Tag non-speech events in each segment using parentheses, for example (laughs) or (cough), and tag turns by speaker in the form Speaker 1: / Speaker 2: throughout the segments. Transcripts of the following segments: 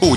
Speaker 1: 不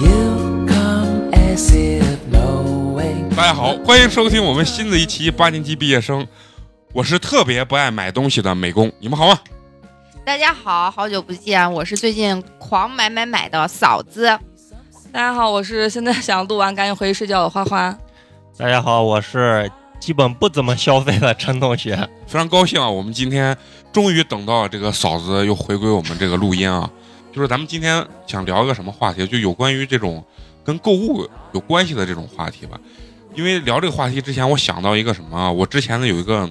Speaker 2: You come as if knowing
Speaker 1: 大家好，欢迎收听我们新的一期八年级毕业生。我是特别不爱买东西的美工，你们好吗？
Speaker 3: 大家好，好久不见，我是最近狂买买买的嫂子。
Speaker 4: 大家好，我是现在想录完赶紧回去睡觉的花花。
Speaker 5: 大家好，我是基本不怎么消费的陈同学。
Speaker 1: 非常高兴啊！我们今天终于等到这个嫂子又回归我们这个录音啊， (laughs) 就是咱们今天想聊一个什么话题，就有关于这种跟购物有关系的这种话题吧。因为聊这个话题之前，我想到一个什么啊，我之前呢有一个，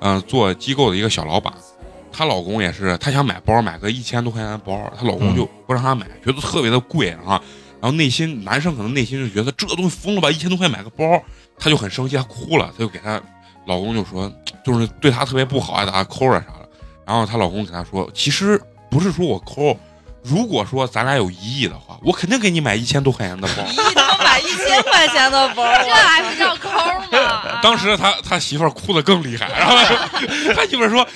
Speaker 1: 嗯、做机构的一个小老板，她老公也是，她想买包，买个一千多块钱的包，她老公就不让她买，觉得特别的贵啊。然后内心男生可能内心就觉得这东西疯了吧，一千多块买个包，她就很生气，她哭了，她就给她老公就说就是对她特别不好，还打她抠啊啥的。然后她老公给她说，其实不是说我抠，如果说咱俩有一亿的话，我肯定给你买一千多块钱的包。？
Speaker 4: 一能买一千块钱的包，啊
Speaker 3: 这还不叫抠
Speaker 1: (laughs)
Speaker 3: 吗
Speaker 1: 当时他他媳妇儿哭得更厉害，然后他媳妇儿说：“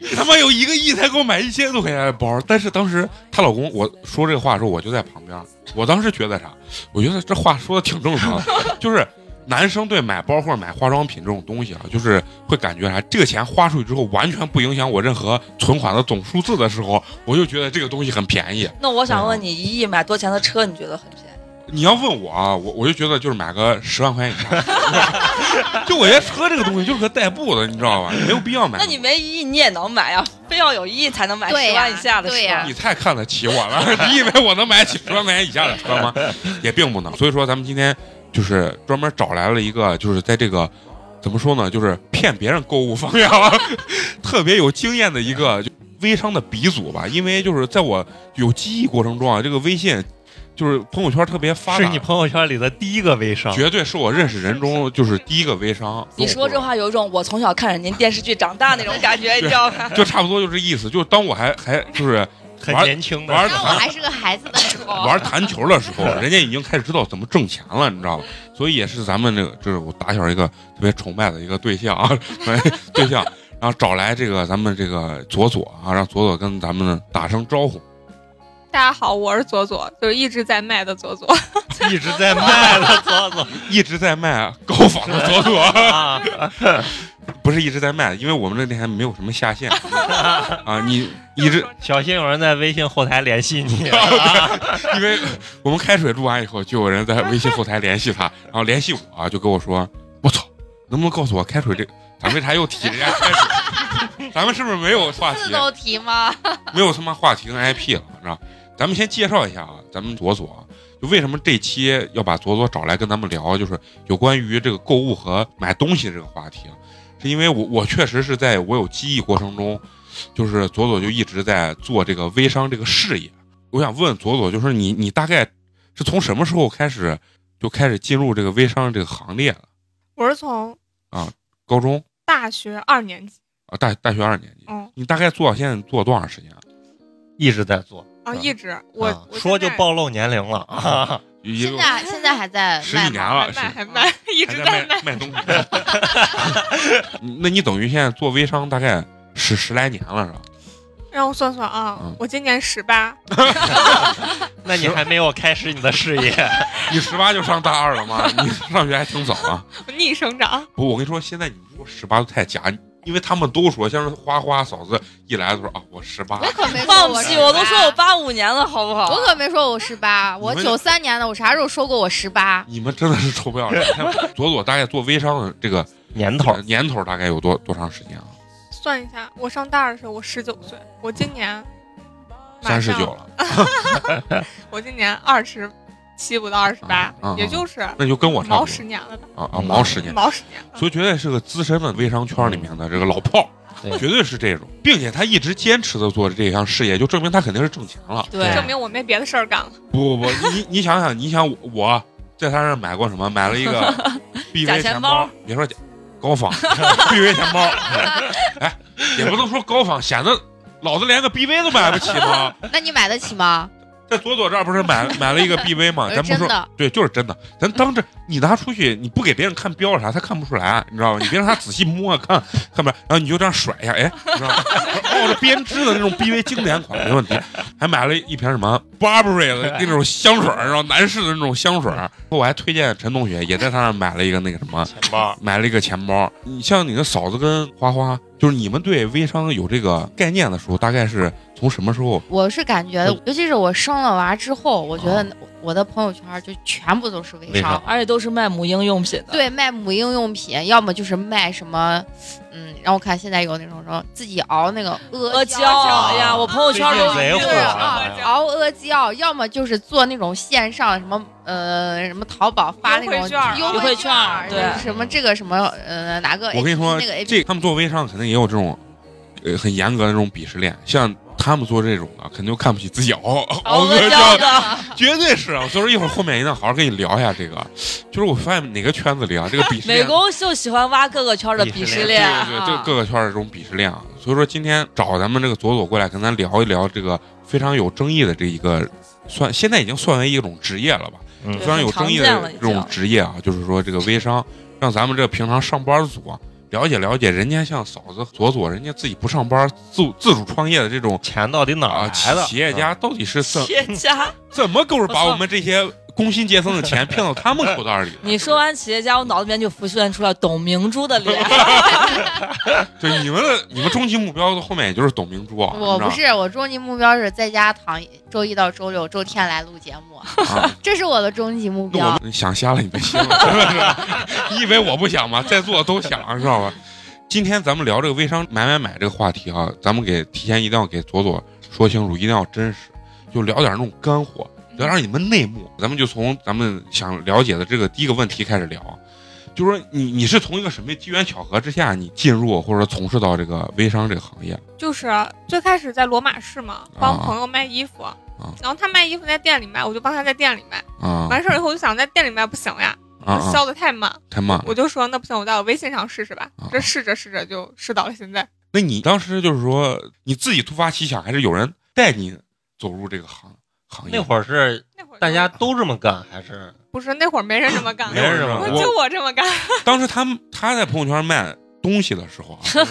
Speaker 1: 你他妈有一个亿才给我买一千多块钱的包。”但是当时她老公我说这个话的时候，我就在旁边，我当时觉得啥？我觉得这话说的挺正常的，就是男生对买包或者买化妆品这种东西啊，就是会感觉啥，这个钱花出去之后完全不影响我任何存款的总数字的时候，我就觉得这个东西很便宜。
Speaker 4: (laughs) 那我想问你，一亿买多钱的车，你觉得很便宜？
Speaker 1: 你要问我啊，我我就觉得就是买个十万块钱以上， (laughs) 就我觉得车这个东西就是个代步的，你知道吧？没有必要买。
Speaker 4: 那你没一亿你也能买呀、啊非要有一亿才能买
Speaker 3: 对
Speaker 4: 十
Speaker 3: 呀
Speaker 4: 万以下的车。
Speaker 3: 对呀
Speaker 1: 你太看得起我了， (laughs) 你以为我能买起十万块钱以下的车吗？
Speaker 4: (laughs)
Speaker 1: 也并不能。所以说，咱们今天就是专门找来了一个，就是在这个怎么说呢，就是骗别人购物方面啊 (laughs) 特别有经验的一个就微商的鼻祖吧。因为就是在我有记忆过程中啊，这个微信就是朋友圈特别发达，
Speaker 5: 是你朋友圈里的第一个微商，
Speaker 1: 绝对是我认识人中就是第一个微商。
Speaker 4: 你说这话有一种我从小看着您电视剧长大那种感觉，你知道 (laughs) 吗？
Speaker 1: 就差不多就是意思，就是当我还还就是
Speaker 5: 很年轻的。
Speaker 1: 玩儿
Speaker 3: 当我还是个孩子的时候，
Speaker 1: 玩弹球的时候，
Speaker 4: 哦
Speaker 1: 人家已经开始知道怎么挣钱了，你知道吧？所以也是咱们这个，这是我打小一个特别崇拜的一个对象啊， (laughs) 对象。然后找来这个咱们这个左左啊，让左左跟咱们打声招呼。
Speaker 6: 大家好，我是左左，就是一直在卖的左左。
Speaker 5: (laughs) 一直在卖
Speaker 1: (laughs)
Speaker 5: 了左左
Speaker 1: 一直在卖高仿的左左， (laughs)
Speaker 5: 啊，
Speaker 1: 不是一直在卖，因为我们这里还没有什么下线 (laughs) 啊。你一直，
Speaker 5: 小心有人在微信后台联系
Speaker 1: (laughs)
Speaker 5: 你。
Speaker 1: 因为我们开水录完以后，就有人在微信后台联系他，然后联系我、啊，就跟我说：“我操，能不能告诉我开水这，咱为啥又提人家开水？咱们是不是没有话
Speaker 3: (laughs) 自
Speaker 1: 题？
Speaker 3: 都提吗？
Speaker 1: 没有他妈话题跟 IP 了，你知道？咱们先介绍一下啊，咱们左左啊，就为什么这期要把左左找来跟咱们聊，就是有关于这个购物和买东西这个话题啊，是因为我我确实是在我有记忆过程中，就是左左就一直在做这个微商这个事业。我想问左左，就是你你大概是从什么时候开始就开始进入这个微商这个行列了？
Speaker 6: 我是从
Speaker 1: 高中
Speaker 6: 大学二年级，
Speaker 1: 啊，大大学二年
Speaker 3: 哦
Speaker 1: 级，
Speaker 6: 嗯
Speaker 1: 你大概做到现在做多长时间了？
Speaker 5: 一直在做，
Speaker 6: 啊，
Speaker 1: 嗯
Speaker 6: 一直我、
Speaker 5: 啊
Speaker 6: 我
Speaker 5: 说就
Speaker 6: 现在
Speaker 5: 暴露年龄了啊！
Speaker 1: 一
Speaker 3: 现
Speaker 1: 个
Speaker 3: 在现在还在
Speaker 1: 十几
Speaker 3: 卖吗
Speaker 1: 年了，
Speaker 6: 还
Speaker 1: 是啊
Speaker 6: 卖还卖，一
Speaker 1: 还在
Speaker 6: 直在卖。
Speaker 1: 卖卖东西。 (laughs) 那你等于现在做微商大概十十来年了是吧？
Speaker 6: 让我算算啊，
Speaker 1: 嗯
Speaker 6: 我今年十八，
Speaker 5: (laughs) 那你还没有开始你的事业，
Speaker 1: (laughs) 你十八就上大二了 (laughs) 吗？你上学还挺早啊。
Speaker 6: 我逆生长。
Speaker 1: 不，我跟你说，现在你们说十八都太假，因为他们都说，像是花花嫂子一来的时候啊，我十
Speaker 6: (laughs)
Speaker 1: 八
Speaker 3: 我。可没
Speaker 4: 放
Speaker 3: 说
Speaker 4: 屁！
Speaker 3: 我
Speaker 4: 我都说我八五年了，好不好？
Speaker 3: 我可没说我十八，
Speaker 1: 你
Speaker 3: 我
Speaker 1: 们
Speaker 3: 九三年的，我啥时候说过我十八？
Speaker 1: 你们真的是臭不 (laughs) 要脸！左左大概做微商的这个
Speaker 5: 年头
Speaker 1: 呃年头大概有多多长时间啊？
Speaker 6: 算一下，我上大二的时候我十九岁，我今年马
Speaker 1: 三
Speaker 6: 上
Speaker 1: 十九，了，
Speaker 6: 我今年二十七不到二十八
Speaker 1: 嗯嗯，
Speaker 6: 也就是
Speaker 1: 那就跟我差
Speaker 6: 毛
Speaker 1: 不
Speaker 6: 十嗯年了吧，
Speaker 1: 多啊啊，毛十年，
Speaker 6: 毛十年了。
Speaker 1: 所以绝对是个资深的微商圈里面的这个老炮
Speaker 5: 对
Speaker 1: 儿，绝对是这种，并且他一直坚持的做这项事业，就证明他肯定是挣钱了。
Speaker 5: 对
Speaker 6: 证明我没别的事儿干了，
Speaker 1: 不不不， (laughs) 你你想想，你想我我在他那儿买过什么？买了一个 BV
Speaker 4: 假
Speaker 1: 钱
Speaker 4: 钱包，
Speaker 1: 别说假高仿 (laughs) BV 钱包， (laughs) 哎，也不能说高仿，显得老子连个 BV 都买不起吗？
Speaker 3: 那你买得起吗？
Speaker 1: (laughs) 在左左这儿不是买买了一个 BV
Speaker 3: (laughs)
Speaker 1: 吗？
Speaker 3: 我
Speaker 1: 啊咱不
Speaker 3: 是哎真
Speaker 1: 说
Speaker 3: 的，
Speaker 1: 对，就是真的。
Speaker 5: 嗯
Speaker 1: 咱当着你拿出去，你不给别人看标啥，他看不出来，你知道吧？你别让他仔细摸看，看不来。然后你就这样甩一下，哎，你知 (laughs) 道吧？冒着编织的那种 BV 经典款没问题。还买了一瓶什么 Burberry 的那种香水儿，然后男士的那种香水儿。我还推荐陈同学也在他那儿买了一个那个什么，
Speaker 5: 钱包，
Speaker 1: 买了一个钱包。你像你的嫂子跟花花，就是你们对微商有这个概念的时候，大概是从什么时候？
Speaker 3: 我是感觉，尤其是我生了娃之后，我觉得
Speaker 1: 啊
Speaker 3: 我的朋友圈就全部都是微
Speaker 5: 微
Speaker 3: 商
Speaker 4: (laughs)
Speaker 5: 商，
Speaker 4: 而且都是卖母婴用品的。，
Speaker 3: 对，卖母婴用品，要么就是卖什么，嗯，让我看现在有那种什么自己熬那个
Speaker 4: 阿
Speaker 3: 阿
Speaker 4: 胶，
Speaker 3: 胶
Speaker 4: 哎呀，我朋友圈
Speaker 5: 最
Speaker 4: 都
Speaker 5: 近贼火
Speaker 4: 对
Speaker 3: 对
Speaker 4: 啊
Speaker 3: 啊
Speaker 5: 好像
Speaker 3: 熬阿胶，要么就是做那种线上什么呃什么淘宝发那
Speaker 6: 优惠
Speaker 3: 种
Speaker 6: 券儿啊
Speaker 3: 优
Speaker 4: 优
Speaker 3: 惠
Speaker 4: 惠
Speaker 3: 券
Speaker 4: 券
Speaker 3: 儿
Speaker 4: 儿，
Speaker 3: 就是
Speaker 4: 对
Speaker 3: 什么这个什么呃哪个 APP，
Speaker 1: 我跟你说
Speaker 3: 那个 A，P
Speaker 1: 这他们做微商肯定也有这种，呃，很严格的这种鄙视链。像他们做这种的，肯定就看不起自己熬熬
Speaker 4: 阿
Speaker 1: 个胶，
Speaker 4: 胶的，
Speaker 1: 绝对是啊！所以说一会儿后面一定要好好跟你聊一下这个。就是我发现哪个圈子里啊，这个鄙视
Speaker 4: 美
Speaker 1: 链，对
Speaker 4: 工就喜欢挖各个圈的鄙视链。
Speaker 1: 对，这个各个圈儿的这种鄙视链啊。所以说今天找咱们这个左左过来，跟咱聊一聊这个非常有争议的这一个，算现在已经算为一种职业了吧。
Speaker 5: 嗯
Speaker 4: 对
Speaker 1: 非常有争议
Speaker 4: 很
Speaker 1: 的
Speaker 4: 常见了已
Speaker 1: 这
Speaker 4: 经
Speaker 1: 种职业啊，就是说这个微商，让咱们这平常上班族啊了解了解，人家像嫂子左左，人家自己不上班，自自主创业的这种
Speaker 5: 钱到底哪儿
Speaker 1: 啊
Speaker 5: 来的？嗯
Speaker 1: 企业家到底是
Speaker 4: (laughs)
Speaker 1: 怎
Speaker 4: 企业家，
Speaker 1: 怎么够是把我们这些工薪阶层的钱骗到他们口袋里的？
Speaker 4: (laughs) 你说完企业家，我脑子里面就浮现出了董明珠的脸。
Speaker 1: 就你们的你们终极目标的后面也就是董明珠啊，
Speaker 3: 我不
Speaker 1: 你知
Speaker 3: 是，我终极目标是在家躺周一到周六、周天来录节目，
Speaker 1: 道吗啊，
Speaker 3: 这是我的终极目
Speaker 1: 那我
Speaker 3: 标。
Speaker 1: 们想瞎了你的心了， (laughs) 真的是，你以为我不想吗？在座都想，知道吧？今天咱们聊这个微商买买买这个话题啊，咱们给提前一定要给左左说清楚，一定要真实，就聊点那种干货，聊点你们内幕。咱们就从咱们想了解的这个第一个问题开始聊，啊就说你你是从一个什么机缘巧合之下，你进入或者说从事到这个微商这个行业？
Speaker 6: 就是最开始在罗马市嘛，帮
Speaker 1: 啊
Speaker 6: 朋友卖衣服，然后他卖衣服在店里卖，我就帮他在店里卖。
Speaker 1: 啊
Speaker 6: 完事儿以后，我就想在店里卖不行呀，
Speaker 1: 啊啊！
Speaker 6: 销的太慢，
Speaker 1: 太慢了。
Speaker 6: 我就说那不行，我在我微信上试试吧
Speaker 1: 啊。
Speaker 6: 这试着试着就试到了现在。
Speaker 1: 那你当时就是说你自己突发奇想，还是有人带你走入这个行行业？
Speaker 5: 那会儿是
Speaker 6: 那会儿就
Speaker 5: 大家都这么干，
Speaker 1: (laughs)
Speaker 5: 还是
Speaker 6: 不是那会儿没人这么干，
Speaker 5: 没人这么
Speaker 1: 干
Speaker 6: 我就我这么干。
Speaker 1: 当时他们他在朋友圈卖东西的时候啊，
Speaker 5: 嗯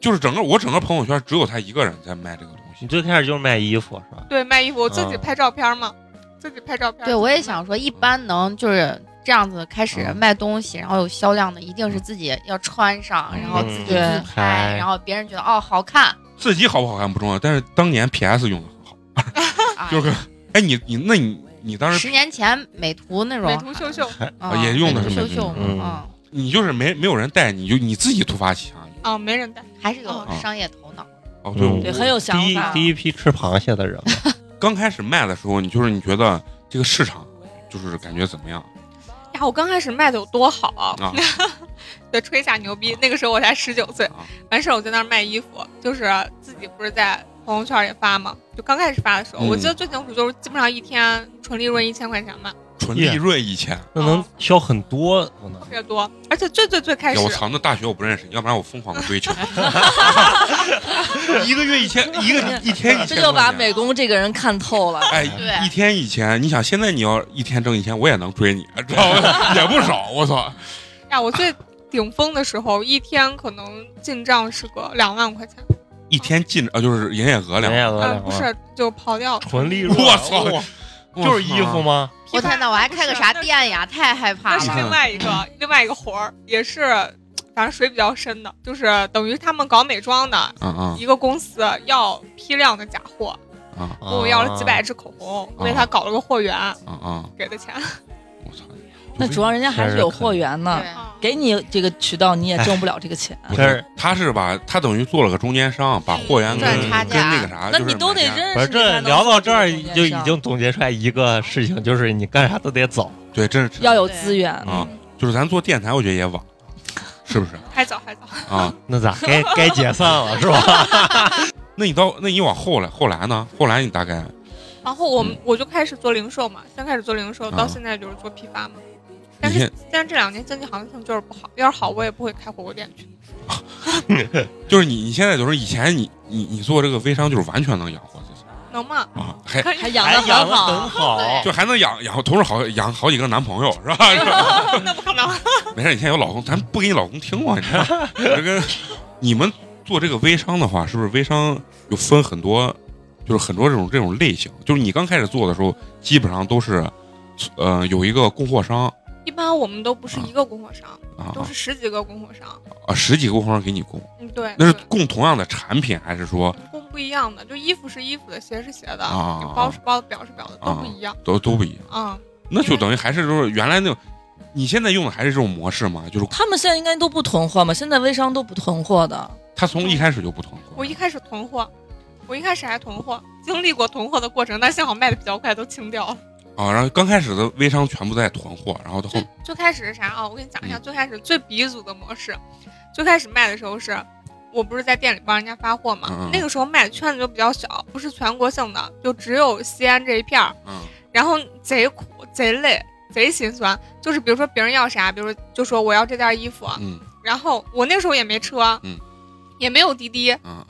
Speaker 1: 就是整个我整个朋友圈只有他一个人在卖这个东
Speaker 5: 你
Speaker 1: 西。
Speaker 5: 最开始就是卖衣服是吧？
Speaker 6: 对，卖衣服我自己
Speaker 5: 啊
Speaker 6: 拍照片嘛，自己拍照片。
Speaker 3: 对，我也想
Speaker 6: 嗯
Speaker 3: 说，一般能就是这样子开始卖东西，然后有销量的，一定是自己要穿上，
Speaker 1: 嗯
Speaker 3: 然后自己
Speaker 4: 对
Speaker 3: 自拍，
Speaker 5: 嗨
Speaker 3: 然后别人觉得哦好看，
Speaker 1: 自己好不好看不重要，但是当年 PS 用的很好，
Speaker 3: 啊
Speaker 1: 就是哎你你那你你当时
Speaker 3: 十年前美图那种
Speaker 6: 美图秀秀
Speaker 1: 啊
Speaker 3: 啊
Speaker 1: 也用的
Speaker 3: 美
Speaker 1: 是
Speaker 3: 图秀
Speaker 1: 美图
Speaker 3: 秀，
Speaker 5: 嗯
Speaker 3: 嗯，
Speaker 1: 你就是没没有人带你就你自己突发奇想。
Speaker 6: 啊，没人带。
Speaker 3: 还是有
Speaker 1: 啊
Speaker 3: 商业头脑。
Speaker 1: 哦，对，
Speaker 5: 嗯
Speaker 1: 我
Speaker 4: 对，很有想
Speaker 5: 第一
Speaker 4: 法。
Speaker 5: 第一批吃螃蟹的人嘛，
Speaker 1: 刚开始卖的时候，你就是你觉得这个市场就是感觉怎么样
Speaker 6: 哎呀，我刚开始卖的有多好啊！
Speaker 1: 啊？
Speaker 6: (laughs) 对，吹一下牛逼。那个时候我才十九岁
Speaker 1: 啊，
Speaker 6: 完事儿我在那儿卖衣服，就是自己不是在朋友圈也发嘛，就刚开始发的时
Speaker 1: 嗯
Speaker 6: 候，我记得最清楚就是基本上一天纯利润一千块钱吧，
Speaker 1: 纯利润以前，
Speaker 5: 那能销很多呢
Speaker 6: 特。别多。而且最最最开
Speaker 1: 哎
Speaker 6: 始
Speaker 1: 呀，我操，那大学我不认识，要不然我疯狂的追求，一个月一千，一个一天一千块钱，
Speaker 4: 这就把美工这个人看透了。
Speaker 1: 哎，
Speaker 3: 对
Speaker 1: 一天一千，你想现在你要一天挣一千，我也能追你，知道吗？也不少，我操！
Speaker 6: 呀，我最顶峰的时候，一天可能进账是个两万块钱，
Speaker 1: 一天进啊，就是营业额两
Speaker 5: 人，家额
Speaker 6: 呃，不是就刨掉
Speaker 5: 纯利润，哦
Speaker 1: 我操，
Speaker 5: (laughs) 就是衣服
Speaker 1: 吗？
Speaker 5: 吗？
Speaker 3: 我天呐，我还开个啥？
Speaker 6: 批
Speaker 3: 店呀？啊太害怕
Speaker 6: 发那是那
Speaker 3: 了
Speaker 6: 是。另外
Speaker 3: (laughs)
Speaker 6: 一个另外一个活儿，也是反正水比较深的，就是等于他们搞美妆的，
Speaker 1: 啊啊
Speaker 6: 一个公司要批量的假货，
Speaker 1: 啊
Speaker 6: 跟我要了几百支口红，为他搞了个货源，
Speaker 1: 啊啊！
Speaker 6: 给的钱。
Speaker 1: 我操！
Speaker 4: 那主要人家还是有货源呢，
Speaker 3: 对
Speaker 4: 给你这个渠道你也挣不了这个钱。
Speaker 5: 哎
Speaker 1: 不是，他是把他等于做了个中间商，把货源跟
Speaker 3: 赚
Speaker 1: 跟
Speaker 3: 差价
Speaker 1: 那个啥，
Speaker 4: 那
Speaker 1: 就是
Speaker 4: 你都得
Speaker 1: 买家
Speaker 4: 认
Speaker 5: 不
Speaker 4: 识
Speaker 5: 是
Speaker 4: 你才
Speaker 5: 这
Speaker 4: 能
Speaker 5: 聊到这
Speaker 4: 做
Speaker 5: 儿
Speaker 4: 中间
Speaker 5: 就已
Speaker 4: 商
Speaker 5: 经总结出来一个事情，就是你干啥都得早。
Speaker 1: 对，真是
Speaker 4: 要有资源
Speaker 1: 啊，就是咱做电台，我觉得也晚，是不是
Speaker 6: 还早还早，
Speaker 1: 啊？
Speaker 5: 那咋
Speaker 3: (laughs)
Speaker 5: 该该解散了是吧？
Speaker 1: 那你到那你往后来，后来呢？后来你大概
Speaker 6: (laughs) 然后我们我就开始做零售嘛，先开始做零售，
Speaker 1: 啊
Speaker 6: 到现在就是做批发嘛。
Speaker 1: 嗯
Speaker 6: 但
Speaker 1: 你
Speaker 6: 是
Speaker 1: 看
Speaker 6: 但是这两年经济行情就是不好，要是好我也不会开火锅店去。
Speaker 1: 就是你你现在就是以前你你你做这个微商就是完全能养活自己
Speaker 6: 能吗？
Speaker 1: 啊，还
Speaker 6: 可以
Speaker 4: 还养
Speaker 5: 还
Speaker 4: 得
Speaker 5: 养
Speaker 4: 很
Speaker 5: 的很
Speaker 4: 好，
Speaker 5: 好，
Speaker 1: 就还能养养，同时好养好几个男朋友是吧？ (laughs) 是吧
Speaker 6: 哎那不可能。
Speaker 1: (laughs) 没事，你现在有老公，咱不给你老公听嘛，你知道吗 (laughs) 这个你们做这个微商的话，是不是微商有分很多，就是很多这种这种类型？就是你刚开始做的时候，基本上都是，呃，有一个供货商
Speaker 6: 一般我们都不是一个供货商，
Speaker 1: 啊
Speaker 6: 都是十几个供货商。
Speaker 1: 啊，十几个供货商给你供，
Speaker 6: 嗯，对，
Speaker 1: 那是
Speaker 6: 对
Speaker 1: 供同样的产品，还是说
Speaker 6: 供不一样的，就衣服是衣服的，鞋是鞋的，
Speaker 1: 啊啊
Speaker 6: 包是包的，表是表的，都不一样。
Speaker 1: 都都不一样？
Speaker 6: 嗯，
Speaker 1: 那就等于还是就是原来那种，你现在用的还是这种模式吗？就是
Speaker 4: 他们现在应该都不囤货嘛，现在微商都不囤货的。
Speaker 1: 他从一开始就不同货，
Speaker 6: 我一开始囤货，我一开始还囤货，经历过囤货的过程，但幸好卖的比较快，都清掉了。
Speaker 1: 啊，然后刚开始的微商全部在囤货，然后到后
Speaker 6: 最最开始是啥啊？我跟你讲一下，
Speaker 1: 嗯
Speaker 6: 最开始最鼻祖的模式，最开始卖的时候是。我不是在店里帮人家发货嘛，
Speaker 1: 嗯嗯
Speaker 6: 那个时候卖的圈子就比较小，不是全国性的，就只有西安这一片儿。
Speaker 1: 嗯
Speaker 6: 然后贼苦、贼累、贼心酸。就是比如说别人要啥，比如说就说我要这件衣服，
Speaker 1: 嗯
Speaker 6: 然后我那时候也没车，
Speaker 1: 嗯
Speaker 6: 也没有滴滴，
Speaker 1: 嗯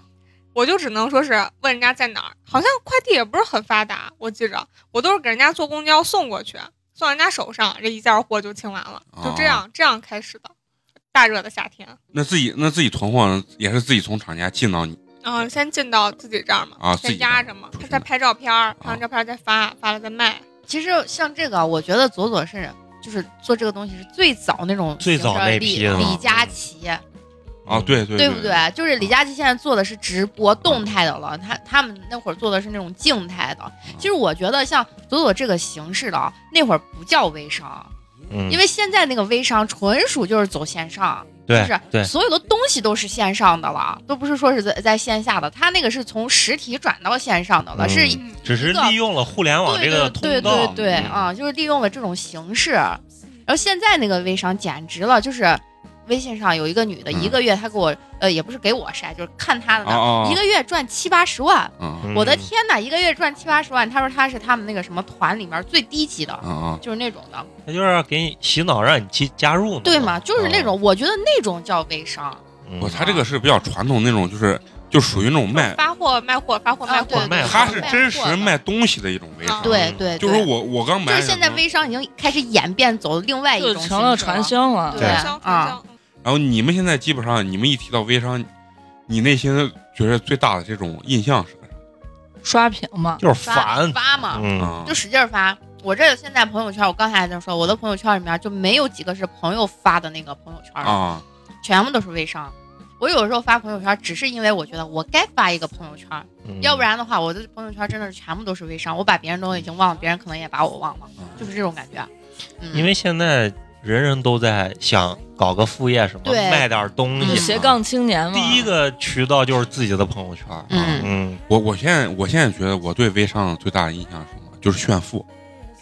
Speaker 6: 我就只能说是问人家在哪儿。好像快递也不是很发达，我记着我都是给人家坐公交送过去，送人家手上，这一件货就清完了，就这
Speaker 1: 哦
Speaker 6: 样、这样开始的。大热的夏天，
Speaker 1: 那自己那自己囤货也是自己从厂家进到你
Speaker 6: 嗯，先进到自己这儿嘛，
Speaker 1: 啊自
Speaker 6: 先
Speaker 1: 己
Speaker 6: 压
Speaker 1: 这儿
Speaker 6: 着嘛
Speaker 1: 出去，
Speaker 6: 再
Speaker 1: 的啊
Speaker 6: 拍照片儿，拍完照片儿再发，发了再卖。
Speaker 3: 其实像这个，我觉得左左是就是做这个东西是最早那种
Speaker 5: 最早
Speaker 3: 形式李
Speaker 5: 那批的
Speaker 3: 李佳琦，
Speaker 1: 啊，对对
Speaker 3: 对
Speaker 1: 对
Speaker 3: 不对？就是李佳琦现在做的是直播动态的了，他他们那会儿做的是那种静态的。其实我觉得像左左这个形式的啊，那会儿不叫微商，
Speaker 5: 嗯，
Speaker 3: 因为现在那个微商纯属就是走线上，就
Speaker 5: 对
Speaker 3: 是
Speaker 5: 对
Speaker 3: 所有的东西都是线上的了，都不是说是在在线下的，他那个是从实体转到线上的了，
Speaker 5: 嗯
Speaker 3: 是
Speaker 6: 嗯，
Speaker 5: 只是利用了互联网这
Speaker 3: 对对
Speaker 5: 个通
Speaker 3: 对
Speaker 5: 道，
Speaker 3: 对对
Speaker 5: 嗯
Speaker 3: 啊，就是利用了这种形式。然后现在那个微商简直了，就是微信上有一个女的，
Speaker 1: 嗯
Speaker 3: 一个月她给我呃也不是给我晒，就是看她的
Speaker 1: 哦哦哦，
Speaker 3: 呢一个月赚七八十万。
Speaker 1: 嗯
Speaker 5: 嗯
Speaker 3: 我的天呐，一个月赚七八十万，她说她是他们那个什么团里面最低级的
Speaker 1: 嗯，嗯
Speaker 3: 就是那种的，
Speaker 5: 他就是给你洗脑，让你去加入嘛，
Speaker 3: 对吗？就是那
Speaker 1: 哦
Speaker 3: 种，我觉得那种叫微商，
Speaker 5: 嗯，
Speaker 1: 不，他这个是比较传统那种，就是就属于那种卖，
Speaker 6: 发货卖货，发货卖
Speaker 3: 啊
Speaker 6: 货，
Speaker 3: 对对，
Speaker 5: 卖货
Speaker 1: 他是真
Speaker 3: 货
Speaker 1: 实
Speaker 3: 的
Speaker 1: 卖东西的一种微商，
Speaker 6: 啊
Speaker 3: 对对，对
Speaker 1: 嗯就是我我刚
Speaker 3: 就
Speaker 1: 买
Speaker 3: 是
Speaker 1: 什么，
Speaker 3: 现在微商已经开始演变走另外一
Speaker 4: 就
Speaker 3: 种
Speaker 4: 成了
Speaker 3: 形式
Speaker 4: 传销了。
Speaker 3: 对
Speaker 6: 传销，传
Speaker 3: 啊
Speaker 6: 销。嗯
Speaker 1: 然后你们现在基本上你们一提到微商，你内心觉得最大的这种印象是啥？
Speaker 4: 刷屏嘛，
Speaker 5: 就是
Speaker 3: 发
Speaker 5: 烦，
Speaker 3: 发嘛，
Speaker 5: 嗯，
Speaker 1: 啊
Speaker 3: 就使劲儿发。我这现在朋友圈，我刚才还在说，我的朋友圈里面就没有几个是朋友发的那个朋友圈了，
Speaker 1: 啊，
Speaker 3: 全部都是微商。我有时候发朋友圈，只是因为我觉得我该发一个朋友圈，
Speaker 5: 嗯
Speaker 3: 要不然的话，我的朋友圈真的是全部都是微商。我把别人都已经忘了，别人可能也把我忘了，就是这种感觉。嗯，
Speaker 5: 因为现在人人都在想搞个副业什么，
Speaker 3: 对
Speaker 5: 卖点东
Speaker 3: 嗯
Speaker 4: 就
Speaker 5: 西。
Speaker 4: 斜杠青年嘛。
Speaker 5: 第一个渠道就是自己的朋友圈，
Speaker 3: 嗯
Speaker 5: 嗯，
Speaker 1: 啊我我现在我现在觉得我对微商最大的印象是什么？就是炫富，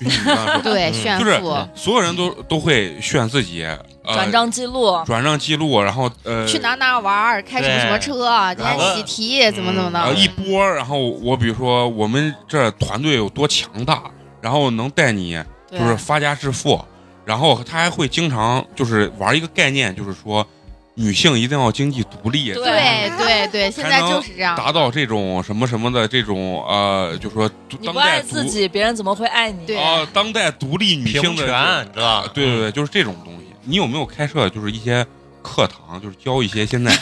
Speaker 1: 就像你刚才说的，
Speaker 3: 对
Speaker 5: 嗯
Speaker 3: 炫
Speaker 1: 就是呃
Speaker 3: 富，
Speaker 1: 所有人都都会炫自己，呃
Speaker 4: 转账记录，
Speaker 1: 转账记录，然后呃
Speaker 3: 去哪儿哪儿玩儿，开什么什么车，今
Speaker 1: 然后
Speaker 3: 天喜提，怎么怎么
Speaker 1: 啊，
Speaker 3: 的。
Speaker 1: 一
Speaker 5: 嗯
Speaker 1: 波儿，然后我比如说我们这团队有多强大，然后能带你
Speaker 3: 对
Speaker 1: 就是发家致富，然后他还会经常就是玩一个概念，就是说女性一定要经济独立，
Speaker 4: 对
Speaker 3: 对对对，现在就是这样。
Speaker 1: 达到这种什么什么的这种呃，就说
Speaker 4: 你
Speaker 1: 当
Speaker 4: 不
Speaker 1: 代
Speaker 4: 爱
Speaker 1: 独
Speaker 4: 自己，别人怎么会爱你？
Speaker 3: 对
Speaker 1: 啊、当代独立女
Speaker 5: 平
Speaker 1: 性的
Speaker 5: 权，你知道吧
Speaker 1: 啊，对对对，就是这种东西。你有没有开设就是一些课堂，就是教一些现在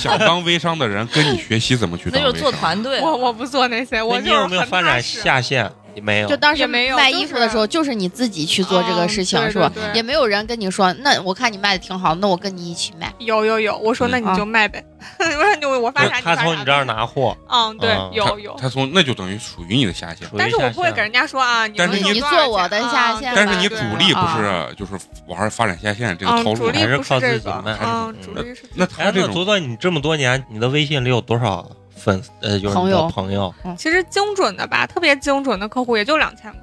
Speaker 1: 想当微商的人跟你学习怎么去
Speaker 4: 那
Speaker 1: 当
Speaker 4: 就是
Speaker 1: 微
Speaker 4: 做
Speaker 1: 商？
Speaker 4: 团队。
Speaker 6: 我我不做那些，我
Speaker 5: 那你
Speaker 6: 就是
Speaker 5: 有没有
Speaker 6: 很
Speaker 5: 发展
Speaker 6: 踏实
Speaker 5: 下线？没有
Speaker 3: 就，当时
Speaker 6: 也没有
Speaker 3: 卖
Speaker 6: 就
Speaker 3: 衣服的时候，就是你自己去做这个事情，
Speaker 6: 嗯对
Speaker 3: 是吧
Speaker 6: 对？对
Speaker 3: 也没有人跟你说，那我看你卖的挺好，那我跟你一起卖。
Speaker 6: 有有有，我说
Speaker 1: 嗯
Speaker 6: 那
Speaker 3: 啊
Speaker 6: 你就卖呗， (laughs) 我说你我发啥你
Speaker 5: 他
Speaker 6: 发啥。
Speaker 5: 从你这儿。拿货，
Speaker 6: 嗯，对
Speaker 5: 嗯，
Speaker 6: 有有。
Speaker 1: 他从那就等于属于你的下线，
Speaker 5: 属于
Speaker 6: 但是我
Speaker 5: 下
Speaker 6: 不会
Speaker 5: 线
Speaker 6: 给人家说啊，你
Speaker 1: 但
Speaker 6: 们
Speaker 1: 是
Speaker 6: 有
Speaker 1: 你
Speaker 6: 多少
Speaker 3: 做我的
Speaker 6: 钱
Speaker 3: 下
Speaker 6: 啊
Speaker 3: 线
Speaker 6: 对
Speaker 1: 但是
Speaker 6: 吧
Speaker 1: 你主
Speaker 6: 对
Speaker 1: 力不
Speaker 3: 啊
Speaker 1: 是就是往上发展下线这个
Speaker 6: 嗯
Speaker 1: 套
Speaker 6: 主
Speaker 1: 路，
Speaker 6: 力
Speaker 5: 还是
Speaker 6: 不
Speaker 5: 靠
Speaker 6: 这
Speaker 5: 自己
Speaker 6: 个
Speaker 5: 卖，
Speaker 6: 嗯，
Speaker 5: 嗯
Speaker 6: 主力是
Speaker 1: 那
Speaker 6: 这
Speaker 1: 他
Speaker 6: 个
Speaker 5: 哎，
Speaker 1: 这
Speaker 5: 那
Speaker 1: 种
Speaker 5: 左左，你这么多年，你的微信里有多少粉丝？呃，就是
Speaker 3: 朋
Speaker 5: 你
Speaker 3: 友
Speaker 5: 的朋友，
Speaker 6: 其实精准的吧，特别精准的客户也就两千个，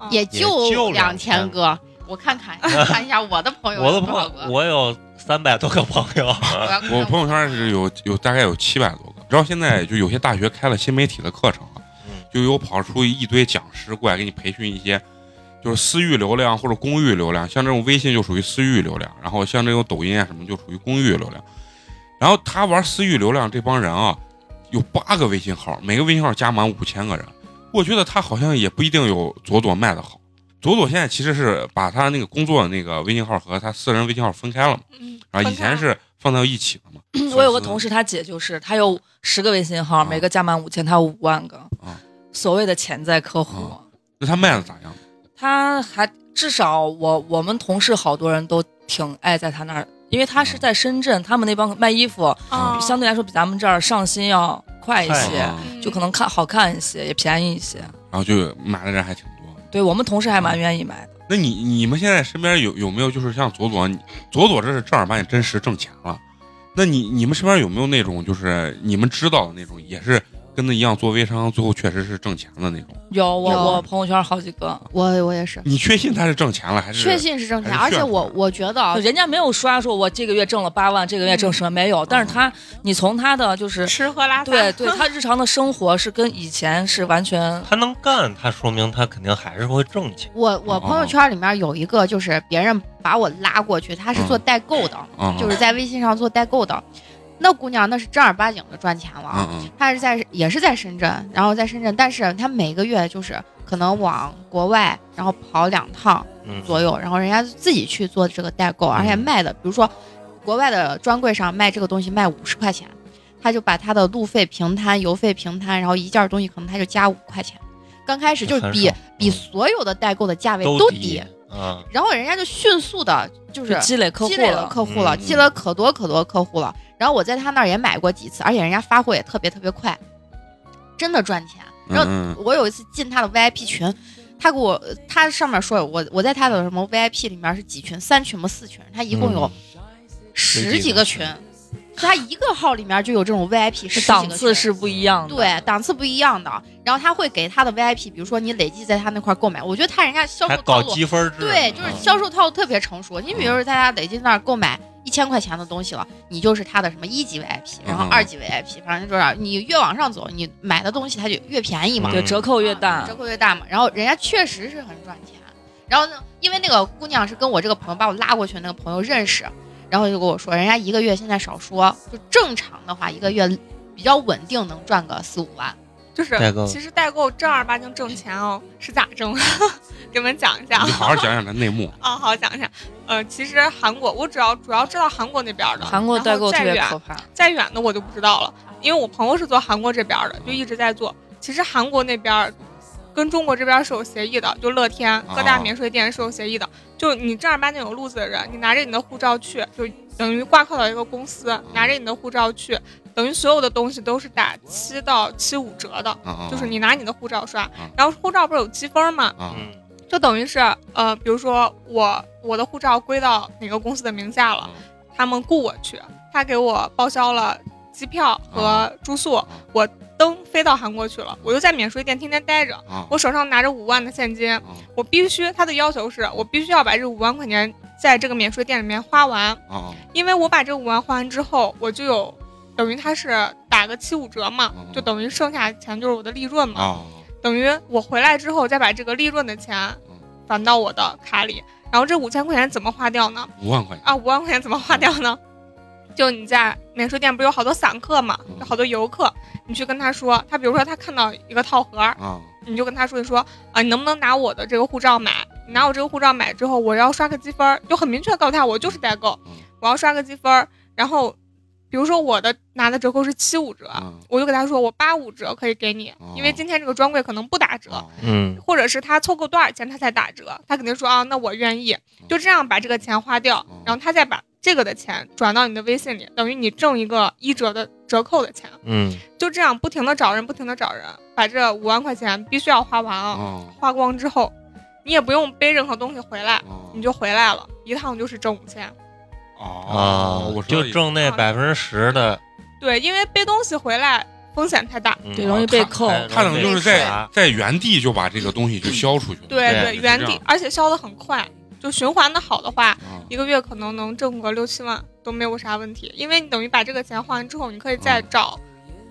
Speaker 6: 嗯
Speaker 3: 也
Speaker 5: 也就
Speaker 3: 两
Speaker 5: 2000
Speaker 1: (laughs)
Speaker 3: 个。我看看看一下我的朋友
Speaker 5: 我的
Speaker 3: 有
Speaker 5: 朋
Speaker 3: 多少
Speaker 5: 友
Speaker 3: 个，，
Speaker 5: 我有三百多个朋友，
Speaker 3: 我要看
Speaker 1: 我朋友圈是有有大概有七百多个，然后现在就有些大学开了新媒体的课程了
Speaker 5: 嗯，
Speaker 1: 就有跑出一堆讲师过来给你培训一些，就是私域流量或者公域流量，像这种微信就属于私域流量，然后像这种抖音啊什么就属于公域流量。然后他玩私域流量这帮人啊，有八个微信号，每个微信号加满五千个人，我觉得他好像也不一定有左左卖的好。左左现在其实是把他那个工作的那个微信号和他私人微信号分开了嘛，
Speaker 6: 嗯，
Speaker 1: 然啊后以
Speaker 6: 分开
Speaker 1: 前是放到一起的嘛。
Speaker 4: 嗯我有个
Speaker 1: 粉丝
Speaker 4: 同事，他姐就是，她有十个微信号，
Speaker 1: 啊
Speaker 4: 每个加满五千，她有五万个
Speaker 1: 啊
Speaker 4: 所谓的潜在客户
Speaker 1: 啊。那他卖的咋样？
Speaker 4: 她还至少我我们同事好多人都挺爱在她那儿，因为她是在深圳，他们那帮卖衣服
Speaker 1: 啊
Speaker 6: 啊，
Speaker 4: 相对来说比咱们这儿上新要快一
Speaker 5: 快
Speaker 4: 些，
Speaker 1: 嗯
Speaker 4: 就可能看好看一些，也便宜一些。
Speaker 1: 然后就买的人还挺多。
Speaker 4: 对我们同事还蛮愿意买的。
Speaker 1: 那你你们现在身边有有没有就是像左左，你左左这是正儿八经真实挣钱了。那你你们身边有没有那种就是你们知道的那种也是跟他一样做微商，最后确实是挣钱的那种？
Speaker 4: 有我
Speaker 3: 有
Speaker 4: 我朋友圈好几个，
Speaker 3: 我我也是，
Speaker 1: 你确信他是挣钱了还是？
Speaker 3: 确信是挣钱，
Speaker 1: 还
Speaker 3: 而
Speaker 1: 是
Speaker 3: 且
Speaker 1: 炫
Speaker 3: 我
Speaker 1: 富
Speaker 3: 我觉得啊，
Speaker 4: 人家没有刷说我这个月挣了八万，这个月挣什么没有，但是他你从他的就是
Speaker 6: 吃喝拉撒，
Speaker 4: 对对，他日常的生活是跟以前是完全
Speaker 5: 他能干，他说明他肯定还是会挣钱。
Speaker 3: 我
Speaker 1: 哦
Speaker 3: 我朋友圈里面有一个，就是别人把我拉过去，她是做代购的，
Speaker 1: 嗯，
Speaker 3: 就是在微信上做代购的。那姑娘那是正儿八经的赚钱了
Speaker 1: 嗯
Speaker 3: 啊，
Speaker 1: 嗯
Speaker 3: 她是在也是在深圳，然后在深圳，但是她每个月就是可能往国外，然后跑两趟
Speaker 5: 嗯，
Speaker 3: 左右，然后人家自己去做这个代购，而且卖的，比如说国外的专柜上卖这个东西卖五十块钱，她就把她的路费平摊、邮费平摊，然后一件东西可能她就加五块钱。刚开始就是
Speaker 5: 很
Speaker 3: 比
Speaker 5: 少
Speaker 3: 比
Speaker 5: 嗯
Speaker 3: 所有的代购的价位
Speaker 5: 都
Speaker 3: 都
Speaker 5: 低啊，
Speaker 3: 然后人家就迅速的，就是
Speaker 4: 积累客户
Speaker 3: 积累了客户了，
Speaker 1: 嗯
Speaker 3: 积累了可多可多客户了。然后我在他那儿也买过几次，而且人家发货也特别特别快，真的赚钱。然后 (laughs)
Speaker 1: 嗯
Speaker 3: 我有一次进他的 VIP 群，他给我他上面说我我在他的什么 VIP 里面是几群，三群吗？四群？他一共有十几个群，就他一个号里面就有这种 VIP 十几个
Speaker 4: 档次
Speaker 3: 群
Speaker 4: 是不一样的。
Speaker 3: 对档次不一样的。然后他会给他的 VIP，比如说你累计在他那块儿购买，我觉得他人家销售
Speaker 5: 还
Speaker 3: 套
Speaker 5: 搞
Speaker 3: 路
Speaker 5: 积分制，
Speaker 3: 对，就是
Speaker 5: 嗯
Speaker 3: 销售套路特别成熟。你比如说，大家累计那儿购买一千块钱的东西了，你就是他的什么一级 VIP，然后
Speaker 1: 嗯
Speaker 3: 二级 VIP，反正就是你越往上走，你买的东西它就越便宜嘛，
Speaker 4: 对，
Speaker 5: 嗯
Speaker 4: 折扣越
Speaker 3: 啊
Speaker 4: 大
Speaker 3: 折。扣越大嘛。然后人家确实是很赚钱。然后呢，因为那个姑娘是跟我这个朋友把我拉过去的那个朋友认识，然后就跟我说，人家一个月现在少说，就正常的话，一个月比较稳定能赚个四五万。
Speaker 6: (laughs) 就是
Speaker 5: 代购
Speaker 6: 其实代购正儿八经挣钱哦，是咋挣？ (laughs) 给你们讲一下
Speaker 1: 嗯， (laughs) 你
Speaker 6: 啊
Speaker 1: 好好讲讲这内幕。
Speaker 6: 啊，好讲一下。呃，其实韩国我主要主要知道韩国那边的，
Speaker 4: 韩国代购特别
Speaker 6: 然后再
Speaker 4: 可
Speaker 6: 远
Speaker 4: 怕，
Speaker 6: 再远的我就不知道了，因为我朋友是做韩国这边的，就一直在做。其实韩国那边跟中国这边是有协议的，就乐天各大免税店是有协议的。就你正儿八经有路子的人，你拿着你的护照去，就等于挂靠到一个公司，拿着你的护照去，等于所有的东西都是打七到七五折的，
Speaker 1: 嗯嗯，
Speaker 6: 就是你拿你的护照刷
Speaker 1: 嗯，
Speaker 6: 然后护照不是有积分吗？
Speaker 1: 啊，嗯
Speaker 5: 嗯，
Speaker 6: 就等于是呃，比如说我我的护照归到哪个公司的名下
Speaker 1: 啊
Speaker 6: 了，他们雇我去，他给我报销了机票和住宿，
Speaker 1: 啊
Speaker 6: 我登飞到韩国去了，我就在免税店天天待着，
Speaker 1: 啊，
Speaker 6: 我手上拿着五万的现金，
Speaker 1: 啊
Speaker 6: 我必须他的要求是我必须要把这五万块钱在这个免税店里面花完，
Speaker 1: 啊
Speaker 6: 因为我把这五万花完之后，我就有等于他是打个七五折嘛，就等于剩下的钱就是我的利润嘛，
Speaker 1: 嗯啊，
Speaker 6: 等于我回来之后再把这个利润的钱
Speaker 1: 嗯
Speaker 6: 返到我的卡里，然后这五千块钱怎么花掉呢？
Speaker 1: 五万块钱
Speaker 6: 啊，五万块钱怎么花掉呢？就你在免税店不是有好多散客嘛，
Speaker 1: 嗯
Speaker 6: 有好多游客，你去跟他说，他比如说他看到一个套盒儿，
Speaker 1: 啊，
Speaker 6: 你就跟他说，你说啊，你能不能拿我的这个护照买？你拿我这个护照买之后，我要刷个积分儿，就很明确地告诉他，我就是代购
Speaker 1: 嗯，
Speaker 6: 我要刷个积分儿，然后比如说我的拿的折扣是七五折，
Speaker 1: 嗯
Speaker 6: 我就给他说我八五折可以给你，因为
Speaker 1: 哦
Speaker 6: 今天这个专柜可能不打折，
Speaker 1: 哦
Speaker 5: 嗯
Speaker 6: 或者是他凑够多少钱他才打折，他肯定说啊，那我愿意，
Speaker 1: 嗯
Speaker 6: 就这样把这个钱花掉
Speaker 1: 哦，
Speaker 6: 然后他再把这个的钱转到你的微信里，等于你挣一个一折的折扣的钱，
Speaker 5: 嗯
Speaker 6: 就这样不停的找人，不停的找人，把这五万块钱必须要花完啊，
Speaker 1: 哦
Speaker 6: 花光之后，你也不用背任何东西回来，
Speaker 1: 哦
Speaker 6: 你就回来了，一趟就是挣五千。
Speaker 5: 啊
Speaker 1: 哦，我，知道
Speaker 5: 就
Speaker 1: 一个
Speaker 5: 挣那百分之十的，
Speaker 6: 对，因为背东西回来风险太大。
Speaker 5: 嗯
Speaker 4: 对，容易被扣。
Speaker 5: 太
Speaker 1: 他等哎于就是
Speaker 5: 被
Speaker 1: 在
Speaker 5: 查
Speaker 1: 在原地就把这个东西就消出去了，嗯
Speaker 6: 对
Speaker 5: 对
Speaker 6: 对，
Speaker 1: 是
Speaker 6: 原
Speaker 1: 这
Speaker 6: 地
Speaker 1: 样，
Speaker 6: 而且消的很快，就循环的好的话，
Speaker 1: 啊
Speaker 6: 一个月可能能挣个六七万都没有啥问题，因为你等于把这个钱花完之后，你可以再
Speaker 1: 嗯
Speaker 6: 找，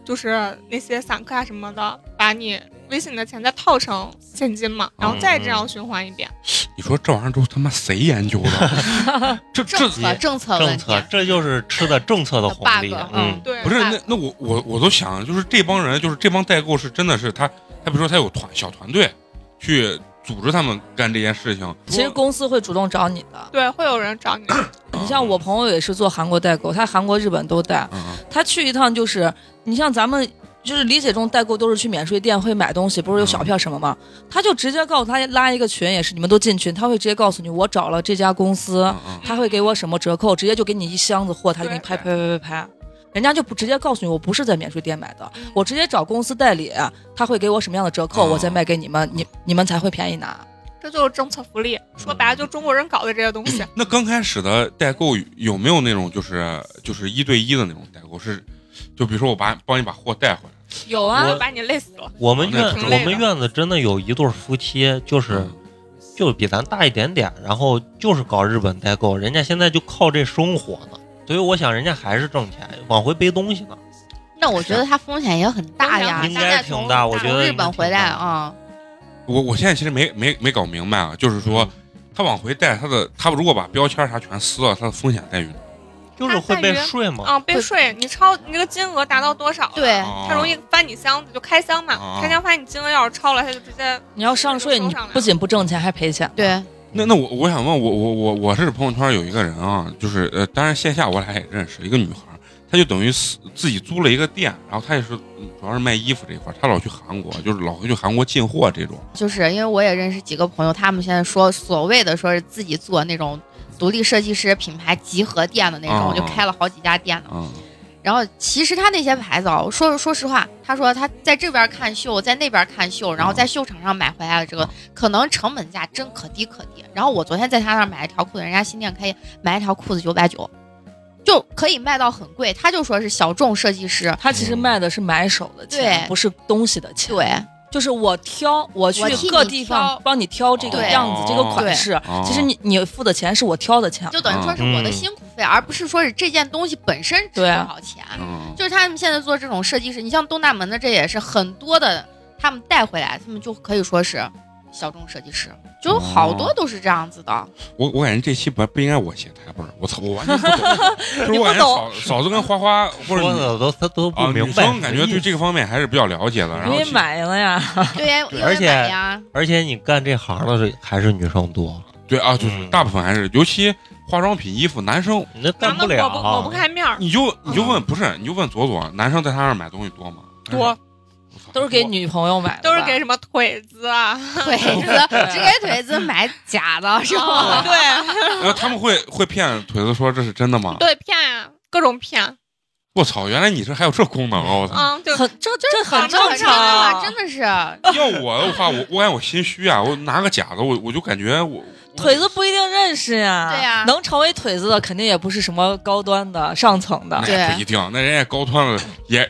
Speaker 6: 就是那些散客啊什么的，把你微信里的钱再套成现金嘛，然后再这样循环一遍。
Speaker 1: 你说这玩意儿都他妈谁研究的？
Speaker 6: (laughs)
Speaker 1: 这这
Speaker 3: 政策政策
Speaker 5: 政
Speaker 3: 问题
Speaker 5: 策，，这就是吃的政策的红利
Speaker 3: bug，。嗯
Speaker 5: 嗯，
Speaker 6: 对，
Speaker 1: 不是
Speaker 3: 大
Speaker 1: 那那我我我都想，就是这帮人，就是这帮代购是真的是他，他比如说他有团小团队去组织他们干这件事情。
Speaker 4: 其实公司会主动找你的。
Speaker 6: 对，会有人找你。
Speaker 1: 啊
Speaker 4: 你像我，朋友也是做韩国代购，他韩国、日本都带。
Speaker 1: 嗯嗯
Speaker 4: 他去一趟就是，你像咱们就是理解中代购都是去免税店会买东西，不是有小票什么吗？他就直接告诉他拉一个群，也是你们都进群，他会直接告诉你我找了这家公司，
Speaker 1: 嗯嗯
Speaker 4: 他会给我什么折扣，直接就给你一箱子货，他就给你
Speaker 6: 对
Speaker 4: 拍拍拍拍拍。人家就不直接告诉你，我不是在免税店买的，
Speaker 6: 嗯
Speaker 4: 我直接找公司代理，他会给我什么样的折扣，
Speaker 1: 哦
Speaker 4: 我再卖给你们，你你们才会便宜拿。
Speaker 6: 这就是政策福利，说白了就中国人搞的这些东西。
Speaker 1: 那刚开始的代购有没有那种就是就是一对一的那种代购？是，就比如说我把帮你把货带回来，
Speaker 4: 有
Speaker 5: 啊
Speaker 6: 把你累死了，
Speaker 5: 我们
Speaker 1: 那
Speaker 5: 院
Speaker 1: 挺
Speaker 5: 我
Speaker 6: 累的
Speaker 5: 们院子真的有一对夫妻，就是
Speaker 1: 嗯
Speaker 5: 就比咱大一点点，然后就是搞日本代购，人家现在就靠这生活呢。所以我想，人家还是挣钱，往回背东西呢。
Speaker 3: 那我觉得它风险也很啊大呀。
Speaker 5: 应
Speaker 3: 现在
Speaker 5: 该
Speaker 3: 从
Speaker 5: 挺大，我
Speaker 3: 从
Speaker 5: 觉得
Speaker 3: 日
Speaker 5: 应该
Speaker 3: 本
Speaker 5: 挺
Speaker 3: 回来
Speaker 5: 大，
Speaker 3: 啊，
Speaker 1: 我我现在其实没没没搞明白啊，就是
Speaker 5: 嗯
Speaker 1: 说他往回带他的，他如果把标签啥全撕了，他的风险在于哪？
Speaker 5: 就是会被
Speaker 6: 他在于
Speaker 5: 税嘛。
Speaker 6: 啊，被税，你超你这个金额达到多少了？
Speaker 4: 哎
Speaker 3: 对，
Speaker 5: 哦
Speaker 6: 他容易翻你箱子，就开箱
Speaker 1: 哦
Speaker 6: 嘛，开箱发现你金额要是超了，他就直接
Speaker 4: 你要上税，
Speaker 6: 收
Speaker 4: 你
Speaker 6: 上来了
Speaker 4: 不仅不挣钱，还赔钱。
Speaker 3: 对，
Speaker 5: 嗯
Speaker 1: 那那我我想问我我我我是朋友圈有一个人啊，就是呃，当然线下我俩也认识一个女孩儿，她就等于是自己租了一个店，然后她也是嗯主要是卖衣服这一块儿，她老去韩国，就是老会去韩国进货这种。
Speaker 3: 就是因为我也认识几个朋友，他们现在说所谓的说是自己做那种独立设计师品牌集合店的那种，
Speaker 5: 哦
Speaker 1: 啊
Speaker 3: 就开了好几家店呢。
Speaker 1: 嗯
Speaker 3: 然后其实他那些牌子啊，我说说实话，他说他在这边看秀，在那边看秀，然后在秀场上买回来了这个
Speaker 1: 啊，
Speaker 3: 可能成本价真可低可低。然后我昨天在他那儿买了条裤子，人家新店开业买一条裤子九百九，就可以卖到很贵。他就说是小众设计师，
Speaker 4: 他其实卖的是买手的钱，
Speaker 3: 对
Speaker 4: 不是东西的钱。
Speaker 3: 对，
Speaker 4: 就是我挑，我去
Speaker 3: 我替你
Speaker 4: 各地
Speaker 3: 挑
Speaker 4: 方帮你挑这个
Speaker 3: 对
Speaker 4: 样子、这个款式
Speaker 1: 对。
Speaker 4: 其实你你付的钱是我挑的钱，
Speaker 3: 就等于说是我的辛苦费，而不是说是这件东西本身值多
Speaker 4: 对
Speaker 3: 少钱。
Speaker 1: 嗯，
Speaker 3: 就是他们现在做这种设计师，你像东大门的，这也是很多的，他们带回来，他们就可以说是小众设计师，就好多都是这样子的。
Speaker 1: 我我感觉这期不不应该我写台本儿，我操，我完全不
Speaker 4: (laughs)
Speaker 1: 懂，就是
Speaker 4: 你
Speaker 1: 我
Speaker 4: 不
Speaker 1: 感觉嫂
Speaker 4: 懂
Speaker 1: 嫂子跟花花或者
Speaker 5: 说
Speaker 1: 女
Speaker 5: 的都他都
Speaker 1: 啊
Speaker 5: 不
Speaker 1: 女
Speaker 5: 明白，
Speaker 1: 生感觉对这个方面还是比较了解的，然
Speaker 4: 因
Speaker 1: 后
Speaker 4: 为
Speaker 1: 其
Speaker 4: 买了呀。
Speaker 3: 对呀，
Speaker 5: 对
Speaker 3: 因为
Speaker 5: 而且
Speaker 3: 买呀，
Speaker 5: 而且你干这行的是还是女生多，
Speaker 1: 对啊，就是
Speaker 5: 嗯啊
Speaker 1: 大部分还是尤其化妆品、衣服，男生
Speaker 5: 你那干
Speaker 6: 咱们
Speaker 5: 了。啊
Speaker 6: 抹不抹不开面儿，
Speaker 1: 你就你就问不是你就问左左，男生在他那儿买东西多吗？
Speaker 6: 多
Speaker 1: 我操
Speaker 4: (laughs) 都是给女朋友买的吧，
Speaker 6: 都是给什么腿子啊，
Speaker 3: 腿子只给腿子买假的是
Speaker 6: 哦
Speaker 3: 吗？
Speaker 6: 对
Speaker 1: 然后呃他们会会骗腿子说这是真的吗？
Speaker 6: 对骗啊，各种骗，
Speaker 1: 我操，原来你这还有这功能啊！我操，
Speaker 6: 嗯，就
Speaker 4: 很这这很
Speaker 6: 很正
Speaker 4: 正
Speaker 3: 真的啊
Speaker 4: 常，
Speaker 3: 真的是
Speaker 1: 要我的话，我我感觉我心虚啊，我拿个假的，我我就感觉我
Speaker 4: 腿子不一定认识
Speaker 3: 嗯
Speaker 4: 呀，
Speaker 3: 对呀
Speaker 4: 能成为腿子的肯定也不是什么高端的上层的
Speaker 1: 那，
Speaker 3: 对
Speaker 1: 也不一定，那人家高端了也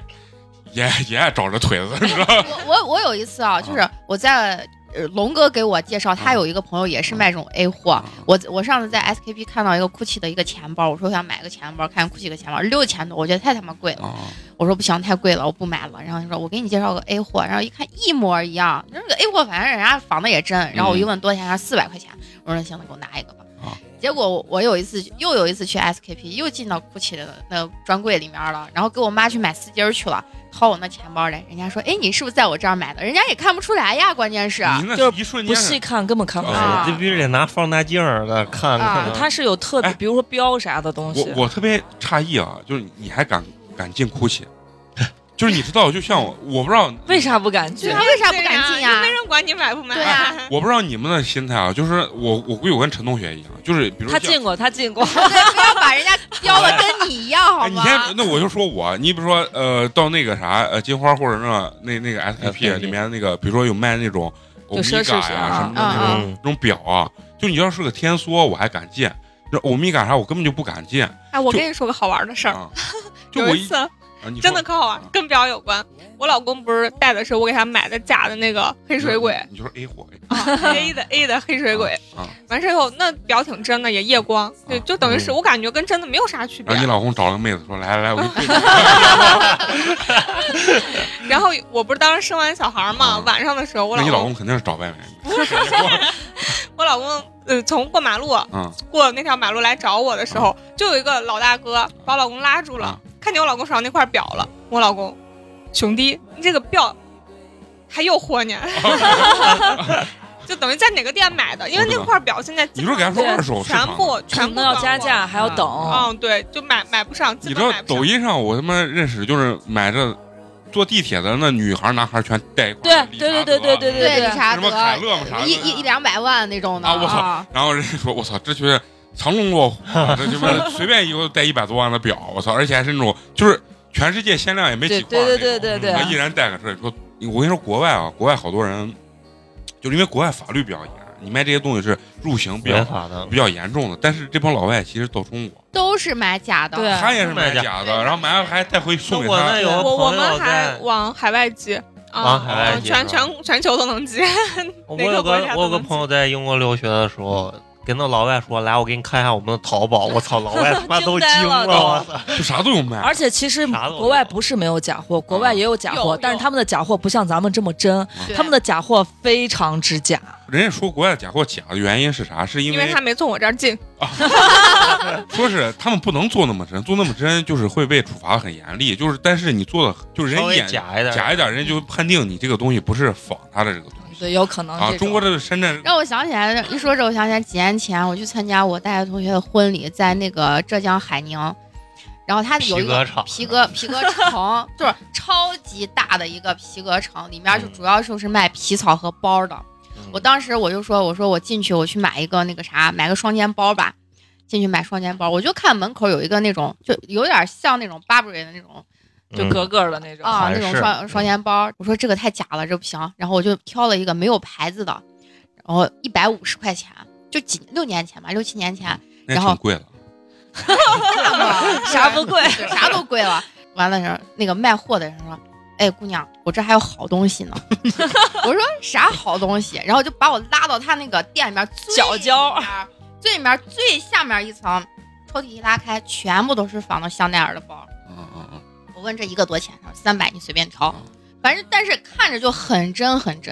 Speaker 1: 也也爱找这腿子，是吧？
Speaker 3: 我我我有一次啊，就是我在。呃龙哥给我介绍，他有一个朋友也是卖这种 A 货。我我上次在 SKP 看到一个 GUCCI 的一个钱包，我说我想买个钱包，看 GUCCI 个钱包六千多，我觉得太他妈贵了。
Speaker 1: 啊，
Speaker 3: 我说不行，太贵了，我不买了。然后他说我给你介绍个 A 货，然后一看一模一样，那个 A 货反正人家仿的也真。然后我一问多少钱，他说四百块钱。我说那行，那给我拿一个
Speaker 1: 嗯
Speaker 3: 吧。
Speaker 1: 啊
Speaker 3: 结果我我有一次又有一次去 SKP，又进到 GUCCI 的那个专柜里面了，然后给我妈去买丝巾儿去了。掏我那钱包来，人家说，哎，你是不是在我这儿买的？人家也看不出来呀，关键是，
Speaker 1: 你那
Speaker 4: 就是
Speaker 1: 一瞬
Speaker 4: 不
Speaker 1: 间
Speaker 4: 细看根本看不出来。
Speaker 3: 啊
Speaker 5: 这必须得拿放大镜儿的看
Speaker 3: 啊
Speaker 5: 看。
Speaker 4: 它是有特别，
Speaker 1: 哎
Speaker 4: 比如说标啥的东西
Speaker 1: 我，我特别诧异啊，就是你还敢敢进哭泣， (laughs) 就是你知道，就像我，我不知道
Speaker 4: 为啥不敢进
Speaker 3: 对？啊，为啥不敢进
Speaker 6: 对
Speaker 3: 呀
Speaker 6: 又没？人管你买不买。
Speaker 3: 对啊
Speaker 1: 我不知道你们的心态啊，就是我我估计我跟陈同学一样，就是比如
Speaker 4: 他
Speaker 1: 像
Speaker 4: 进过，他进过。
Speaker 3: 对，不要把人家雕的跟你一样，好
Speaker 1: 哎，你
Speaker 3: 吗？
Speaker 1: 先，那我就说我，你比如说，呃，到那个啥，呃，金花或者那那那个 SKP
Speaker 5: SKP
Speaker 1: 里面那个，比如说有卖那种欧
Speaker 4: 就
Speaker 1: 米
Speaker 4: 奢侈
Speaker 1: 伽
Speaker 4: 品
Speaker 1: 呀
Speaker 4: 啊
Speaker 1: 什么的那种
Speaker 5: 嗯，
Speaker 1: 那种表啊，就你要是个天梭，我还敢进，那欧米伽啥我根本就不敢进
Speaker 6: 哎，我
Speaker 1: 就
Speaker 6: 跟你说个好玩的事儿，
Speaker 1: 啊。 (laughs) 就
Speaker 6: 有
Speaker 1: 我
Speaker 6: 一
Speaker 1: 一
Speaker 6: 次
Speaker 1: 啊你说
Speaker 6: 真的可好玩，跟表有关。我老公不是带的是我给他买的假的那个黑水鬼啊
Speaker 1: 你就说哎 A 火
Speaker 6: A 的 A 的黑水鬼，
Speaker 1: 啊，
Speaker 6: 完事以后那表挺真的，也夜光，对，
Speaker 1: 啊
Speaker 6: 就等于是
Speaker 5: 嗯
Speaker 6: 我感觉跟真的没有啥区别
Speaker 1: 然后。你老公找了个妹子说来来来，我给你对
Speaker 6: 然后我不是当时生完小孩嘛，
Speaker 1: 啊
Speaker 6: 晚上的时候我
Speaker 1: 那
Speaker 6: 老
Speaker 1: 你老
Speaker 6: 公
Speaker 1: 公肯定是找外面人，
Speaker 6: 我老公呃从过马路
Speaker 1: 嗯，
Speaker 6: 过那条马路来找我的时候，就有一个老大哥把我老公拉住
Speaker 1: 啊
Speaker 6: 了，看见我老公手上那块表了，我老公兄弟，你这个表还又豁
Speaker 1: (laughs)
Speaker 6: 呢，就等于在哪个店买的，因为那块表现在
Speaker 1: 你说给他说
Speaker 4: 对
Speaker 1: 二手市
Speaker 6: 全
Speaker 1: 场的。
Speaker 6: 部全部
Speaker 4: 那要加
Speaker 6: 搞过。
Speaker 4: 价，还要等。
Speaker 6: 嗯，对，就买买不上，基
Speaker 1: 你知
Speaker 6: 本
Speaker 1: 道
Speaker 6: 买不上
Speaker 1: 抖音上我他妈认识就是买这坐地铁的那女孩儿男孩儿全带一块
Speaker 4: 对
Speaker 1: 儿理
Speaker 4: 对
Speaker 1: 查
Speaker 4: 对
Speaker 1: 德啊
Speaker 4: 对对
Speaker 3: 对，理查
Speaker 1: 什么凯
Speaker 3: 德
Speaker 1: 乐嘛啥的
Speaker 3: 一，一一两百万那种的
Speaker 1: 啊我操
Speaker 3: 啊，
Speaker 1: 然后人家说我操，这就是藏龙卧虎
Speaker 5: (laughs)
Speaker 1: 啊，这他妈随便一个带一百多万的表，我操，而且还是那种就是全世界限量也没
Speaker 4: 对
Speaker 1: 几块儿那
Speaker 4: 对
Speaker 1: 种，
Speaker 4: 对对对
Speaker 1: 他
Speaker 4: 对
Speaker 1: 依然带个这说，我跟你说国外啊，国外好多人就是因为国外法律比较严，你卖这些东西是入刑比
Speaker 5: 违
Speaker 1: 较
Speaker 5: 法的，
Speaker 1: 比较严重的，但是这帮老外其实到中国，
Speaker 3: 都是买假的。
Speaker 4: 对
Speaker 1: 他也是买
Speaker 5: 买假
Speaker 1: 假的，然后买完还带回去送给
Speaker 5: 中国
Speaker 1: 他
Speaker 5: 那。有个
Speaker 6: 我我
Speaker 5: 哎朋友
Speaker 6: 们还
Speaker 5: 在，
Speaker 6: 往海外寄，啊，
Speaker 5: 往海外
Speaker 6: 啊
Speaker 5: 寄
Speaker 6: 全
Speaker 5: 是吧
Speaker 6: 全全球都能寄，
Speaker 5: 我
Speaker 6: 哪个
Speaker 5: 有
Speaker 6: 国
Speaker 5: 个
Speaker 6: 家
Speaker 5: 我有
Speaker 6: 都
Speaker 5: 个
Speaker 6: 能
Speaker 5: 朋友在英国留学的时候。跟那老外说，来，我给你看一下我们的淘宝。我操，老外他妈都
Speaker 4: 惊呆
Speaker 5: 惊
Speaker 4: 了
Speaker 5: 了，
Speaker 4: 都
Speaker 5: 我操！
Speaker 1: 就啥都有卖，
Speaker 4: 而且其实
Speaker 5: 啥都有
Speaker 4: 国外不是没有假货，
Speaker 1: 啊
Speaker 4: 国外也有假
Speaker 6: 有
Speaker 4: 货，但是
Speaker 6: 有
Speaker 4: 他们的假货不像咱们这么真，
Speaker 3: 对
Speaker 4: 他们的假货非常之假。
Speaker 1: 人家说国外的假货假的原因是啥？是因
Speaker 6: 因为他没从我这儿进。
Speaker 1: 说是他们不能做那么真，做那么真就是会被处罚得很严厉。就是但是你做的就是人
Speaker 5: 稍微
Speaker 1: 眼
Speaker 5: 假一点，
Speaker 1: 假一点，人家就判定你这个东西不是仿他的这个东西
Speaker 4: 对，有可能
Speaker 1: 啊
Speaker 4: 这。
Speaker 1: 中
Speaker 4: 种
Speaker 1: 国这个深圳
Speaker 3: 让我想起来，一说这，我想起来几年前我去参加我大学同学的婚礼，在那个浙江海宁，然后它有一
Speaker 5: 皮
Speaker 3: 个
Speaker 5: 革厂
Speaker 3: 皮革皮革城， (laughs) 就是超级大的一个皮革城，里面就主要就是卖皮草和包的。
Speaker 5: 嗯
Speaker 3: 我当时我就说，我说我进去我去买一个那个啥，买个双肩包吧。进去买双肩包，我就看门口有一个那种，就有点像那种 Burberry 的那种
Speaker 5: 嗯
Speaker 1: 嗯
Speaker 4: 就格格的那种
Speaker 3: 啊，
Speaker 5: 款
Speaker 3: 那种
Speaker 5: 式
Speaker 3: 双
Speaker 5: 嗯
Speaker 3: 双肩包。我说这个太假了，这不行。然后我就挑了一个没有牌子的，然后一百五十块钱，就几六年前吧，六七年前，
Speaker 1: 那
Speaker 3: 然后
Speaker 1: 挺贵的，
Speaker 4: 啥不贵，
Speaker 3: 对啥都贵了。完了时候，那个卖货的人说：“哎，姑娘，我这还有好东西呢。” (laughs) 我说啥好东西？然后就把我拉到他那个店里面最
Speaker 4: 角角
Speaker 3: 里面最里面最下面一层抽屉一拉开，全部都是仿的香奈儿的包。
Speaker 1: 嗯嗯嗯，
Speaker 3: 我问这一个多钱？他说三百，你随便挑
Speaker 1: 嗯。
Speaker 3: 反正但是看着就很真很真，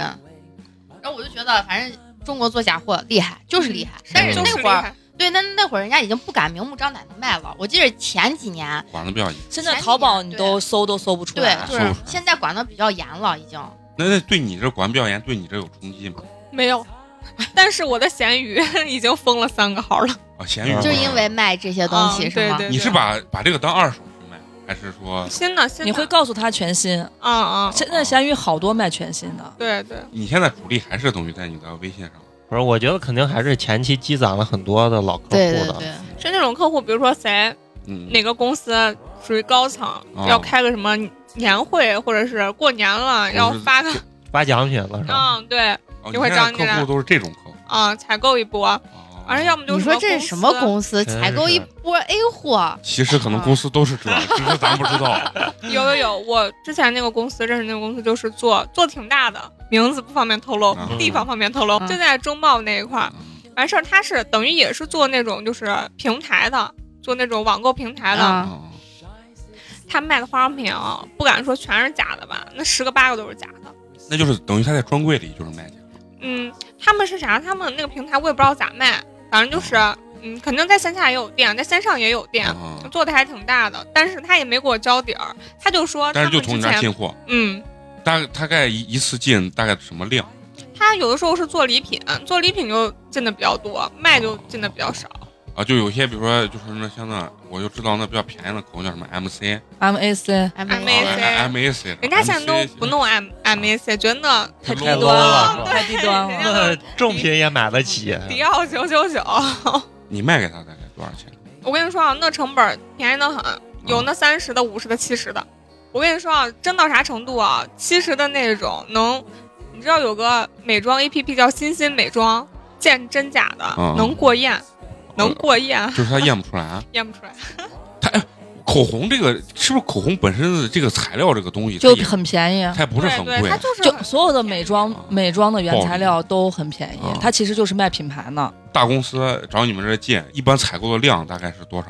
Speaker 3: 然后我就觉得反正中国做假货厉害，就是厉害。但是
Speaker 6: 嗯就
Speaker 3: 那
Speaker 6: 是
Speaker 3: 会
Speaker 6: 厉
Speaker 3: 儿，
Speaker 6: 害
Speaker 3: 对，那那会儿人家已经不敢明目张胆的卖了。我记得前几年，
Speaker 1: 管的比较严。
Speaker 4: 现在淘宝你
Speaker 3: 对
Speaker 4: 都搜都搜不出
Speaker 3: 对
Speaker 4: 来，。
Speaker 3: 就是是嗯
Speaker 1: 不是
Speaker 3: 现在管的比较严了，已经。
Speaker 1: 那那对你这管比较严，对你这有冲击吗？
Speaker 6: 没有，但是我的咸鱼 (laughs) 已经封了三个号了。
Speaker 1: 啊，咸鱼
Speaker 5: 嗯
Speaker 3: 就是因为卖这些东西
Speaker 6: 嗯
Speaker 3: 是吗？
Speaker 6: 对对
Speaker 1: 你是把把这个当二手去卖，还是说
Speaker 6: 新的新的，
Speaker 4: 你会告诉他全新，
Speaker 6: 啊啊，
Speaker 4: 现在闲鱼好多卖全新的，
Speaker 6: 对对，
Speaker 1: 你现在主力还是等于在你的微信上？
Speaker 5: 不是，我觉得肯定还是前期积攒了很多的老客户
Speaker 3: 对对
Speaker 5: 的。
Speaker 3: 对
Speaker 6: 是那种客户，比如说谁
Speaker 1: 嗯，
Speaker 6: 哪个公司属于高层，
Speaker 1: 哦
Speaker 6: 要开个什么年会，或者是过年了要发个，
Speaker 5: 发奖品了是吧？
Speaker 6: 嗯，对，
Speaker 1: 哦
Speaker 6: 就会
Speaker 1: 你现在
Speaker 6: 找你
Speaker 1: 客
Speaker 6: 来
Speaker 1: 户都是这种客户，
Speaker 6: 嗯，采购一波，
Speaker 1: 哦
Speaker 6: 而要么就
Speaker 3: 你说这是什么
Speaker 6: 公
Speaker 3: 公司？
Speaker 5: 真
Speaker 3: 采购一
Speaker 5: 是
Speaker 3: 波 A 货，
Speaker 1: 其实可能公司都是这样，
Speaker 6: 啊
Speaker 1: 只是咱不知道。
Speaker 6: (laughs) 司？有有有，我之前那个公司认识那个公司就是做做挺大的，名字不方便透露，
Speaker 1: 嗯
Speaker 6: 地方方便透露，
Speaker 4: 嗯
Speaker 6: 就在中贸那一块儿。完事儿，他是等于也是做那种就是平台的，做那种网购平台的。
Speaker 3: 啊
Speaker 1: 嗯
Speaker 6: 他卖的化妆品啊，不敢说全是假的吧，那十个八个都是假的。
Speaker 1: 那就是等于他在专柜里就是卖假。
Speaker 6: 嗯，他们是啥？他们那个平台我也不知道咋卖，反正就是嗯，肯定在线下也有店，在线上也有店，
Speaker 1: 啊
Speaker 6: 做的还挺大的，但是他也没给我交底儿，他就说他
Speaker 1: 但是
Speaker 6: 们
Speaker 1: 就
Speaker 6: 之
Speaker 1: 从
Speaker 6: 前
Speaker 1: 你这儿进货，
Speaker 6: 嗯，
Speaker 1: 大大概一一次进大概什么量？
Speaker 6: 他有的时候是做礼品，做礼品就进的比较多，卖就进的比较少。
Speaker 1: 啊，就有些比如说就是那像那，我就知道那比较便宜的口红叫什么 MC，
Speaker 4: MAC，
Speaker 6: MAC
Speaker 1: 啊 MAC，
Speaker 6: 人家现在都不弄 M M A C，觉得那
Speaker 1: 太
Speaker 5: 太
Speaker 1: low
Speaker 5: low 了
Speaker 6: 了
Speaker 4: 太低端
Speaker 6: 人
Speaker 4: 了
Speaker 6: 家。
Speaker 5: 那正品也买得起。
Speaker 6: 迪奥九九九，
Speaker 1: 你卖给他大概多少钱？
Speaker 6: 我跟你说啊，那成本便宜的很，
Speaker 1: 啊
Speaker 6: 有那三十的、五十的、七十的。我跟你说啊，真到啥程度啊？七十的那种能，你知道有个美妆 A P P 叫欣欣美妆，见真假的，
Speaker 1: 嗯
Speaker 6: 能过验，能过验，
Speaker 1: 就是他验不出来。啊
Speaker 6: 验不出来。
Speaker 1: 口红这个是不是口红本身的这个材料这个东西
Speaker 4: 就
Speaker 1: 它也
Speaker 4: 很便宜啊，
Speaker 1: 它也不是
Speaker 6: 对
Speaker 1: 很
Speaker 6: 对，
Speaker 1: 贵
Speaker 6: 它，就是
Speaker 4: 就
Speaker 6: 很
Speaker 4: 所有的美妆美妆的原材料都很便宜
Speaker 1: 啊，
Speaker 4: 它其实就是卖品牌呢。
Speaker 1: 大公司找你们这儿进，一般采购的量大概是多少？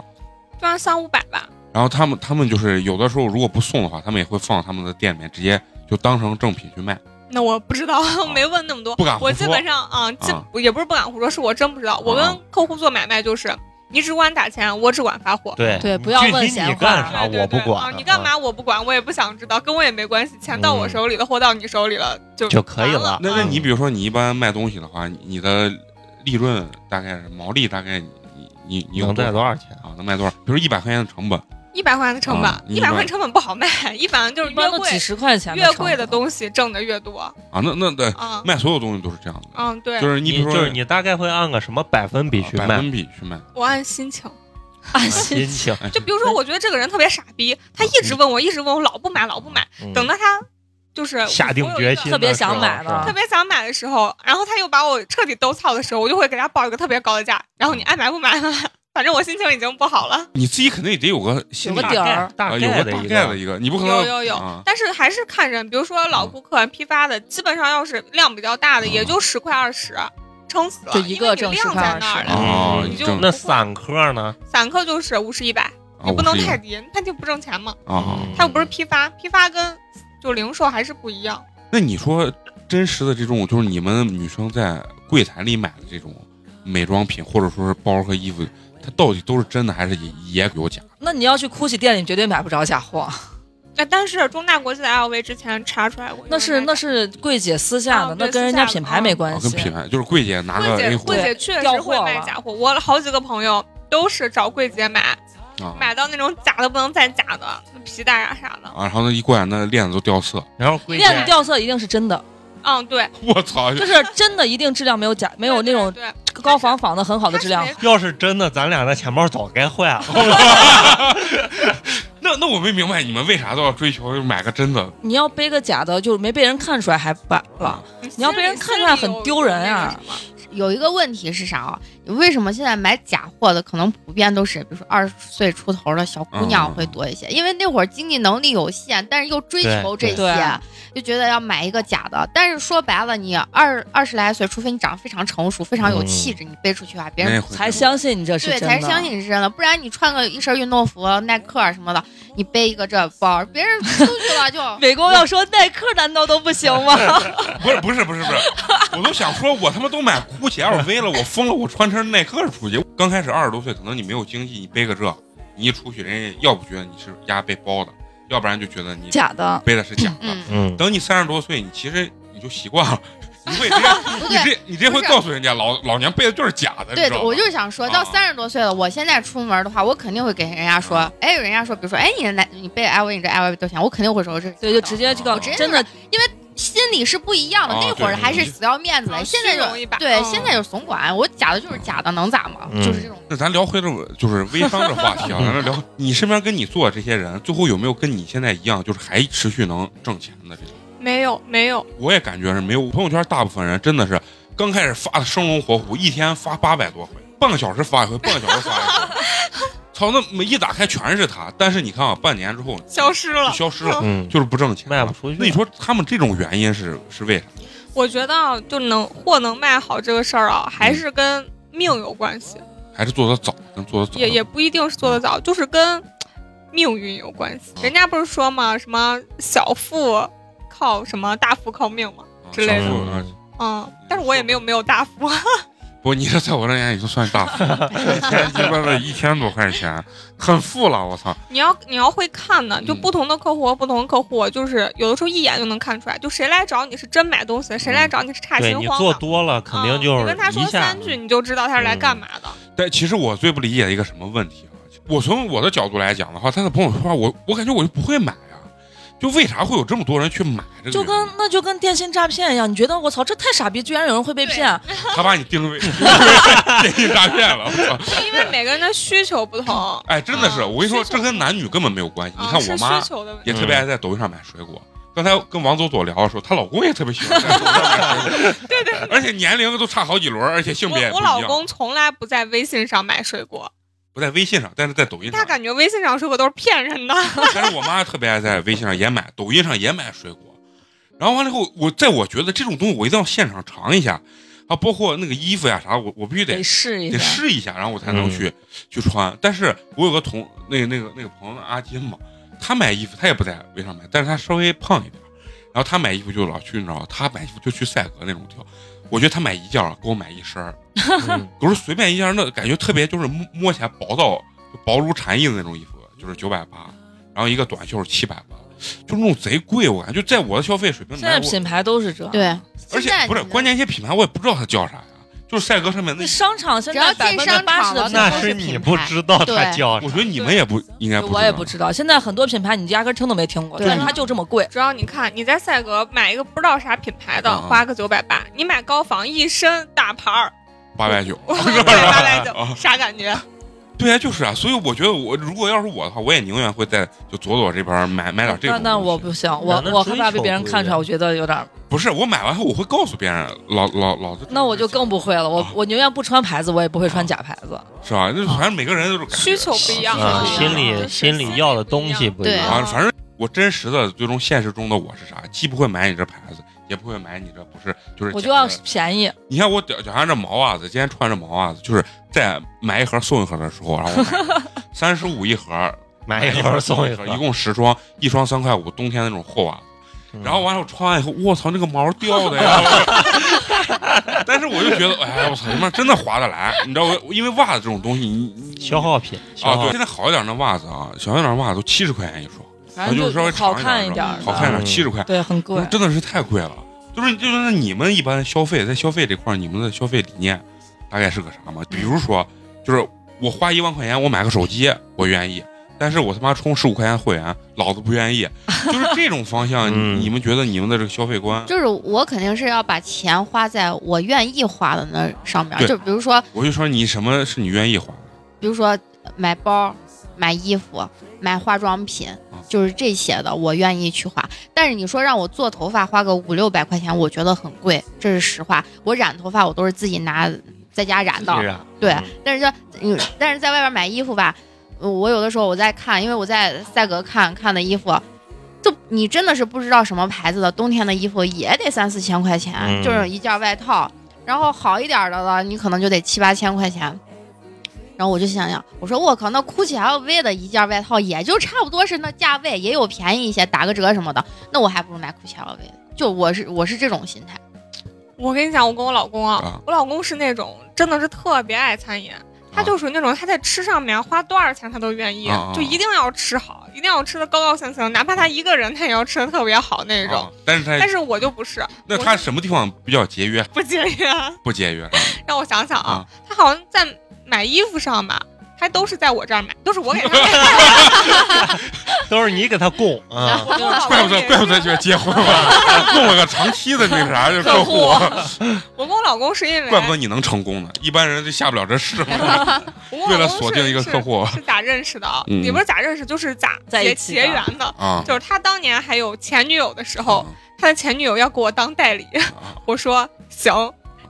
Speaker 6: 就按三五百吧。
Speaker 1: 然后他们他们就是有的时候如果不送的话，他们也会放他们的店里面直接就当成正品去卖。
Speaker 6: 那我不知道， (laughs) 没问那么多。
Speaker 1: 啊不敢胡
Speaker 6: 我基本
Speaker 1: 说
Speaker 6: 上啊，基、也不是不敢胡说，是我真不知道。我
Speaker 1: 啊
Speaker 6: 跟客户做买卖就是，你只管打钱，我只管发货。
Speaker 5: 对
Speaker 4: 对不要
Speaker 5: 具体
Speaker 4: 问闲
Speaker 5: 你
Speaker 4: 话
Speaker 5: 干啥
Speaker 6: 对对
Speaker 5: 我不
Speaker 6: 对
Speaker 5: 管
Speaker 6: 啊，你干嘛我不管，我也不想知道，跟我也没关系。钱到我
Speaker 5: 嗯
Speaker 6: 手里了，货到你手里了就
Speaker 5: 就可以
Speaker 6: 完
Speaker 5: 了
Speaker 6: 了。
Speaker 1: 那那
Speaker 5: 嗯
Speaker 1: 你比如说你一般卖东西的话，你你的利润大概是毛利大概你你你你有
Speaker 5: 能
Speaker 1: 多
Speaker 5: 带
Speaker 1: 少
Speaker 5: 多少钱？
Speaker 1: 啊？能卖多少？比如一百块钱的成本，
Speaker 6: 一百块钱的成
Speaker 1: 啊
Speaker 6: 本，
Speaker 1: 你
Speaker 6: 一百块
Speaker 1: 一般
Speaker 6: 钱成本不好卖，一般就是
Speaker 4: 一
Speaker 6: 越
Speaker 4: 般都几
Speaker 6: 贵
Speaker 4: 十块钱，
Speaker 6: 越贵的啊
Speaker 4: 都
Speaker 6: 东西挣的越多。
Speaker 1: 啊，那那对，
Speaker 6: 啊
Speaker 1: 卖所有东西都是这样的，
Speaker 6: 嗯，对
Speaker 1: 就，是你比
Speaker 5: 你
Speaker 1: 如说
Speaker 5: 就是你大概会按个什么百分比
Speaker 1: 啊
Speaker 5: 去
Speaker 1: 百
Speaker 5: 卖？啊
Speaker 1: 分比去卖，
Speaker 6: 我按心情。
Speaker 4: 按
Speaker 5: 心
Speaker 4: 心
Speaker 5: 情，
Speaker 1: 哎
Speaker 6: 就比如说，我觉得这个人特别傻逼，他一直问我，一直问我，老不买，老不买。
Speaker 5: 啊嗯
Speaker 6: 等到他就是
Speaker 5: 下定
Speaker 6: 哎我有一
Speaker 5: 决
Speaker 6: 个
Speaker 5: 心
Speaker 4: 特别
Speaker 5: 的时
Speaker 4: 想
Speaker 5: 候
Speaker 4: 买
Speaker 5: 是
Speaker 4: 了
Speaker 5: 吧
Speaker 6: 特别想买的时候，然后他又把我彻底兜操的时候，我就会给他报一个特别高的价，然后你爱买不买吧， (laughs) 反正我心情已经不好了。
Speaker 1: 你自己肯定也得有个
Speaker 4: 有
Speaker 1: 心
Speaker 4: 个
Speaker 1: 理
Speaker 5: 大
Speaker 4: 底
Speaker 5: 概
Speaker 4: 儿，
Speaker 5: 大
Speaker 1: 啊
Speaker 5: 概
Speaker 1: 有个
Speaker 5: 的
Speaker 1: 大
Speaker 5: 一
Speaker 1: 概的一个，你不可能
Speaker 6: 有有有
Speaker 1: 啊
Speaker 6: 但是还是看人，比如说老顾客、批发的，基本上要是量比较大的，
Speaker 1: 嗯
Speaker 6: 也就十块二十，撑死了。
Speaker 4: 就一个
Speaker 6: 因为
Speaker 4: 挣
Speaker 6: 你
Speaker 4: 10
Speaker 6: 量
Speaker 4: 块
Speaker 6: 在那儿
Speaker 4: 20
Speaker 6: 了，
Speaker 1: 啊
Speaker 5: 嗯
Speaker 6: 你就
Speaker 1: 挣
Speaker 5: 那散客呢？
Speaker 6: 散客就是五十一百，
Speaker 1: 啊
Speaker 6: 你不能
Speaker 1: 51
Speaker 6: 太低，太低不挣钱嘛。
Speaker 1: 啊。
Speaker 5: 嗯
Speaker 6: 他又不是批发，批发跟呃就零售还是不一样。
Speaker 1: 那你说真实的这种，就是你们女生在柜台里买的这种美妆品，或者说是包和衣服，它到底都是真的还是也也有假？
Speaker 4: (laughs) 那你要去 GUCCI 店里绝对买不着假货，
Speaker 6: 那哎但是中大国际的 LV 之前查出来过，
Speaker 4: 那是那是柜姐私下的，
Speaker 6: 啊对
Speaker 4: 那跟人家品牌没关
Speaker 1: 啊，跟
Speaker 4: 系。
Speaker 1: 品牌就是柜姐拿
Speaker 6: 柜
Speaker 1: 个
Speaker 4: 哎
Speaker 6: 姐
Speaker 1: A
Speaker 6: 柜
Speaker 1: 货
Speaker 6: 姐确
Speaker 4: 调
Speaker 6: 实
Speaker 4: 货
Speaker 6: 会卖
Speaker 4: 了
Speaker 6: 假货，我好几个朋友都是找柜姐买，
Speaker 1: 啊
Speaker 6: 买到那种假的不能再假的皮带啊啥的。
Speaker 1: 啊，然后那一过来那链子都掉色， (laughs)
Speaker 5: 然后柜姐
Speaker 4: 链子掉色一定是真的，
Speaker 6: 嗯，对，
Speaker 1: 我操！
Speaker 4: 就是真的一定质量没有假，没有那
Speaker 6: 对
Speaker 4: 种
Speaker 6: 对
Speaker 4: 高仿仿的很好的质量
Speaker 6: 它是。
Speaker 5: 要是真的，咱俩的钱包早该坏了。
Speaker 1: 那那我没明白你们为啥都要追求买个真的
Speaker 4: 你要背个假的，就是没被人看出来还摆了。你要被人看出来很丢人啊！
Speaker 6: 心里有那个什么
Speaker 3: 有一个问题是啥啊？为什么现在买假货的可能普遍都是，比如说二十岁出头的小姑娘会多一些？因为那会儿经济能力有限，但是又追求这
Speaker 5: 对
Speaker 4: 对
Speaker 3: 些，就觉得要买一个假的。但是说白了，你二二十来岁，除非你长得非常成熟、非常有气质，你背出去啊，别
Speaker 1: 那
Speaker 3: 人
Speaker 1: 回
Speaker 4: 才相信你这是
Speaker 3: 对
Speaker 4: 真的，
Speaker 3: 才相信你是真的。不然你穿个一身运动服、耐克啊什么的，你背一个这包，别人出去了就啊
Speaker 4: 美工要说耐克难道都不行吗？
Speaker 3: (laughs)
Speaker 1: 不是不是不是不是，我都想说，我他妈都买 GUCCI LV 了，我疯了，我穿身耐克出去。刚开始二十多岁，可能你没有经济，你背个这，你一出去，人家要不觉得你是压背包的，要不然就觉得你
Speaker 4: 假的，
Speaker 1: 背的是假的。
Speaker 3: 嗯，
Speaker 5: (laughs) 嗯，
Speaker 1: 等你三十多岁，你其实你就习惯了，你会直接
Speaker 3: 不
Speaker 1: 你
Speaker 3: 对。
Speaker 1: 这你这会
Speaker 3: 不是
Speaker 1: 告诉人家老老娘背的就是假的，你
Speaker 3: 对
Speaker 1: 知道，吗
Speaker 3: 我就是想说到
Speaker 1: 啊
Speaker 3: 三十多岁了，我现在出门的话，我肯定会给人家说
Speaker 1: 啊，
Speaker 3: 哎，人家说，比如说，哎，你的男，你背 LV，你这 LV 多少钱？我肯定会说哦这是假的，
Speaker 4: 对，就直接这
Speaker 1: 我
Speaker 4: 个
Speaker 1: 直接
Speaker 4: 真的
Speaker 3: 心里是不一样的。
Speaker 1: 啊
Speaker 3: 那会儿
Speaker 1: 对
Speaker 3: 还是死要面子
Speaker 6: 啊
Speaker 3: 的，现在
Speaker 6: 虚荣一把
Speaker 3: 就对，
Speaker 6: 嗯
Speaker 3: 现在就怂管，我假的就是假的，能咋嘛？
Speaker 5: 嗯
Speaker 3: 就是这种。
Speaker 1: 那咱聊回这就是微商这话
Speaker 3: (laughs)
Speaker 1: 题啊，咱这聊你身边跟你做的这些人，最后有没有跟你现在一样，就是还持续能挣钱的这种？
Speaker 6: 没有没有，
Speaker 1: 我也感觉是没有。朋友圈大部分人真的是刚开始发的生龙活虎，一天发八百多回，半个小时发一回，半个小时发一回。操，那每一打开全是他。但是你看啊，半年之后
Speaker 6: 消失
Speaker 1: 就
Speaker 6: 了。
Speaker 1: 消失了，
Speaker 5: 嗯，
Speaker 1: 就是不挣钱，
Speaker 5: 卖不。出去。
Speaker 1: 那你说他们这种原因是是为啥？
Speaker 6: (laughs) 我觉得啊就能货能卖好这个事儿啊，还是跟命有关系，
Speaker 1: 还是做的早，能做的早
Speaker 6: 也也不一定是做得早，就是跟命运有关
Speaker 1: 嗯
Speaker 6: 系。人家不是说嘛，什么小富靠什么，大富靠命嘛。
Speaker 1: 啊
Speaker 6: 之类
Speaker 1: (laughs)
Speaker 6: 的
Speaker 1: 小富啊
Speaker 5: 嗯
Speaker 6: 嗯，但是我也没有没有大富，
Speaker 1: 不，你这在我这眼里就算大富， (laughs) 一天鸡巴的一千多块钱，很富了，我操！
Speaker 6: 你要你要会看的，就
Speaker 1: 嗯
Speaker 6: 不同的客户和不同的客户，就是有的时候一眼就能看出来，就谁来找你是真买东西的，谁
Speaker 1: 嗯
Speaker 6: 来找你是差
Speaker 5: 对
Speaker 6: 心
Speaker 5: 你
Speaker 6: 慌
Speaker 5: 做
Speaker 6: 的。
Speaker 5: 多了，肯定
Speaker 6: 啊
Speaker 5: 就
Speaker 6: 你
Speaker 5: 是
Speaker 6: 跟他说
Speaker 5: 一下嗯
Speaker 6: 三句，你就知道他是来干嘛的。
Speaker 1: 但其实我最不理解的一个什么问题啊？我从我的角度来讲的话，他的朋友圈，我我感觉我就不会买啊，就为啥会有这么多人去买这个原因？
Speaker 4: 就跟那就跟电信诈骗一样，你觉得我操，这太傻逼，居然有人会被
Speaker 6: 对
Speaker 4: 骗，
Speaker 1: 他把你定位 (laughs) 电信诈骗了，我操！
Speaker 6: 因为每个人的需求不同。
Speaker 1: 哎，真的是，
Speaker 6: 啊
Speaker 1: 我跟你说，
Speaker 6: 需求
Speaker 1: 这跟男女根本没有关系。你
Speaker 6: 啊
Speaker 1: 看
Speaker 6: 是
Speaker 1: 我妈
Speaker 6: 需求的问题
Speaker 1: 也特别爱在抖音上买水果。刚才跟王左左聊的时候，她老公也特别喜欢在抖音上买水果，
Speaker 6: (laughs)
Speaker 1: 对对，而且年龄都差好几轮，而且性别也
Speaker 6: 我
Speaker 1: 不
Speaker 6: 我
Speaker 1: 一
Speaker 6: 老
Speaker 1: 样。
Speaker 6: 公从来不在微信上买水果，
Speaker 1: 不在微信上，但是在抖音上
Speaker 6: 他。感觉微信上水果都是骗人的。
Speaker 1: (laughs) 但是我妈特别爱在微信上也买，抖音上也买水果。然后完了以后，我在我觉得这种东西我一定要现场尝一下啊，包括那个衣服呀啥，我我必须得
Speaker 4: 得试一
Speaker 1: 得
Speaker 4: 下。
Speaker 1: 试一下，然后我才能去、去穿。但是我有个同那个那个那个朋友阿金嘛，他买衣服他也不在微商买，但是他稍微胖一点，然后他买衣服就老去，你知道，他买衣服就去赛格那种挑。我觉得他买一件儿给我买一身儿，
Speaker 5: 嗯
Speaker 1: 我说随便一件儿，那感觉特别就是摸摸起来薄到就薄如蝉翼的那种衣服，就是九百八，然后一个短袖七百八，就那种贼贵，我感觉就在我的消费水平里
Speaker 4: 现
Speaker 1: 面，
Speaker 4: 在
Speaker 1: 我
Speaker 4: 品牌都是这，，
Speaker 3: 对，
Speaker 1: 而
Speaker 3: 现在
Speaker 1: 且不是
Speaker 3: 你的
Speaker 1: 关键一些品牌我也不知道它叫啥呀，就是赛格上面那
Speaker 4: 那商场现在
Speaker 3: 只要
Speaker 4: 百
Speaker 3: 进
Speaker 4: 分之
Speaker 3: 商
Speaker 4: 八
Speaker 3: 场
Speaker 4: 十的
Speaker 3: 了
Speaker 4: 品
Speaker 5: (laughs) 那
Speaker 3: 都
Speaker 4: 牌
Speaker 5: 是
Speaker 3: 是
Speaker 5: 你
Speaker 3: 品
Speaker 5: 不
Speaker 3: 牌
Speaker 5: 知道它
Speaker 3: 对
Speaker 5: 叫啥，
Speaker 1: 我觉得你们也不应该不
Speaker 4: 我也不
Speaker 1: 道
Speaker 4: 知道，现在很多品牌你压根儿听都没听过，
Speaker 3: 对
Speaker 4: 但是它就这么贵。
Speaker 6: 主要你看你在赛格买一个不知道啥品牌的，
Speaker 1: 嗯嗯
Speaker 6: 花个九百八，你买高仿一身大牌
Speaker 1: (laughs)
Speaker 6: 儿，
Speaker 1: 八百九。
Speaker 6: 对八百
Speaker 1: 啊
Speaker 6: 九，啥感
Speaker 1: (laughs)
Speaker 6: 觉？
Speaker 1: 对啊，就是啊，所以我觉得我如果要是我的话，我也宁愿会在就左左这边买买哎点这种东西。嗯
Speaker 4: 那那我不行，我
Speaker 5: 那那
Speaker 4: 我
Speaker 5: 追
Speaker 4: 害怕被
Speaker 5: 求
Speaker 4: 别人
Speaker 5: 不一
Speaker 4: 看出来，
Speaker 5: 样
Speaker 4: 我觉得有点儿，
Speaker 1: 不是我买完后我会告诉别人，老老老子
Speaker 4: 那我就更不会了。我
Speaker 1: 啊
Speaker 4: 我宁愿不穿牌子，我也不会
Speaker 1: 嗯
Speaker 4: 穿假牌子。
Speaker 1: 是吧？那
Speaker 4: 啊
Speaker 1: 反正每个人都是感觉
Speaker 6: 需求不一样
Speaker 5: 啊，
Speaker 6: 嗯
Speaker 5: 心里
Speaker 6: 就是
Speaker 5: 心
Speaker 6: 心
Speaker 5: 里
Speaker 6: 里
Speaker 5: 要的
Speaker 6: 不一
Speaker 5: 东西
Speaker 6: 样
Speaker 5: 不一
Speaker 3: 对
Speaker 5: 样。
Speaker 1: 啊，反正我真实的最终现实中的我是啥，既不会买你这牌子，也不会买你这不是就是
Speaker 4: 我
Speaker 1: 假
Speaker 4: 就要
Speaker 1: 的
Speaker 4: 便宜，
Speaker 1: 你看我脚脚上这毛袜子，今天穿着毛袜子，就是在买一盒送一盒的时候，然后
Speaker 4: (laughs)
Speaker 1: 我三十五一盒，
Speaker 5: 买一盒送一
Speaker 1: 一
Speaker 5: 盒，
Speaker 1: 一共十双，一双三块五，冬天那种厚袜子。
Speaker 5: 嗯
Speaker 1: 然后完了，我穿完以后，我操，那个毛掉的呀！ (laughs) 但是我就觉得，哎，我操，他妈真的划得来，你知道我，因为袜子这种东西，你你
Speaker 5: 消耗品消
Speaker 1: 啊，
Speaker 5: 耗
Speaker 1: 对，现在好一点的袜子啊，小一点的袜子都七十块钱一双，
Speaker 4: 反
Speaker 1: 我
Speaker 4: 正
Speaker 1: 就是稍微
Speaker 4: 好
Speaker 1: 长
Speaker 4: 看
Speaker 1: 一
Speaker 4: 一
Speaker 1: 点
Speaker 4: 点
Speaker 1: 儿
Speaker 4: 儿
Speaker 1: 的，
Speaker 4: 的，
Speaker 1: 好看一点，七十块，
Speaker 4: 对，很贵。
Speaker 1: 真的是太贵了。就是就是你们一般消费在消费这块儿，你们的消费理念大概是个啥吗？比如说，就是我花一万块钱我买个手机，我愿意，但是我他妈充十五块钱会员，老子不愿意，就是这种方向，
Speaker 5: 嗯
Speaker 1: 你你们觉得你们的这个消费观，
Speaker 3: 就是我肯定是要把钱花在我愿意花的那上面儿，
Speaker 1: 对
Speaker 3: 就比如说，
Speaker 1: 我就说你什么是你愿意花的？
Speaker 3: 比如说买包、买衣服、买化妆品
Speaker 1: 嗯，
Speaker 3: 就是这些的，我愿意去花。但是你说让我做头发花个五六百块钱，我觉得很贵，这是实话。我染头发我都是自己拿在家染的，
Speaker 5: 是啊
Speaker 3: 对
Speaker 5: 嗯
Speaker 3: 但是就嗯，但是在外边买衣服吧，呃我有的时候我在看，因为我在赛格看看的衣服，就你真的是不知道什么牌子的，冬天的衣服也得三四千块钱，
Speaker 5: 嗯
Speaker 3: 就是一件外套，然后好一点的了，你可能就得七八千块钱。然后我就想想，我说我靠，那 GUCCI LV 的一件外套也就差不多是那价位，也有便宜一些，打个折什么的，那我还不如买 GUCCI LV 的。就我是我是这种心态，
Speaker 6: 我跟你讲，我跟我老公啊，
Speaker 1: 啊
Speaker 6: 我老公是那种真的是特别爱餐饮，他
Speaker 1: 啊
Speaker 6: 就属于那种他在吃上面花多少钱他都愿意，
Speaker 1: 啊啊
Speaker 6: 就一定要吃好，一定要吃的高高兴兴，哪怕他一个人他也要吃的特别好那种。
Speaker 1: 啊但是他
Speaker 6: 但是我就不是 (laughs)
Speaker 1: 那他什么地方比较节约？
Speaker 6: 不节约，
Speaker 1: 不节约
Speaker 6: 让我想想啊
Speaker 1: 啊，？
Speaker 6: 他好像在买衣服上吧，他都是在我这儿买，都是我给他买。
Speaker 5: 都是你给他供啊，
Speaker 6: 我跟我
Speaker 1: (laughs)
Speaker 6: 老
Speaker 1: 怪不
Speaker 6: 公
Speaker 1: 得
Speaker 6: 也
Speaker 1: 怪不
Speaker 6: 是
Speaker 1: 得就要结婚了， (laughs) 弄了个长期的那个啥客户，
Speaker 6: 我跟我老公是因为
Speaker 1: 怪不得你能成功呢，一般人就下不了这市。
Speaker 3: (laughs)
Speaker 6: 我跟我
Speaker 1: 为了
Speaker 6: 老公
Speaker 1: 锁
Speaker 6: 是
Speaker 1: 定一个
Speaker 6: 是
Speaker 1: 客户
Speaker 6: 是咋认识的啊？
Speaker 1: 嗯
Speaker 6: 也不是咋认识，就是咋
Speaker 4: 在一
Speaker 6: 结
Speaker 4: 起
Speaker 6: 结
Speaker 4: 的
Speaker 6: 缘的。
Speaker 1: 啊，嗯
Speaker 6: 就是他当年还有前女友的时候，他的前女友要给我当代理，
Speaker 1: 啊
Speaker 6: (laughs) 我说行，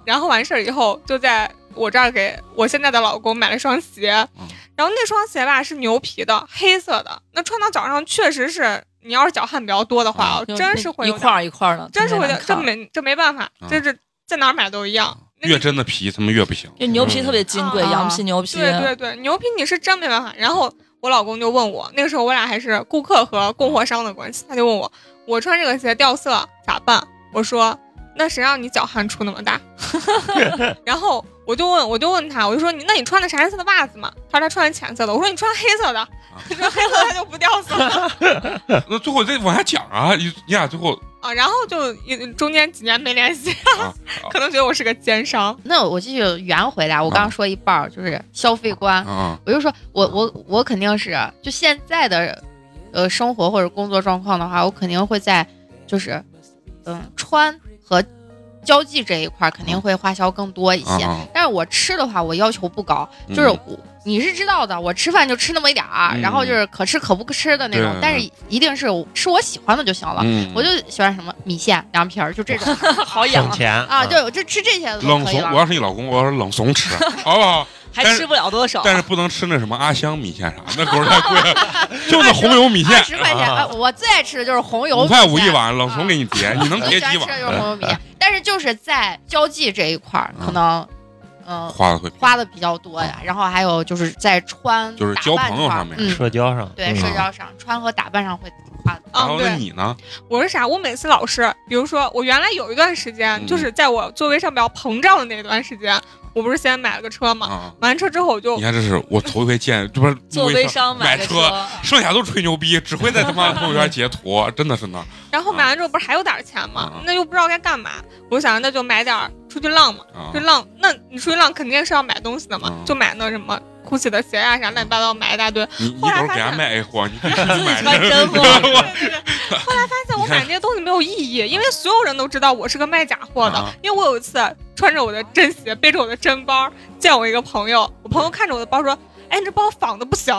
Speaker 6: 然后完事儿以后就在我这儿给我现在的老公买了双鞋，
Speaker 1: 嗯
Speaker 6: 然后那双鞋吧是牛皮的，黑色的，那穿到脚上确实是你要是脚汗比较多的话，
Speaker 4: 就
Speaker 6: 真
Speaker 4: 是
Speaker 6: 是会
Speaker 4: 啊一
Speaker 6: 有
Speaker 4: 块
Speaker 6: 点，
Speaker 4: 儿一块儿的，
Speaker 6: 真是
Speaker 4: 特别难
Speaker 6: 会有点，这
Speaker 4: 看
Speaker 6: 没这没办法
Speaker 1: 嗯，
Speaker 6: 这是在哪儿买都一样。那
Speaker 1: 越真的皮他们越不行。
Speaker 4: 就牛皮特别金贵，
Speaker 3: 嗯
Speaker 4: 羊皮牛皮。
Speaker 6: 对对对，牛皮你是真没办法。然后我老公就问我，那个时候我俩还是顾客和供货商的关系，他就问我，我穿这个鞋掉 (laughs) 色咋办？我说，那谁让你脚汗出那么大？然后我就问，我就问他，我就说你那你穿的啥颜色的袜子嘛？他说他穿的浅色的。我说你穿黑色
Speaker 1: 啊
Speaker 6: 的，你说黑色的就不掉色了 (laughs)
Speaker 1: 那最后再往下讲啊，你你俩最后
Speaker 6: 啊。然后就一中间几年没联系， (laughs)
Speaker 1: 啊，
Speaker 6: 可能觉得我是个奸商。
Speaker 3: 那我继续圆回来，我刚刚说一半儿就是消费观，
Speaker 1: 啊
Speaker 3: 我就说我我我肯定是就现在的呃生活或者工作状况的话，我肯定会在就是嗯穿和交际这一块儿肯定会花销更多一
Speaker 1: 啊
Speaker 3: 些。但是我吃的话，我要求不高，
Speaker 1: 嗯
Speaker 3: 就是我你是知道的，我吃饭就吃那么一点儿，
Speaker 1: 嗯
Speaker 3: 然后就是可吃可不吃的那种
Speaker 1: 对，
Speaker 3: 但是一定是吃我喜欢的就行了。
Speaker 1: 嗯，
Speaker 3: 我就喜欢什么米线、凉皮儿，就这种
Speaker 4: (laughs) 好
Speaker 5: 省钱
Speaker 3: 啊，对，我就吃这些就
Speaker 1: 冷
Speaker 3: 可以
Speaker 1: 怂，
Speaker 3: 了
Speaker 1: 我。要是你老公，我要是冷怂吃，
Speaker 3: (laughs)
Speaker 1: 好不好？
Speaker 4: 还
Speaker 1: 但是
Speaker 4: 吃不了多少。
Speaker 1: 但是不能吃那什么阿香米线啥，那狗太贵了， (laughs) 就那红油米
Speaker 3: 二 (laughs)
Speaker 1: 线，
Speaker 3: 十块钱，啊我最爱吃的就是红油
Speaker 1: 五
Speaker 3: 米
Speaker 1: 块
Speaker 3: 线，
Speaker 1: 五一碗，冷怂给你
Speaker 3: (laughs)
Speaker 1: 叠，你能
Speaker 3: 我
Speaker 1: 叠
Speaker 3: 喜
Speaker 1: 几
Speaker 3: 欢吃的就是
Speaker 1: 碗？
Speaker 3: 红油米线，但是就是在交际这一块儿，可能嗯
Speaker 1: 花的会比较
Speaker 3: 花的比较多呀。然后还有就是在穿
Speaker 1: 就是
Speaker 3: 打
Speaker 1: 交
Speaker 3: 扮
Speaker 1: 朋
Speaker 3: 这
Speaker 1: 友
Speaker 3: 块儿
Speaker 1: 上面
Speaker 3: 嗯，
Speaker 5: 社交上
Speaker 3: 对，
Speaker 5: 嗯
Speaker 3: 社交上穿和打扮上会花的。
Speaker 1: 然
Speaker 6: 啊
Speaker 1: 后
Speaker 6: 对
Speaker 1: 那你呢？
Speaker 6: 我是啥？我每次老是，比如说我原来有一段时间，
Speaker 1: 嗯
Speaker 6: 就是在我座位上比较膨胀的那段时间，我不是先买了个车嘛？
Speaker 1: 啊，
Speaker 6: 买完车之后我就
Speaker 1: 你看这是我头一回见，这不是
Speaker 4: 做微商
Speaker 1: 买
Speaker 4: 个
Speaker 1: 车，剩下都吹牛逼，只会在他妈朋友圈截图，真的是呢。
Speaker 6: 然后买完之后不是还有点钱吗？
Speaker 1: 嗯
Speaker 6: 那又不知道该干嘛，我想那就买点儿出去浪嘛，
Speaker 1: 啊
Speaker 6: 出，去浪。那你出去浪肯定是要买东西的嘛，
Speaker 1: 嗯
Speaker 6: 就买那什么 GUCCI 的鞋啊啥乱七八糟，买一大堆。
Speaker 1: 你你
Speaker 6: 后来
Speaker 1: 等会儿
Speaker 6: 发
Speaker 1: 给
Speaker 6: 现
Speaker 1: 他卖 A 货，你必须
Speaker 4: 自己
Speaker 1: 买
Speaker 4: 穿
Speaker 1: 这 (laughs)
Speaker 4: 真货，
Speaker 6: 对对对。后来发现我买那些东西没有意义，因为所有人都知道我是个卖假货的。
Speaker 1: 啊
Speaker 6: 因为我有一次穿着我的真鞋，背着我的真包，见我一个朋友，我朋友看着我的包说：“哎，你这包仿的
Speaker 1: (laughs)
Speaker 6: 不行。”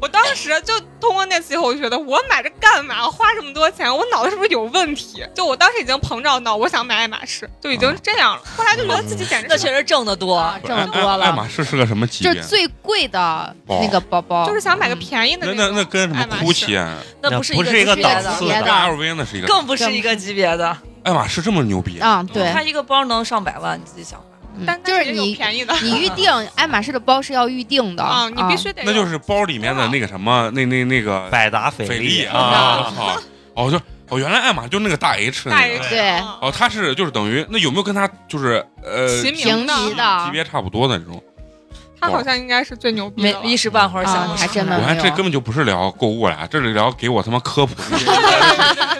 Speaker 6: 我当时就通过那次以后，我就觉得我买这干嘛？我花这么多钱，我脑子是不是有问题？就我当时已经膨胀到我想买爱马仕，就
Speaker 1: 啊
Speaker 6: 已经是这样了。后来就觉得自己简直
Speaker 4: 那
Speaker 6: 是
Speaker 4: 确实挣得多。
Speaker 3: 啊，挣得多
Speaker 1: 爱爱
Speaker 3: 了，
Speaker 1: 马仕是个什么级
Speaker 3: 就
Speaker 1: 别
Speaker 3: 是？最贵的那个包包，
Speaker 6: 就是想买个
Speaker 3: 嗯
Speaker 6: 便宜的
Speaker 1: 那那
Speaker 6: 种
Speaker 1: 那跟什
Speaker 6: 爱
Speaker 1: 么
Speaker 6: 马仕
Speaker 1: GUCCI 啊
Speaker 4: 那
Speaker 5: 那
Speaker 4: 不是
Speaker 5: 不是
Speaker 4: 一
Speaker 5: 一
Speaker 4: 个
Speaker 5: 个
Speaker 4: 级别
Speaker 5: 档
Speaker 4: 的，
Speaker 5: 次
Speaker 3: 别的
Speaker 5: 的，
Speaker 1: LV 那是一个，
Speaker 4: 更不是一个级别的。
Speaker 1: 爱马仕这么牛逼，
Speaker 3: 啊，对，
Speaker 4: 它一个包能上百万，你自己想吧。
Speaker 3: 嗯
Speaker 6: 但
Speaker 3: 就是
Speaker 6: 但也有
Speaker 3: 你
Speaker 6: 便宜的
Speaker 3: 你预定爱马仕的包是要预定的
Speaker 6: 啊，你必须得
Speaker 1: 那
Speaker 6: 有
Speaker 1: 就是包里面的那个什么，那那那个
Speaker 5: 百达翡
Speaker 1: 菲力
Speaker 5: 啊
Speaker 1: 我，操！哦，就哦，原来爱马仕就那个大 H
Speaker 6: 大
Speaker 1: 那
Speaker 6: 于
Speaker 1: 个，
Speaker 3: 对
Speaker 6: 啊
Speaker 1: 哦，它是就是等于那有没有跟它就是呃
Speaker 6: 齐
Speaker 1: 级
Speaker 3: 平
Speaker 6: 名的
Speaker 3: 级的啊
Speaker 1: 别差不多的这种？
Speaker 6: 他好像应该是最牛逼
Speaker 4: 没
Speaker 6: 的了。
Speaker 4: 一时半会儿想不
Speaker 3: 啊
Speaker 4: 出来，
Speaker 3: 还真的
Speaker 1: 我看这
Speaker 3: 没有
Speaker 1: 根本就不是聊购物了，啊这是聊给我他妈科普。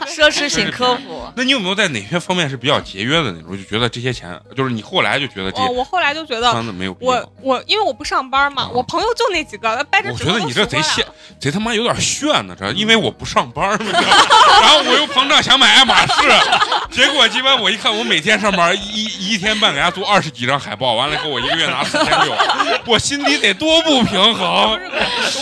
Speaker 4: 奢侈品科普。
Speaker 1: (laughs) 那你有没有在哪些方面是比较节约的那种？就觉得这些钱，就是你后来就觉得这
Speaker 6: 哦，我后来就觉得
Speaker 1: 穿的没有必要
Speaker 6: 我。我因为我不上班嘛，
Speaker 1: 啊
Speaker 6: 我朋友就那几个，掰着
Speaker 1: 我
Speaker 6: 指
Speaker 1: 觉
Speaker 6: 头
Speaker 1: 得
Speaker 6: 都啊
Speaker 1: 你这
Speaker 6: 数过
Speaker 1: 贼
Speaker 6: 来
Speaker 1: 炫
Speaker 6: 了，
Speaker 1: 贼他妈有点炫呢，这因为我不上班嘛，然后我又膨胀想买爱马仕，结果鸡巴我一看，我每天上班一一天半给人家做二十几张海报，完了给我一个月拿四千六，我心里得多不平衡。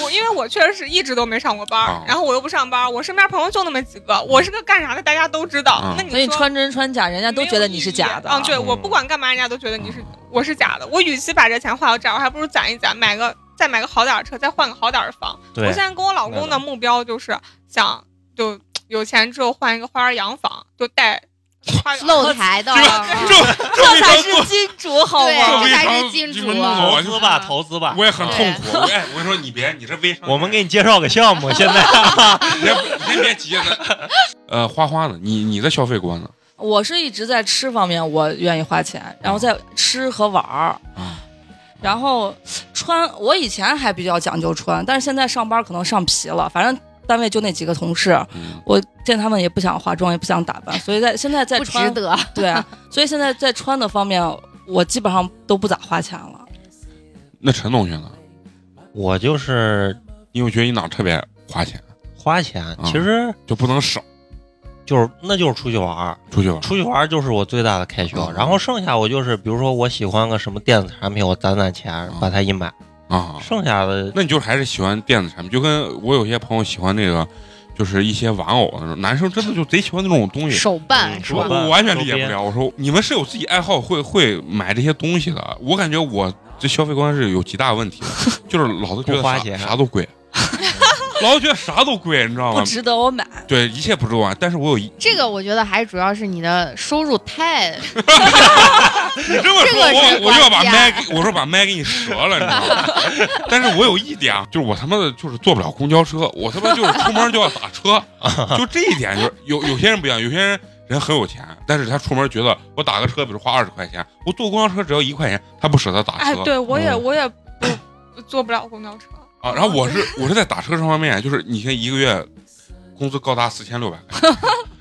Speaker 6: 我因为我确实是一直都没上过班，
Speaker 1: 啊
Speaker 6: 然后我又不上班，我身边朋友就那么几个，我是个干啥的，大家都知道。
Speaker 1: 啊
Speaker 6: 那你
Speaker 4: 所以
Speaker 6: 说
Speaker 4: 穿真穿假，人家都觉得你是假的。
Speaker 6: 嗯，对
Speaker 5: 嗯
Speaker 6: 我不管干嘛，人家都觉得你
Speaker 1: 嗯
Speaker 6: 是我是假的。我与其把这钱花到这儿，我还不如攒一攒，买个再买个好点儿的车，再换个好点儿的房。
Speaker 5: 对
Speaker 6: 我现在跟我老公的目标就是想，就有钱之后换一个花园洋房，就带
Speaker 4: (laughs)
Speaker 6: 花园。
Speaker 3: 露台的，
Speaker 1: 这
Speaker 3: 啊
Speaker 1: 这这
Speaker 4: 这
Speaker 1: 非
Speaker 4: 才
Speaker 1: 常
Speaker 4: 是
Speaker 1: 做，
Speaker 4: 金主好
Speaker 3: 对
Speaker 1: 这
Speaker 4: 吗？
Speaker 1: 微
Speaker 3: 这才
Speaker 1: 商
Speaker 3: 是金
Speaker 1: 你
Speaker 3: 主
Speaker 1: 们弄
Speaker 3: 啊
Speaker 1: 我
Speaker 5: 投资吧，嗯投资吧，
Speaker 1: 我也很
Speaker 5: 啊
Speaker 1: 痛苦。我哎，我跟你说，你别，你这微商，
Speaker 5: 我们给你介绍个项 (laughs) 目，现在
Speaker 1: 你先你先别急了。呃，花花呢？你你的消费观呢？
Speaker 4: 我是一直在吃方面，我愿意花钱，然后在吃和玩儿
Speaker 1: 啊，
Speaker 4: 然后穿。我以前还比较讲究穿，但是现在上班可能上皮了，反正单位就那几个同事，
Speaker 1: 嗯
Speaker 4: 我见他们也不想化妆，也不想打扮，所以在现在在
Speaker 3: 不值
Speaker 4: 穿
Speaker 3: 得。
Speaker 4: 对，啊所以现在在穿的方面，我基本上都不咋花钱了。
Speaker 1: 那陈同学呢？
Speaker 5: 我就是
Speaker 1: 因为我觉得你脑特别花钱，
Speaker 5: 花钱，其实
Speaker 1: 就不能少
Speaker 5: 就是那就是出去玩儿，
Speaker 1: 出去玩。
Speaker 5: 出去玩儿就是我最大的开销，
Speaker 1: 嗯
Speaker 5: 然后剩下我就是比如说我喜欢个什么电子产品，我攒攒钱
Speaker 1: 嗯
Speaker 5: 把它一买，
Speaker 1: 啊，
Speaker 5: 剩下的
Speaker 1: 那你就还是喜欢电子产品，就跟我有些朋友喜欢那个，就是一些玩偶那种，男生真的就贼喜欢那种东西。
Speaker 3: 手办
Speaker 5: 嗯
Speaker 3: 是
Speaker 1: 我
Speaker 5: 手
Speaker 3: 吧？
Speaker 5: 办
Speaker 1: 我完全理解不
Speaker 5: 周边
Speaker 1: 了。我说你们是有自己爱好，会会买这些东西的。我感觉我这消费观是有极大问
Speaker 5: (laughs)
Speaker 1: 题的，就是老子觉得
Speaker 5: 不花
Speaker 1: 啥
Speaker 5: 钱
Speaker 1: 啥都
Speaker 5: (laughs)
Speaker 1: 贵，老子觉得啥都贵，你知道
Speaker 4: 不
Speaker 1: 吗？
Speaker 4: 值得我买，
Speaker 1: 对，一切不值得。但是我有一，
Speaker 3: 这个我觉得还主要是你的收入太
Speaker 1: 你这么
Speaker 3: 这
Speaker 1: 说，
Speaker 3: 个是
Speaker 1: 我我就要把
Speaker 3: 关键
Speaker 1: 麦给，我说把麦给你折了，你知道吗？ (laughs) 但是我有一点啊，就是我他妈的就是坐不了公交车，我他妈就是出门就要打车，就这一点就是有有些人不一样，有些人。人很有钱，但是他出门觉得我打个车，比如花二十块钱，我坐公交车只要一块钱，他不舍得打
Speaker 6: 哎
Speaker 1: 车、，
Speaker 6: 对我也
Speaker 5: 嗯
Speaker 6: 我也不坐不了公交车，
Speaker 1: 啊。然后我是我是在打车这方面，就是你看一个月工资高达四千六百，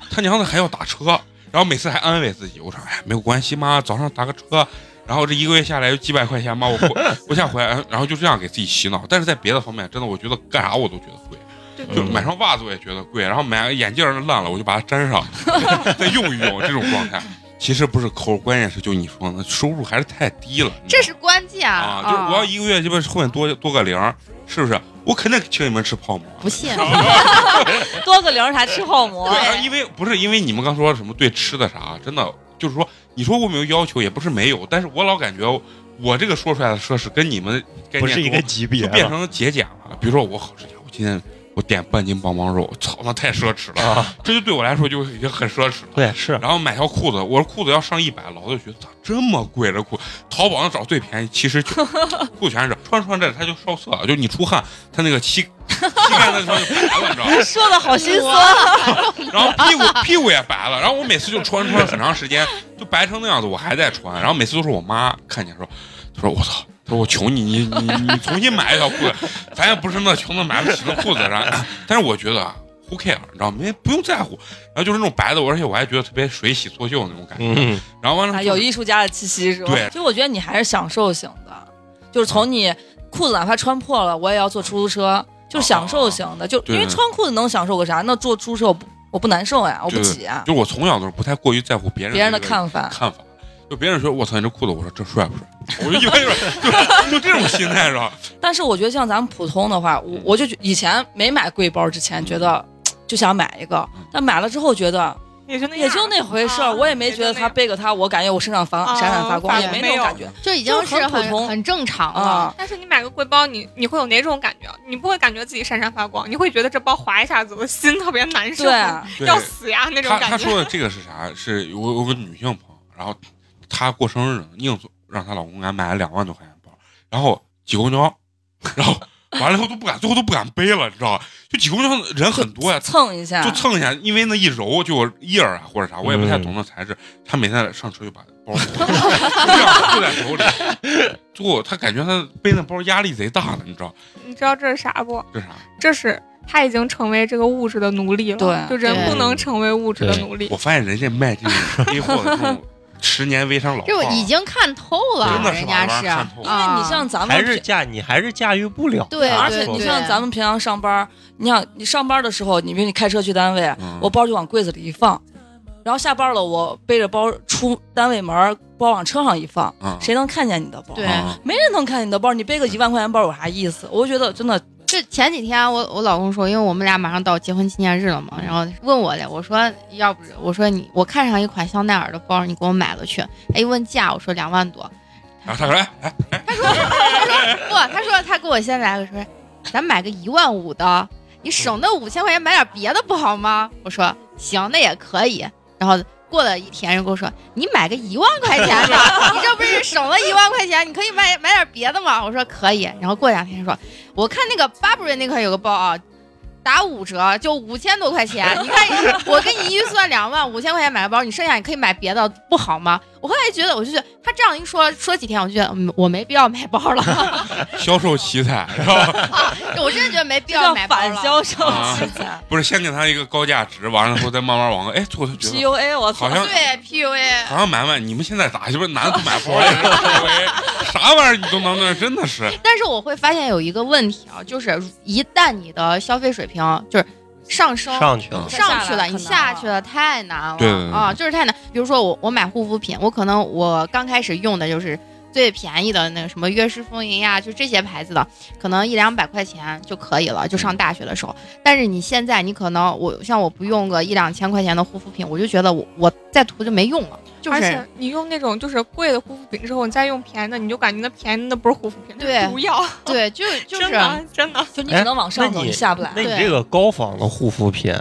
Speaker 1: 他娘的还要打车，然后每次还安慰自己，我说哎没有关系嘛，早上打个车。然后这一个月下来就几百块钱嘛，我回我下回来，然后就这样给自己洗脑。但是在别的方面，真的我觉得干啥我都觉得贵，
Speaker 6: 对
Speaker 1: 就
Speaker 6: 对
Speaker 5: 嗯
Speaker 1: 买双袜子我也觉得贵，然后买个眼镜儿烂了我就把它粘上， (laughs) 再用一用，这种状态。其实不是抠，关键是就你说的收入还是太低了。
Speaker 3: 这是关键
Speaker 1: 啊，就是我要一个月鸡巴后面多多个零儿，是不是？我肯定请你们吃泡馍。啊 (laughs)
Speaker 3: 不信，
Speaker 4: 多个零儿还吃 (laughs) 泡馍
Speaker 1: 对，，啊因为不是因为你们刚说什么对吃的啥，真的就是说，你说我没有要求，也不是没有，但是我老感觉我这个说出来的奢侈跟你们概
Speaker 5: 不
Speaker 1: 念
Speaker 5: 是一
Speaker 1: 中
Speaker 5: 个级别
Speaker 1: 就变
Speaker 5: 了。
Speaker 1: 成节俭了。比如说我好吃家伙，我今天我点半斤棒棒肉，操，那太奢侈了，
Speaker 5: 啊，
Speaker 1: 这就对我来说就已经很奢侈了。
Speaker 5: 对，是
Speaker 1: 然后买条裤子，我说裤子要上一百，老子就觉得咋这么贵这裤？淘宝上找最便宜七十九，裤子全是穿着穿着它就烧色，就你出汗，它那个膝膝盖那地方就白了，你知道吗？
Speaker 4: 说的好心酸。
Speaker 1: 然后屁股屁股也白了，然后我每次就穿穿了很长时间，就白成那样子，我还在穿，然后每次都是我妈看见说，她说我操。她说我求你，你你你重新买一条裤子，咱也不是那穷的买不起的裤子，然后，但是我觉得啊，who care，你知道吗？没不用在乎，然后就是那种白的，我而且我还觉得特别水洗脱臼那种感觉，
Speaker 5: 嗯，
Speaker 1: 然后完了、
Speaker 4: 啊有艺术家的气息是吧？
Speaker 1: 对
Speaker 4: 其实我觉得你还是享受型的，就是从你裤子哪怕穿破了，我也要坐出租车，就是享受型的。就
Speaker 1: 啊对
Speaker 4: 因为穿裤子能享受个啥？那坐出租车我不我不难受呀，我不
Speaker 1: 对
Speaker 4: 挤呀，
Speaker 1: 就是我从小都是不太过于在乎别人
Speaker 4: 别人的
Speaker 1: 这个
Speaker 4: 看法。
Speaker 1: 看法，就别人说我操你这裤子，我说这帅不帅？我就一般就是就就 (laughs) 这种心态是吧？
Speaker 4: 但是我觉得像咱们普通的话，我
Speaker 1: 嗯
Speaker 4: 我就觉以前没买贵包之前觉得。就想买一个
Speaker 1: 嗯，
Speaker 4: 但买了之后觉得
Speaker 6: 也就那
Speaker 4: 也
Speaker 6: 样
Speaker 4: 就那回事儿，
Speaker 6: 啊
Speaker 4: 我也没觉得它背个它，我感觉我身上发
Speaker 6: 啊
Speaker 4: 闪闪发光，
Speaker 6: 发
Speaker 4: 也没
Speaker 6: 没
Speaker 4: 那种
Speaker 6: 有
Speaker 4: 感觉
Speaker 3: 就已经是
Speaker 4: 就很普
Speaker 3: 很
Speaker 4: 通
Speaker 3: 很正常了
Speaker 4: 啊。。
Speaker 6: 但是你买个贵包，你你会有哪种感觉？你不会感觉自己闪闪发光，你会觉得这包划一下子，我心特别难受，
Speaker 4: 对，
Speaker 6: (laughs)
Speaker 4: 啊
Speaker 1: 对
Speaker 6: 要死呀那种
Speaker 1: 他他
Speaker 6: 感觉。
Speaker 1: 说的这个是啥？是我我有个女性朋友，然后她过生日，硬让她老公给她买了两万多块钱包，然后挤公交，然后完了以后都不敢，最后都不敢背了，你知道吧？就挤公交人很多呀，
Speaker 4: 蹭一
Speaker 3: 啊
Speaker 4: 下
Speaker 1: 就蹭一下，因为那一揉就有印儿啊或者啥，我也不太
Speaker 5: 嗯
Speaker 1: 懂那材质。他每天上车就把包儿
Speaker 3: (laughs)
Speaker 1: 就这样就在手里，最后他感觉他背那包儿压力贼大的，你知道
Speaker 6: 你知道这是啥不？
Speaker 1: 这啥？
Speaker 6: 这是他已经成为这个物质的奴隶了。
Speaker 4: 对
Speaker 6: 就人
Speaker 3: 对
Speaker 6: 不能成为物质的
Speaker 5: 对
Speaker 6: 奴隶
Speaker 1: 我。发现人家卖这种 A 货的这种十年微商老
Speaker 3: 这我
Speaker 1: 炮儿
Speaker 3: 已经看透
Speaker 1: 哦真
Speaker 3: 了，
Speaker 1: 的是
Speaker 3: 人
Speaker 1: 把
Speaker 3: 家
Speaker 1: 玩
Speaker 3: 是，
Speaker 1: 意儿看透了
Speaker 4: 因为
Speaker 3: 啊
Speaker 4: 你像咱们
Speaker 5: 还是驾你还是驾驭不了。
Speaker 3: 对
Speaker 4: 而
Speaker 3: 对
Speaker 4: 且你
Speaker 3: 对
Speaker 4: 像咱们平常上班儿，你想你上班的时候，你比如你开车去单位，
Speaker 1: 嗯
Speaker 4: 我包就往柜子里一放，然后下班了我背着包出单位门儿，包往车上一放，
Speaker 1: 啊
Speaker 4: 谁能看见你的包？
Speaker 3: 对
Speaker 1: 啊
Speaker 4: 没人能看见你的包，你背个一万块钱包有啥意思？我就觉得真的
Speaker 3: 就前几天我我老公说，因为我们俩马上到结婚纪念日了嘛，然后问我嘞，我说要不我说你我看上一款香奈儿的包，你给我买了去。哎，一问价我说两万多，
Speaker 1: 然后他说哎哎
Speaker 3: 不，他说他给我先来个说，咱买个一万五的，你省那五千块钱买点别的不好吗？我说行，那也可以。然后过了一天，人跟我说你买个一万块钱的，你这不是省了一万块钱，你可以买买点别的吗？我说可以。然后过两天说，我看那个 Burberry 那款有个包啊。打五折就五千多块钱，你看我跟你一算两万五千块钱买个包，你剩下你可以买别的，不好吗？我后来觉得，我就觉得他这样一说，说几天我就觉得嗯我没必要买包了。
Speaker 1: 销售奇才，是吧？
Speaker 3: (laughs) 我真的觉得没必 (laughs)
Speaker 4: 这
Speaker 3: 要
Speaker 4: 叫
Speaker 3: 买包
Speaker 4: 反
Speaker 3: 了。
Speaker 4: 销售
Speaker 1: 啊
Speaker 4: 器材
Speaker 1: 不是先给他一个高价值，完了以后再慢慢往个哎，最后他觉得
Speaker 4: PUA，我操
Speaker 1: 好！像
Speaker 3: 对 PUA，
Speaker 1: 好像买买，你们现在咋鸡巴男的不买包也是 PUA，啥玩意儿你都能那，真的是
Speaker 3: 但是我会发现有一个问题啊，就是一旦你的消费水平就是上升
Speaker 5: 上去了
Speaker 1: 嗯，
Speaker 3: 上去
Speaker 4: 下来
Speaker 3: 你
Speaker 4: 可难
Speaker 3: 下
Speaker 4: 了
Speaker 3: 去了太难了
Speaker 1: 对对对
Speaker 3: 啊，就是太难。比如说我我买护肤品，我可能我刚开始用的就是最便宜的那个什么悦诗风吟呀，就这些牌子的，可能一两百块钱就可以了，就
Speaker 1: 嗯
Speaker 3: 上大学的时候。但是你现在你可能我像我不用个一两千块钱的护肤品，我就觉得我我再涂就没用
Speaker 4: 哦
Speaker 3: 了，就
Speaker 6: 而
Speaker 3: 是
Speaker 6: 且你用那种就是贵的护肤品之后，你再用便宜的，你就感觉那便宜的不是护肤品，那是
Speaker 3: 对
Speaker 6: 毒药，
Speaker 3: 对，就就是啊
Speaker 6: 真
Speaker 4: 啊
Speaker 6: 的真的。
Speaker 4: 就你
Speaker 5: 哎
Speaker 4: 只能往上走，
Speaker 5: 那
Speaker 4: 你
Speaker 5: 你
Speaker 4: 下不来
Speaker 5: 那。你
Speaker 3: 对
Speaker 5: 这个高仿的护肤品，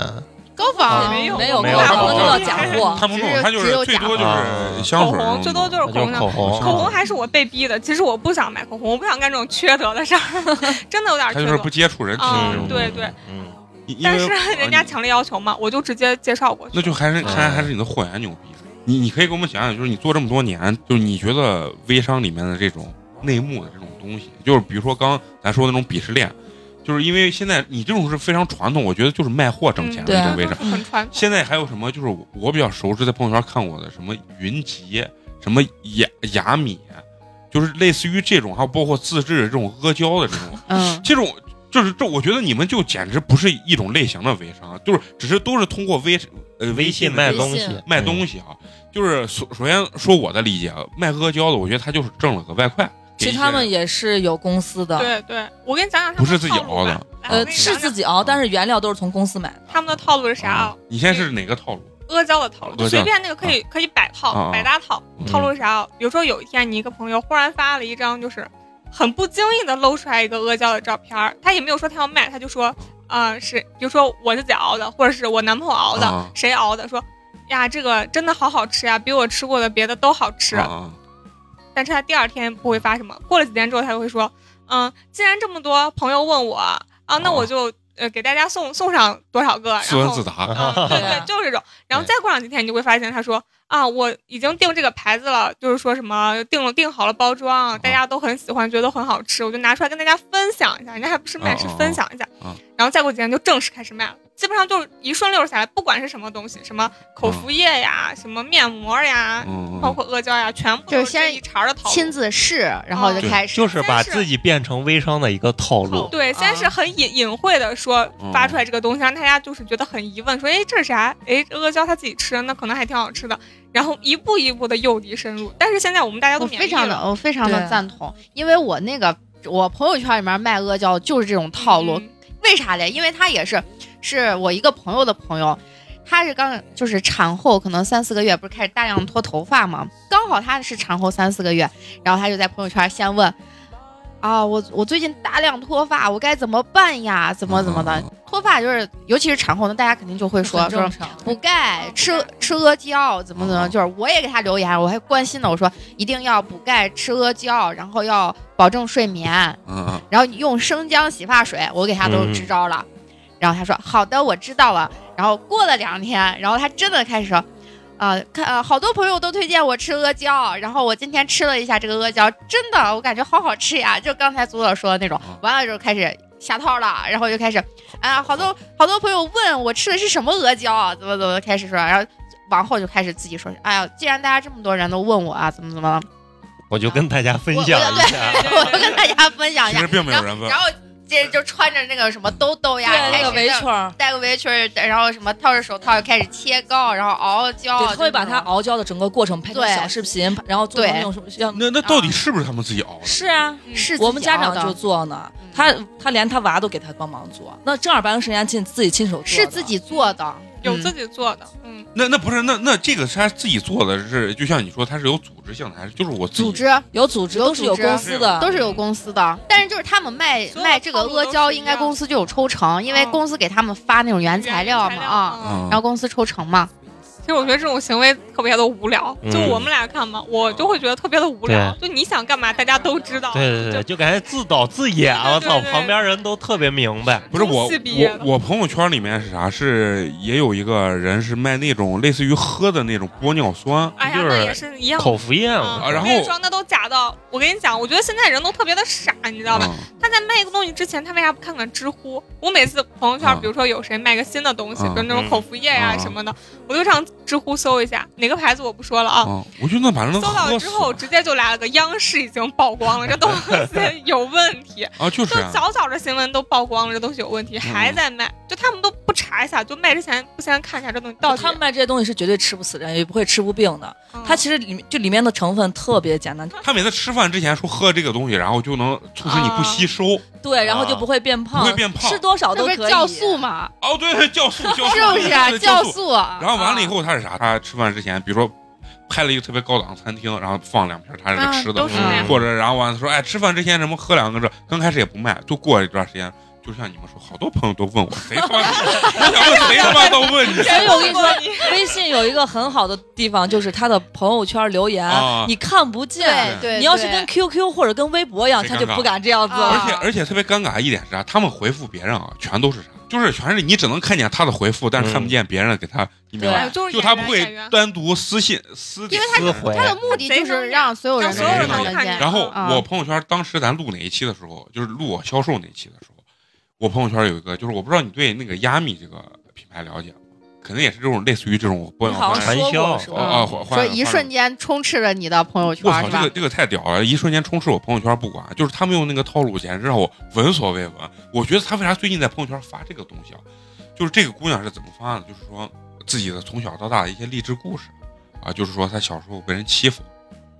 Speaker 3: 高仿
Speaker 5: 啊
Speaker 6: 没有
Speaker 4: 没有，
Speaker 5: 没有
Speaker 4: 他
Speaker 5: 高
Speaker 4: 们都
Speaker 5: 仿
Speaker 4: 叫假
Speaker 6: (laughs)
Speaker 4: 货。
Speaker 1: 他不
Speaker 3: 只
Speaker 1: 懂，
Speaker 3: 有
Speaker 1: 他就
Speaker 3: 只有
Speaker 1: 是最
Speaker 3: 假
Speaker 1: 多就
Speaker 5: 啊
Speaker 1: 是香水
Speaker 6: 口
Speaker 1: 儿
Speaker 6: 红
Speaker 1: 那种，
Speaker 6: 最多就是
Speaker 5: 那就是
Speaker 6: 口
Speaker 5: 口红。
Speaker 6: 口红啊还是我被逼的，其实我不想买口红，我不想干这种缺德的事儿，真的有点
Speaker 1: 他
Speaker 6: (laughs) 缺
Speaker 1: 就是
Speaker 6: 德
Speaker 1: 不。接触人群
Speaker 6: 啊
Speaker 1: 这
Speaker 5: 嗯
Speaker 1: 种。
Speaker 6: 对对，
Speaker 5: 嗯，
Speaker 1: 因
Speaker 6: 但
Speaker 1: 为
Speaker 6: 是人家
Speaker 1: 啊你
Speaker 6: 强烈要求嘛，我就直接介绍过去。
Speaker 1: 那就还是看来还是你的货源牛逼。你你可以给我们讲讲，就是你做这么多年，就是你觉得微商里面的这种内幕的这种东西，就是比如说刚咱说的那种鄙视链，就是因为现在你这种是非常传统，我觉得就是卖货挣钱的
Speaker 6: 嗯
Speaker 4: 对
Speaker 1: 一
Speaker 4: 啊
Speaker 1: 种微
Speaker 6: 都
Speaker 1: 商。
Speaker 6: 是很传统。
Speaker 1: 现在还有什么？就是我比较熟知，在朋友圈看过的什么云集、什么雅雅米，就是类似于这种，还有包括自制这种阿胶的这种，
Speaker 3: 嗯，
Speaker 1: 这种就是这，我觉得你们就简直不是一种类型的微商，啊就是只是都是通过微呃微
Speaker 5: 嗯微
Speaker 1: 信
Speaker 5: 信
Speaker 1: 的
Speaker 5: 卖
Speaker 1: 这种
Speaker 5: 东
Speaker 4: 微
Speaker 5: 西
Speaker 4: 信，
Speaker 1: 卖东西啊，就是首首先说我的理解啊，卖阿胶的，我觉得他就是挣了个外快，给
Speaker 4: 其实
Speaker 1: 一些
Speaker 4: 他们也是有公司的，
Speaker 6: 对对，我给你讲讲他
Speaker 1: 不是
Speaker 6: 们的
Speaker 1: 自己
Speaker 6: 套路
Speaker 1: 熬
Speaker 6: 吧
Speaker 1: 的
Speaker 6: 来我
Speaker 4: 呃，
Speaker 6: 给你
Speaker 4: 是
Speaker 6: 讲
Speaker 4: 自
Speaker 6: 讲
Speaker 4: 己熬，但是原料都是从公司买的。
Speaker 6: 他们的套路是啥啊？
Speaker 1: 你现在是哪个套路？
Speaker 6: 阿胶的套路，
Speaker 1: 阿
Speaker 6: 就
Speaker 1: 胶
Speaker 6: 随便那个可以可以百
Speaker 1: 啊嗯啊
Speaker 6: 套、百搭套。套路是啥啊？比如说有一天你一个朋友忽然发了一张，就是很不经意的露出来一个阿胶的照片儿，他也没有说他要卖，他就说，啊是，比如说我自己熬的，或者是我男朋友熬的，
Speaker 1: 啊
Speaker 6: 谁熬的？说呀，这个真的好好吃呀，比我吃过的别的都好吃。
Speaker 1: 啊啊
Speaker 6: 但是他第二天不会发什么，过了几天之后他就会说，嗯，既然这么多朋友问我啊，那我就、呃给大家送送上多少个，
Speaker 1: 自
Speaker 6: 然
Speaker 1: 问
Speaker 6: 后
Speaker 1: 自答
Speaker 6: 啊，对
Speaker 4: 对啊
Speaker 6: 对，就是这种。然后再过两几天，你就会发现他说啊，我已经订这个牌子了，就是说什么订了订好了包装，大家都很喜欢，觉得很好吃，我就拿出来跟大家分享一下。人家还不是卖，
Speaker 1: 嗯
Speaker 6: 是
Speaker 1: 嗯
Speaker 6: 分享一下
Speaker 1: 嗯。
Speaker 6: 然后再过几天就正式开始卖了，基本上就是一顺溜下来，不管是什么东西，什么口服液呀，什么面膜呀，
Speaker 1: 嗯
Speaker 6: 包
Speaker 1: 嗯，
Speaker 6: 括阿胶呀，全部
Speaker 3: 就是
Speaker 6: 都是这
Speaker 3: 先
Speaker 6: 一茬儿的套
Speaker 3: 亲
Speaker 6: 路。
Speaker 3: 自试，然后
Speaker 6: 嗯
Speaker 3: 就
Speaker 1: 对
Speaker 3: 开始，
Speaker 5: 就是把
Speaker 6: 但是
Speaker 5: 自己变成微商的一个套
Speaker 6: 套路
Speaker 5: 路。
Speaker 6: 对，先是很隐隐晦的说
Speaker 1: 嗯
Speaker 6: 发出来这个东西，让大家就是觉得很疑问，说哎这是啥？哎阿胶他自己吃的，那可能还挺好吃的。然后一步一步的诱敌深入，但是现在我们大家
Speaker 3: 我
Speaker 6: 都
Speaker 3: 哦
Speaker 6: 免
Speaker 3: 非
Speaker 6: 疫
Speaker 3: 常的
Speaker 6: 了，
Speaker 3: 我非常的
Speaker 4: 对
Speaker 3: 赞同，因为我那个我朋友圈里面卖阿胶就是这种套路，
Speaker 6: 嗯
Speaker 3: 为啥嘞？因为他也是是我一个朋友的朋友，他是刚就是产后可能三四个月，不是开始大量脱头发嘛，刚好他是产后三四个月，然后他就在朋友圈先问。啊，我我最近大量脱发，我该怎么办呀？怎么怎么
Speaker 5: 啊
Speaker 3: 的
Speaker 1: 嗯？
Speaker 3: 脱发就是，尤其是产后，那大家肯定就会说
Speaker 4: 很
Speaker 3: 说
Speaker 4: 正常，
Speaker 3: 补钙，吃吃阿胶，怎么怎么，就是我也给他留言，我还关心呢，我说一定要补钙，吃阿胶，然后要保证睡眠，
Speaker 1: 嗯嗯
Speaker 3: 然后你用生姜洗发水，我给他都
Speaker 5: 嗯
Speaker 3: 支招了。然后他说好的，我知道了。然后过了两天，然后他真的开始说，呃，看呃，好多朋友都推荐我吃阿胶，然后我今天吃了一下这个阿胶，真的我感觉好好吃呀，就刚才左左说的那种
Speaker 1: 啊。
Speaker 3: 完了之后开始下套了，然后就开始，啊、好多好多朋友问我吃的是什么阿胶，啊怎么怎么开始说，然后往后就开始自己说，哎呀，既然大家这么多人都问我啊，怎么怎么了，
Speaker 5: 我就跟大家分
Speaker 3: 我
Speaker 5: 享
Speaker 3: 我
Speaker 5: 一下，
Speaker 3: 我就跟大家分享一
Speaker 1: 其
Speaker 3: 下
Speaker 1: 实。并没有人问
Speaker 3: 哎然，后接着就穿着那个什么兜兜哎呀，
Speaker 4: 对
Speaker 3: 开
Speaker 4: 那
Speaker 3: 始
Speaker 4: 个围圈儿，
Speaker 3: 戴个围裙儿，然后什么套着手套，开始切糕，然后熬胶，
Speaker 4: 对，
Speaker 3: 哦就
Speaker 4: 他会把
Speaker 3: 那
Speaker 4: 它
Speaker 3: 种
Speaker 4: 熬胶的整个过程拍成
Speaker 3: 对
Speaker 4: 小视频，然后做
Speaker 3: 对
Speaker 4: 成那种什么像
Speaker 1: 那那到底是不是他们自己熬的？
Speaker 4: 是啊，
Speaker 3: (laughs)
Speaker 6: 嗯
Speaker 3: 是
Speaker 4: 我们
Speaker 3: 自己
Speaker 4: 家
Speaker 3: 熬
Speaker 4: 长
Speaker 3: 的
Speaker 4: 就做呢
Speaker 3: 嗯，
Speaker 4: 他他连他娃都给他帮忙做，那正儿八经是人家亲自己亲手做的，
Speaker 3: 是自己做的，
Speaker 6: 有自己做的，嗯，
Speaker 1: 那那不是那那这个是他自己做的是，就像你说他是有组织性的，还是就是我自己
Speaker 3: 组织
Speaker 4: 有组织，
Speaker 3: 有
Speaker 4: 都是有
Speaker 3: 组织啊
Speaker 4: 公司的，
Speaker 3: 都是有公司的，但是就是他们卖
Speaker 6: 所有的
Speaker 3: 卖这个
Speaker 6: 套路都
Speaker 3: 阿
Speaker 6: 是
Speaker 3: 胶，
Speaker 6: 一
Speaker 3: 应该
Speaker 6: 样
Speaker 3: 公司就有抽成，因为
Speaker 6: 嗯
Speaker 3: 公司给他们发那种原材料嘛
Speaker 6: 原
Speaker 3: 啊，
Speaker 1: 嗯
Speaker 3: 然后公司抽成嘛，
Speaker 6: 其实我觉得这种行为特别的无聊，
Speaker 5: 嗯
Speaker 6: 就我们俩看嘛，我就会觉得特别的无聊。就你想干嘛，大家都知道。
Speaker 5: 对对对对，就感觉自导自演，我
Speaker 6: 对对
Speaker 5: 操，
Speaker 6: 对
Speaker 5: 旁边人都特别明白。
Speaker 1: 不是我
Speaker 6: 中戏毕业
Speaker 1: 我
Speaker 6: 的
Speaker 1: 我朋友圈里面是啥？是也有一个人是卖那种类似于喝的那种玻尿酸，
Speaker 6: 哎呀，
Speaker 5: 就是
Speaker 6: 那也是一样的。
Speaker 5: 口服液嘛，
Speaker 1: 啊
Speaker 6: 嗯
Speaker 1: 然后
Speaker 6: 我跟你说，那都假的。我跟你讲，我觉得现在人都特别的傻，你知道吧？
Speaker 1: 嗯
Speaker 6: 他在卖一个东西之前，他为啥不看看知乎？我每次朋友圈
Speaker 1: 嗯，
Speaker 6: 比如说有谁卖个新的东西，
Speaker 1: 嗯
Speaker 6: 比如那种口服液呀、
Speaker 1: 嗯
Speaker 6: 什么的，我就上知乎搜一下哪个牌子，我不说了啊。
Speaker 1: 啊，我觉得那把人能
Speaker 6: 搜到
Speaker 1: 喝
Speaker 6: 之
Speaker 1: 死
Speaker 6: 后，直接就来了个央视已经曝光了，这东
Speaker 1: (laughs)
Speaker 6: 西有问题，
Speaker 1: 啊，就是
Speaker 6: 就
Speaker 1: 啊嗯
Speaker 6: 早早的新闻都曝光了，这东西有问题，还在卖，就他们都不查一下，就卖之前不先看一下这东西到底。
Speaker 4: 他们卖这些东西是绝对吃不死人，也不会吃不病的。
Speaker 6: 嗯
Speaker 4: 它其实里面就里面的成分特别简单，
Speaker 1: 他每次吃饭之前说喝这个东西，然后就能促使你
Speaker 6: 啊
Speaker 1: 不吸收。
Speaker 4: 对，然后就不会变
Speaker 1: 啊
Speaker 4: 胖，
Speaker 1: 不会变胖
Speaker 4: 吃多少
Speaker 3: 那
Speaker 4: 哦都
Speaker 3: 不
Speaker 4: 可
Speaker 3: 是
Speaker 4: 以。
Speaker 3: 酵素嘛，
Speaker 1: 哦，对对，酵素，酵素
Speaker 3: 是不是啊
Speaker 1: (laughs) 对对
Speaker 3: 酵
Speaker 1: 酵？
Speaker 3: 素？
Speaker 6: 啊
Speaker 1: 然后完了以后，他是啥？他吃饭之前，比如说拍了一个特别高档的餐厅，然后放两瓶他这个
Speaker 6: 啊
Speaker 1: 吃的，
Speaker 6: 都是那
Speaker 5: 嗯
Speaker 6: 样。
Speaker 1: 或者然后完了说，哎，吃饭之前什么喝两个这，刚开始也不卖，就过一段时间，就像你们说，好多朋友都问我，谁
Speaker 6: (laughs)
Speaker 1: 他妈，我想问谁他妈都问你。
Speaker 4: 所以我跟你说，微信有一个很好的地方，就是它的朋友圈留言
Speaker 1: 啊
Speaker 4: 你看不见。
Speaker 3: 对，
Speaker 4: 你要是
Speaker 3: 对
Speaker 4: 跟 QQ 或者跟微博一样，
Speaker 1: 谁
Speaker 4: 他就
Speaker 1: 尴尬哎
Speaker 4: 不敢这样子
Speaker 6: 啊
Speaker 1: 而
Speaker 4: 了。
Speaker 1: 且而且特别尴尬一点是啥？他们回复别人啊，全都是啥？就是全是你只能看见他的回复，但是看不见别人给他，你明白
Speaker 6: 哎
Speaker 1: 吗？
Speaker 6: 嗯就是
Speaker 1: 就他不
Speaker 6: 演员演
Speaker 1: 会
Speaker 6: 员
Speaker 1: 单独私信私底
Speaker 3: 因为
Speaker 1: 下
Speaker 5: 撕毁
Speaker 3: 他的目的就是让所有人
Speaker 1: 让所有人
Speaker 3: 看
Speaker 1: 都
Speaker 3: 得
Speaker 6: 看见
Speaker 3: 见。
Speaker 1: 然后
Speaker 4: 嗯
Speaker 3: 啊
Speaker 1: 我朋友圈当时咱录哪一期的时候，就是录我销售那期的时候，我朋友圈有一个，就是我不知道你对那个亚米这个品牌了解吗？可能也是这种类似于这种
Speaker 4: 你
Speaker 1: 播
Speaker 4: 好像
Speaker 5: 传
Speaker 4: 说嗯过
Speaker 5: 销
Speaker 4: 是吧？，
Speaker 1: 啊，换
Speaker 3: 说一瞬间充斥着你的朋友
Speaker 1: 我
Speaker 3: 圈，
Speaker 1: 操，
Speaker 3: 是
Speaker 1: 这
Speaker 3: 吧
Speaker 1: 个？这个太屌了！一瞬间充斥我朋友圈不管，就是他们用那个套路，简直让我闻所未闻。我觉得他为啥最近在朋友圈发这个东西啊？就是这个姑娘是怎么发的？就是说自己的从小到大的一些励志故事啊，就是说她小时候被人欺负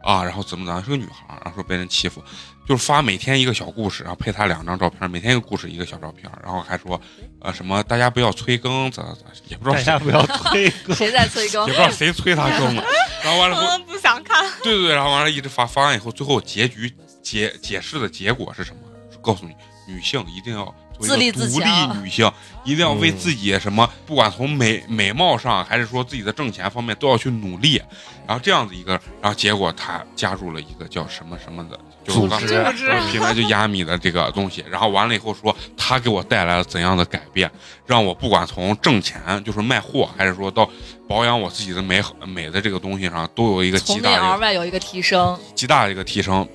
Speaker 1: 啊，然后怎么怎么样是个女孩儿，然后说被人欺负，就是发每天一个小故事，然后配她两张照片，每天一个故事一个小照片，然后还说呃什么大家不要催更，咋咋咋，也不知道
Speaker 5: 大
Speaker 1: 谁
Speaker 5: 家不要推
Speaker 1: (laughs)
Speaker 5: 歌
Speaker 4: 谁在催
Speaker 1: 也
Speaker 4: 更
Speaker 1: 不？知道谁催她更了，然后
Speaker 6: (laughs)
Speaker 1: 完了后
Speaker 6: 嗯，不想看。
Speaker 1: 对对对，然后完了，一直发发完以后，最后结局解解释的结果是什么？是告诉你，女性一定要作为一个
Speaker 4: 自立自
Speaker 1: 独立
Speaker 4: 强
Speaker 1: 女性，一定要为
Speaker 5: 嗯
Speaker 1: 自己什么，不管从美美貌上，还是说自己的挣钱方面，都要去努力。然后这样子一个，然后结果她加入了一个叫什么什么的，就是我刚才
Speaker 5: 组织
Speaker 1: 说的品牌就亚米的这个东西。然后完了以后说，她给我带来了怎样的改变，让我不管从挣钱，就是卖货，还是说到保养我自己的美好美的这个东西上，都有一个极
Speaker 4: 从
Speaker 1: 大
Speaker 4: 内
Speaker 1: 的一个
Speaker 4: 而外有一个提升，
Speaker 1: 极大的一个提升。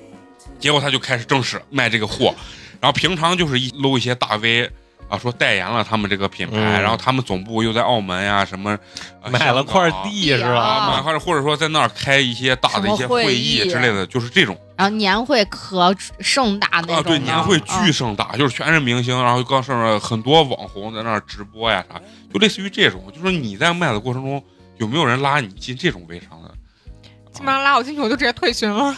Speaker 1: 结果他就开始正式卖这个货，然后平常就是一搂一些大 V 啊，说代言了他们这个品牌，
Speaker 5: 嗯
Speaker 1: 然后他们总部又在澳门呀、什么、呃
Speaker 5: 买了块，地是
Speaker 1: 香港啊
Speaker 5: 吧？
Speaker 1: 买了块或者说在那儿开一些大的一些
Speaker 4: 什么会
Speaker 1: 会议
Speaker 4: 议
Speaker 1: 之类的，就是这种
Speaker 3: 然后年会可盛大那种的
Speaker 1: 啊，对年会巨
Speaker 3: 嗯
Speaker 1: 盛大，就是全是明星，然后刚上面很多网红在那儿直播呀啥，就类似于这种，就说你在卖的过程中有没有人拉你进这种微商的
Speaker 6: 基本上拉我进去，我就直接退群了。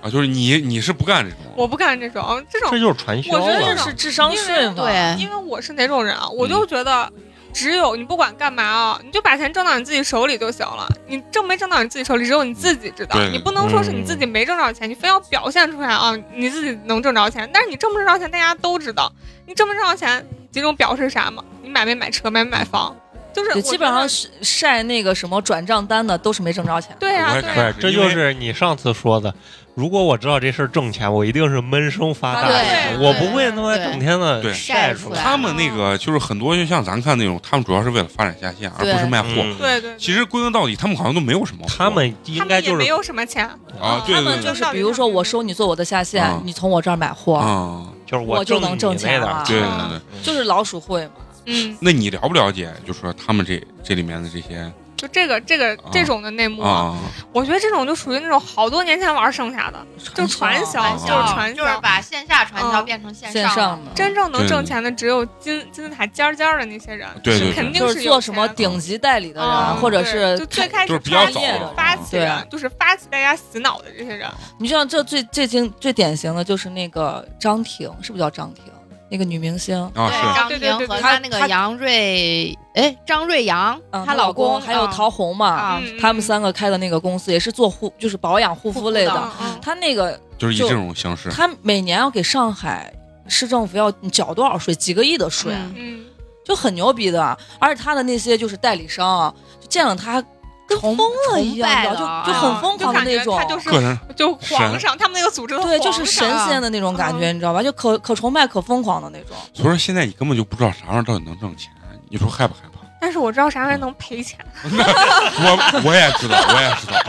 Speaker 1: 啊？就是你你是不干这种，
Speaker 6: 我不干这种，这种
Speaker 5: 这就是传销
Speaker 6: 我觉得
Speaker 5: 了
Speaker 6: 这是
Speaker 4: 智商税嘛？
Speaker 3: 嗯对，
Speaker 6: 因为我是哪种人啊，我
Speaker 1: 嗯
Speaker 6: 就觉得只有你不管干嘛啊，你就把钱挣到你自己手里就行了。你挣没挣到你自己手里，只有你自己知道
Speaker 1: 对嗯对。对
Speaker 6: 你不能说是你自己没挣着钱，你非要表现出来啊，你自己能挣着钱。但是你挣不挣着钱，大家都知道。你挣没挣着钱，几种表示啥嘛？你买没买车，买没买房，就是
Speaker 4: 就
Speaker 6: 我
Speaker 4: 基本
Speaker 6: 觉
Speaker 4: 上
Speaker 6: 得
Speaker 4: 是晒那个什么转账单的都是没挣着钱。
Speaker 6: 对
Speaker 1: 我
Speaker 6: 啊，
Speaker 1: 也
Speaker 6: 对
Speaker 1: 看
Speaker 6: 啊
Speaker 1: 出来
Speaker 5: 对，这就是你上次说的。如果我知道这事儿挣钱，我一定是闷声发大
Speaker 3: 对
Speaker 5: 财，我不会他妈
Speaker 3: 对
Speaker 5: 整天的
Speaker 1: 对
Speaker 5: 晒
Speaker 3: 出
Speaker 5: 出
Speaker 3: 来哦
Speaker 5: 来。
Speaker 1: 他们那个就是很多，就像咱看那种，他们主要是为了发展下线，而不是卖货。
Speaker 5: 嗯
Speaker 6: 对对，对
Speaker 1: 其实归根到底，他们好像都没有什么货。
Speaker 5: 他们
Speaker 6: 他
Speaker 5: 应
Speaker 6: 们
Speaker 5: 该
Speaker 6: 也
Speaker 5: 就
Speaker 6: 没
Speaker 5: 是
Speaker 6: 有什么钱，
Speaker 1: 啊，对对
Speaker 4: 他们
Speaker 1: 对
Speaker 4: 就是比如说我收你做我的下线，
Speaker 1: 啊
Speaker 4: 你从我这儿买货，
Speaker 1: 啊，
Speaker 5: 就是
Speaker 4: 我就
Speaker 5: 挣
Speaker 4: 能
Speaker 5: 你
Speaker 4: 挣
Speaker 5: 那
Speaker 4: 钱
Speaker 5: 点儿
Speaker 4: 了
Speaker 1: 对对
Speaker 6: 啊
Speaker 1: 对。
Speaker 4: 就是老鼠会嘛。
Speaker 6: 嗯，
Speaker 1: 那你了不了解？就说他们这这里面的这些
Speaker 6: 就这个这个
Speaker 1: 啊
Speaker 6: 这种的内幕啊，
Speaker 1: 啊，
Speaker 6: 我觉得这种就属于那种好多年前玩剩下的，就传销，
Speaker 1: 传
Speaker 6: 就
Speaker 1: 销
Speaker 6: 是传
Speaker 3: 就是
Speaker 6: 销。
Speaker 3: 把线下传销
Speaker 6: 嗯
Speaker 3: 变成线
Speaker 4: 哦线
Speaker 3: 上
Speaker 4: 上
Speaker 3: 了。
Speaker 4: 的，
Speaker 6: 真正能
Speaker 1: 对
Speaker 6: 挣钱的只有金金字塔尖儿尖儿的那些人，
Speaker 1: 对对对
Speaker 6: 是肯定
Speaker 4: 就是
Speaker 6: 有
Speaker 4: 做什么
Speaker 6: 钱的
Speaker 4: 顶级代理的人，啊
Speaker 6: 嗯
Speaker 4: 或者
Speaker 6: 对
Speaker 4: 是
Speaker 6: 就最开
Speaker 1: 就是
Speaker 6: 始
Speaker 1: 比较
Speaker 6: 创业
Speaker 4: 早
Speaker 6: 的发起
Speaker 4: 啊
Speaker 6: 人，就是发起大家洗脑的这些人，
Speaker 4: 你像这最最经最典型的就是那个张婷，是不是叫张婷？那个女明星，
Speaker 1: 啊
Speaker 3: 对
Speaker 1: 是
Speaker 3: 张
Speaker 6: 对对
Speaker 3: 婷
Speaker 6: 对
Speaker 3: 和
Speaker 6: 对
Speaker 3: 她
Speaker 4: 她
Speaker 3: 那个
Speaker 4: 她
Speaker 3: 杨瑞，哎，张瑞阳，
Speaker 4: 嗯，
Speaker 3: 她
Speaker 4: 老
Speaker 3: 公
Speaker 4: 还有
Speaker 3: 嗯
Speaker 4: 陶虹嘛，
Speaker 3: 啊
Speaker 6: 嗯
Speaker 4: 他们三个开的那个公司也是做护，就是保养护肤类
Speaker 3: 护肤
Speaker 4: 的
Speaker 3: 的。
Speaker 6: 嗯
Speaker 4: 他那个
Speaker 1: 就是以
Speaker 4: 就
Speaker 1: 这种形式。
Speaker 4: 他每年要给上海市政府要缴多少税？几个亿的税，
Speaker 3: 嗯
Speaker 6: 嗯，
Speaker 4: 就很牛逼的。而且他的那些就是代理商啊，就见了他跟疯了一样，
Speaker 3: 崇拜
Speaker 4: 你
Speaker 3: 了
Speaker 4: 知道
Speaker 3: 啊
Speaker 4: 就就很疯狂的那种
Speaker 6: 就感觉他。就是
Speaker 1: 个人
Speaker 6: 就皇上，他们那个组织的
Speaker 4: 对，就是
Speaker 3: 啊
Speaker 6: 皇
Speaker 4: 神
Speaker 6: 上啊
Speaker 4: 仙的那种感觉，你知道吧？就可可崇拜、可疯狂的那种。
Speaker 1: 所以说现在你根本就不知道啥玩意儿到底能挣钱，你说害不害怕？ (laughs)
Speaker 6: 但是我知道啥玩意儿能赔钱，
Speaker 1: 我我也知道，我也知道，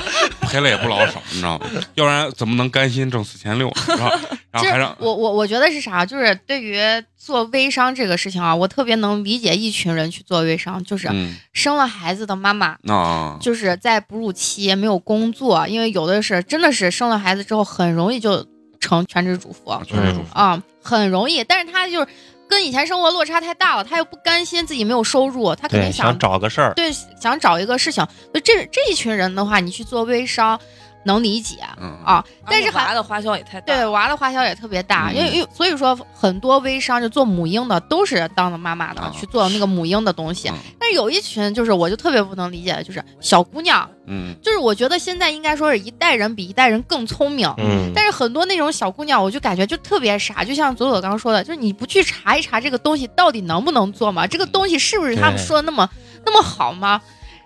Speaker 1: 赔了也不老少，你知道吗？要不然怎么能甘心挣四千六？然后然后
Speaker 3: 其
Speaker 1: 还
Speaker 3: 实
Speaker 1: 让
Speaker 3: 我我我觉得是啥？就是对于做微商这个事情啊，我特别能理解一群人去做微商，就是
Speaker 1: 嗯
Speaker 3: 生了孩子的妈妈，
Speaker 1: 啊
Speaker 3: 就是在哺乳期没有工作，因为有的是真的是生了孩子之后很容易就成全职主妇
Speaker 1: 啊就是这种
Speaker 3: 啊，很容易。但是她就是跟以前生活落差太大了，她又不甘心自己没有收入，她肯定
Speaker 5: 对，想找个事儿，
Speaker 3: 对想找一个事情。就这这一群人的话，你去做微商，能理解
Speaker 1: 嗯
Speaker 3: 啊，但是
Speaker 4: 而且
Speaker 3: 还
Speaker 4: 娃的花销也太大。
Speaker 3: 对，娃的花销也特别大，
Speaker 1: 嗯
Speaker 3: 因为因为所以说很多微商就做母婴的都是当了妈妈的、
Speaker 1: 啊
Speaker 3: 去做那个母婴的东西，
Speaker 1: 嗯
Speaker 3: 但是有一群就是我就特别不能理解的就是小姑娘，
Speaker 1: 嗯
Speaker 3: 就是我觉得现在应该说是一代人比一代人更聪明。
Speaker 5: 嗯，
Speaker 3: 但是很多那种小姑娘，我就感觉就特别傻，就像左左刚说的，就是你不去查一查这个东西到底能不能做嘛，这个东西是不是他们
Speaker 5: 对
Speaker 3: 说的那么那么好吗？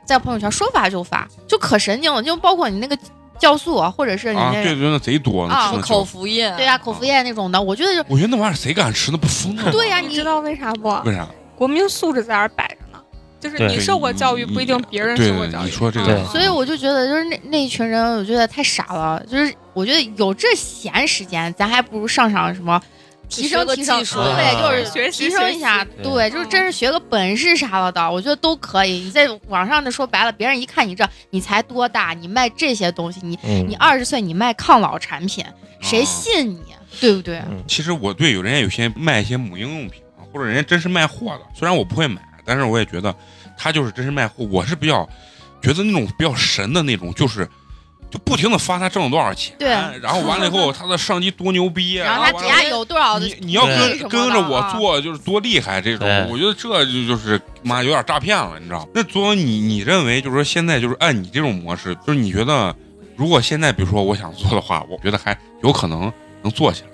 Speaker 3: 在朋友圈说发就发，就可神经了，就包括你那个酵素啊，或者是你
Speaker 1: 啊，
Speaker 3: 那
Speaker 1: 对
Speaker 3: 个、
Speaker 1: 对，那贼多呢
Speaker 3: 啊
Speaker 1: 吃那
Speaker 4: 口
Speaker 1: 酒
Speaker 4: 服液，
Speaker 3: 对呀、口服液那种的，我觉
Speaker 1: (laughs)
Speaker 3: 得就
Speaker 1: 我觉得那玩意儿谁敢吃？那不疯了吗？
Speaker 3: 对呀、
Speaker 6: 啊你
Speaker 3: 你
Speaker 6: 知道为啥不？
Speaker 1: 为啥？啊
Speaker 6: 国民素质在这儿摆着呢，就是
Speaker 5: 对
Speaker 6: 你受过教育不一定别人
Speaker 1: 对
Speaker 6: 受过教育。啊
Speaker 1: 你说这个
Speaker 5: 对
Speaker 3: 所以我就觉得，就是那那一群人，我觉得太傻了。就是我觉得有这闲时间，咱还不如上上什么提升
Speaker 4: 学个
Speaker 3: 提升，
Speaker 4: 技术
Speaker 5: 啊
Speaker 3: 对，就是
Speaker 6: 学习
Speaker 3: 提升一下
Speaker 6: 学，
Speaker 5: 习
Speaker 3: 对，就是真是学个本事啥了的，我觉得都可以。你在网上的说白了，别人一看你这，你才多大，你卖这些东西，你
Speaker 5: 嗯
Speaker 3: 你二十岁你卖抗老产品，
Speaker 1: 啊
Speaker 3: 谁信你？对不对？
Speaker 5: 嗯
Speaker 1: 其实我对有人家有些卖一些母婴用品啊，或者人家真是卖货的，虽然我不会买，但是我也觉得他就是真是卖货。我是比较觉得那种比较神的那种，就是就不停的发他挣了多少钱，
Speaker 3: 对
Speaker 1: 然后完了以后他的上级多牛逼，
Speaker 3: 然后
Speaker 1: 后
Speaker 3: 他
Speaker 1: 完
Speaker 3: 底
Speaker 1: 了
Speaker 3: 下有多少的
Speaker 1: 哎你你要
Speaker 5: 对
Speaker 1: 跟
Speaker 3: 什么的
Speaker 1: 跟着我
Speaker 3: 啊
Speaker 1: 做就是多厉害这种
Speaker 5: 对，
Speaker 1: 我觉得这就就是妈有点诈骗了，你知道吗？那左左你你认为就是说现在就是按你这种模式，就是你觉得如果现在比如说我想做的话，我觉得还有可能能做起来，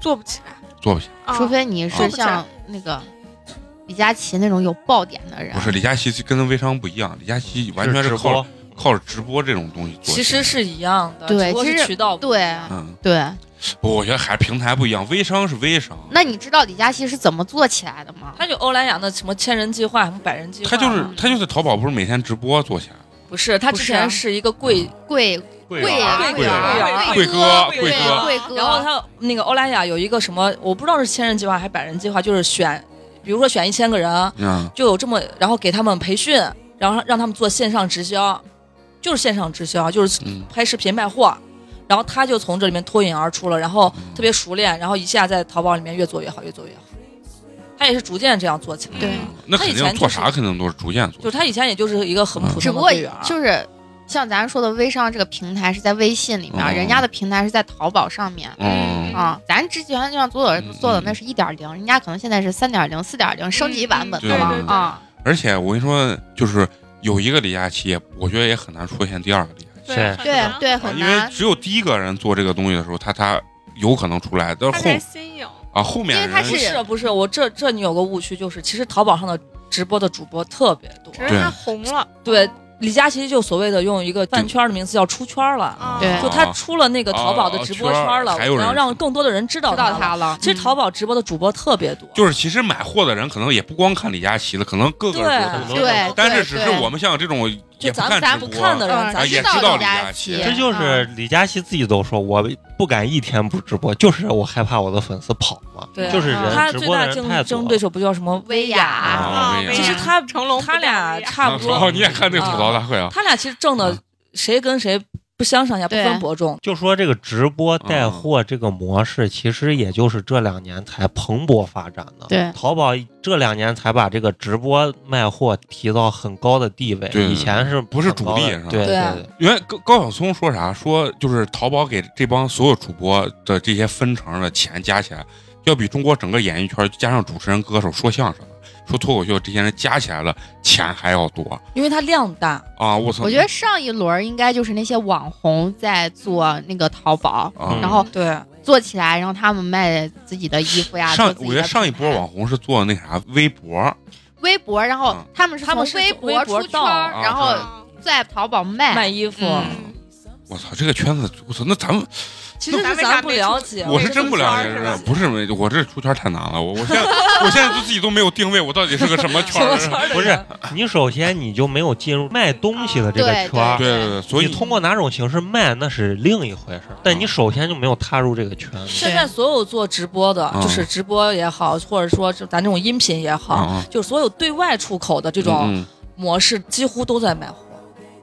Speaker 6: 做不起来，
Speaker 1: 做不起来。
Speaker 6: 啊
Speaker 3: 除非
Speaker 1: 哦
Speaker 3: 你
Speaker 6: 做
Speaker 3: 是
Speaker 6: 不起来
Speaker 3: 像那个李佳琦那种有爆点的人
Speaker 1: 不，是李佳琦跟微商不一样，李佳琦完全
Speaker 5: 直
Speaker 1: 是靠
Speaker 5: 播，
Speaker 1: 靠着直播这种东西做起
Speaker 4: 其
Speaker 1: 来。
Speaker 4: 实是一样的，
Speaker 3: 对
Speaker 4: 只不过
Speaker 3: 其
Speaker 4: 是
Speaker 3: 实
Speaker 4: 渠道不一
Speaker 3: 对
Speaker 4: 样
Speaker 1: 嗯，
Speaker 3: 对。
Speaker 1: 我觉得还是平台不一样，微商是微商，
Speaker 3: 那你知道李佳琦是怎么做起来的吗？
Speaker 4: 他就欧莱雅的什么千人计划，什么百人计划，
Speaker 1: 他就是他就是淘宝不是每天直播做起来，
Speaker 4: 不是他
Speaker 3: 不
Speaker 4: 之
Speaker 3: 是啊
Speaker 4: 前是一个贵，
Speaker 3: 贵
Speaker 5: 贵
Speaker 3: 贵
Speaker 5: 啊
Speaker 3: 啊
Speaker 1: 贵
Speaker 3: 啊
Speaker 1: 贵哥
Speaker 6: 贵
Speaker 3: 贵
Speaker 1: 哥
Speaker 3: 贵
Speaker 4: 然后他那个欧莱雅有一个什么，我不知道是千人计划还是百人计划，就是选，比如说选一千个人，
Speaker 1: 嗯，
Speaker 4: 就有这么，然后给他们培训，然后让他们做线上直销，就是线上直销，就是
Speaker 1: 嗯
Speaker 4: 拍视频卖货。然后他就从这里面脱颖而出了，然后特别熟练，然后一下在淘宝里面越做越好，越做越好。他也是逐渐这样做起来的，
Speaker 3: 对
Speaker 1: 嗯那
Speaker 4: 他
Speaker 1: 肯
Speaker 4: 以前
Speaker 1: 定
Speaker 4: 就
Speaker 1: 做
Speaker 4: 是
Speaker 1: 啥肯定都是逐渐做
Speaker 4: 就是，他以前也就是一个很普
Speaker 3: 只
Speaker 4: 通
Speaker 3: 不
Speaker 4: 的
Speaker 3: 过
Speaker 4: 柜员儿，
Speaker 3: 就是像咱说的微商这个平台是在微信里面，
Speaker 1: 嗯
Speaker 3: 人家的平台是在淘宝上面。
Speaker 1: 嗯，
Speaker 3: 啊，咱之前就像左左
Speaker 1: 嗯
Speaker 3: 做的
Speaker 1: 嗯
Speaker 3: 那是一点零，人家可能现在是三点零、四点零升级版本
Speaker 1: 嗯
Speaker 3: 的
Speaker 1: 对
Speaker 3: 了
Speaker 1: 对
Speaker 6: 对
Speaker 3: 啊。
Speaker 1: 而且我跟你说，就是有一个李佳琦，我觉得也很难出现第二个李佳琦，
Speaker 5: 是
Speaker 6: 对
Speaker 3: 对对，
Speaker 6: 很难
Speaker 1: 啊
Speaker 3: 很
Speaker 1: 因为
Speaker 3: 难，
Speaker 1: 只有第一个人做这个东西的时候，他他有可能出来，但
Speaker 6: 他
Speaker 1: 是
Speaker 6: 才
Speaker 1: 后
Speaker 6: 新颖，
Speaker 1: 啊后面
Speaker 3: 因为他
Speaker 1: 人
Speaker 4: 不是不是，啊我这这你有个误区，就是其实淘宝上的直播的主播特别多。
Speaker 6: 只是
Speaker 1: 对
Speaker 6: 他红了。
Speaker 4: 对，李佳琦就所谓的用一个饭圈的名字叫出圈了，
Speaker 6: 啊
Speaker 3: 对
Speaker 4: 就他出了那个
Speaker 1: 哦
Speaker 4: 淘宝的直播圈
Speaker 1: 哦
Speaker 4: 了
Speaker 1: 圈还有，人
Speaker 4: 然后让更多的人知道
Speaker 3: 知道
Speaker 4: 他
Speaker 3: 他
Speaker 4: 了。
Speaker 3: 了。
Speaker 4: 其实淘宝直播的主播特别多，
Speaker 1: 就是其实买货的人可能也不光看李佳琦了，可能各个
Speaker 4: 对
Speaker 1: 人都
Speaker 5: 很
Speaker 1: 看
Speaker 5: 多
Speaker 3: 对
Speaker 5: 人
Speaker 1: 但是
Speaker 3: 对
Speaker 1: 只是
Speaker 3: 对
Speaker 1: 我们像这种也
Speaker 4: 就咱
Speaker 1: 看
Speaker 4: 咱
Speaker 1: 直
Speaker 4: 不
Speaker 1: 播
Speaker 4: 看的人，
Speaker 3: 嗯
Speaker 1: 啊
Speaker 4: 咱
Speaker 1: 也
Speaker 4: 知
Speaker 1: 知道
Speaker 3: 道李
Speaker 1: 李
Speaker 3: 佳
Speaker 1: 佳
Speaker 3: 琦
Speaker 1: 琦，
Speaker 5: 这
Speaker 3: 啊
Speaker 5: 就是李佳琦自己都说，我不敢一天不直播，就是我害怕我的粉丝跑嘛，
Speaker 4: 对
Speaker 5: 就是
Speaker 4: 他
Speaker 5: 人直
Speaker 4: 最
Speaker 5: 播
Speaker 4: 大
Speaker 5: 的人
Speaker 4: 竞
Speaker 5: 太多
Speaker 4: 争
Speaker 5: 了
Speaker 4: 对手不叫什么薇娅，
Speaker 1: 啊薇娅
Speaker 4: 其实他
Speaker 6: 哦成龙不
Speaker 4: 他俩
Speaker 6: 叫薇娅
Speaker 4: 差不
Speaker 1: 哦，(laughs)
Speaker 4: 多，
Speaker 1: 你也看这个吐槽大会啊？
Speaker 4: 他俩其实挣的谁跟谁不相上下，不
Speaker 3: 对
Speaker 4: 分伯仲。
Speaker 5: 就说这个直播
Speaker 1: 嗯
Speaker 5: 带货这个模式，其实也就是这两年才蓬勃发展的。
Speaker 3: 对
Speaker 1: 嗯
Speaker 5: 淘宝这两年才把这个直播卖货提到很高的地位，
Speaker 1: 对
Speaker 5: 以前是
Speaker 1: 不是
Speaker 5: 很高的
Speaker 1: 主力是吧
Speaker 5: 对
Speaker 4: 对啊
Speaker 5: 对，
Speaker 1: 原来高高晓松说啥？说就是淘宝给这帮所有主播的这些分成的钱加起来，要比中国整个演艺圈加上主持人、歌手、说相声的、说脱口秀这些人加起来了钱还要多
Speaker 4: 因为它量大，
Speaker 1: 啊！我操！
Speaker 3: 我觉得上一轮应该就是那些网红在做那个淘宝，
Speaker 1: 啊，
Speaker 3: 然后
Speaker 4: 对，
Speaker 3: 做起来，然后他们卖自己的衣服呀。
Speaker 1: 上
Speaker 3: 做自己的
Speaker 1: 我觉得上一
Speaker 3: 品牌
Speaker 1: 波网红是做那啥微博，
Speaker 3: 微博，然后
Speaker 1: 嗯
Speaker 3: 他们是
Speaker 4: 他
Speaker 3: 从
Speaker 4: 们是
Speaker 3: 微
Speaker 4: 从微博
Speaker 3: 出圈
Speaker 4: 到
Speaker 3: 儿，
Speaker 1: 啊
Speaker 3: 然后
Speaker 6: 啊
Speaker 3: 在淘宝卖。
Speaker 4: 卖衣服，
Speaker 3: 嗯
Speaker 6: 嗯
Speaker 1: 我操，这个圈子，我操，那咱们
Speaker 4: 其实
Speaker 6: 那
Speaker 4: 是
Speaker 6: 咱为啥
Speaker 4: 咱不
Speaker 6: 没
Speaker 4: 了
Speaker 6: 出
Speaker 4: 解，
Speaker 1: 我是真不了解
Speaker 6: 这个
Speaker 1: 这
Speaker 6: 圈
Speaker 1: 个
Speaker 6: 儿，
Speaker 1: 不是没我这出圈太难了，我我现在我现在都自己都没有定位，我到底是个什么圈
Speaker 4: (laughs) 什么
Speaker 1: 儿？
Speaker 4: 圈儿的
Speaker 5: 不是
Speaker 4: 人
Speaker 5: 你首先你就没有进入卖东西的这个
Speaker 3: 对
Speaker 5: 圈儿
Speaker 1: 对。对对，所
Speaker 5: 你
Speaker 1: 以嗯
Speaker 5: 通过哪种形式卖那是另一回事儿，但你首先就没有踏入这个圈子。
Speaker 4: 现在所有做直播的，
Speaker 1: 嗯
Speaker 4: 就是直播也好，或者说就咱这种音频也好，
Speaker 1: 啊，
Speaker 4: 就是所有对外出口的这种
Speaker 1: 嗯嗯
Speaker 4: 模式，几乎都在卖货。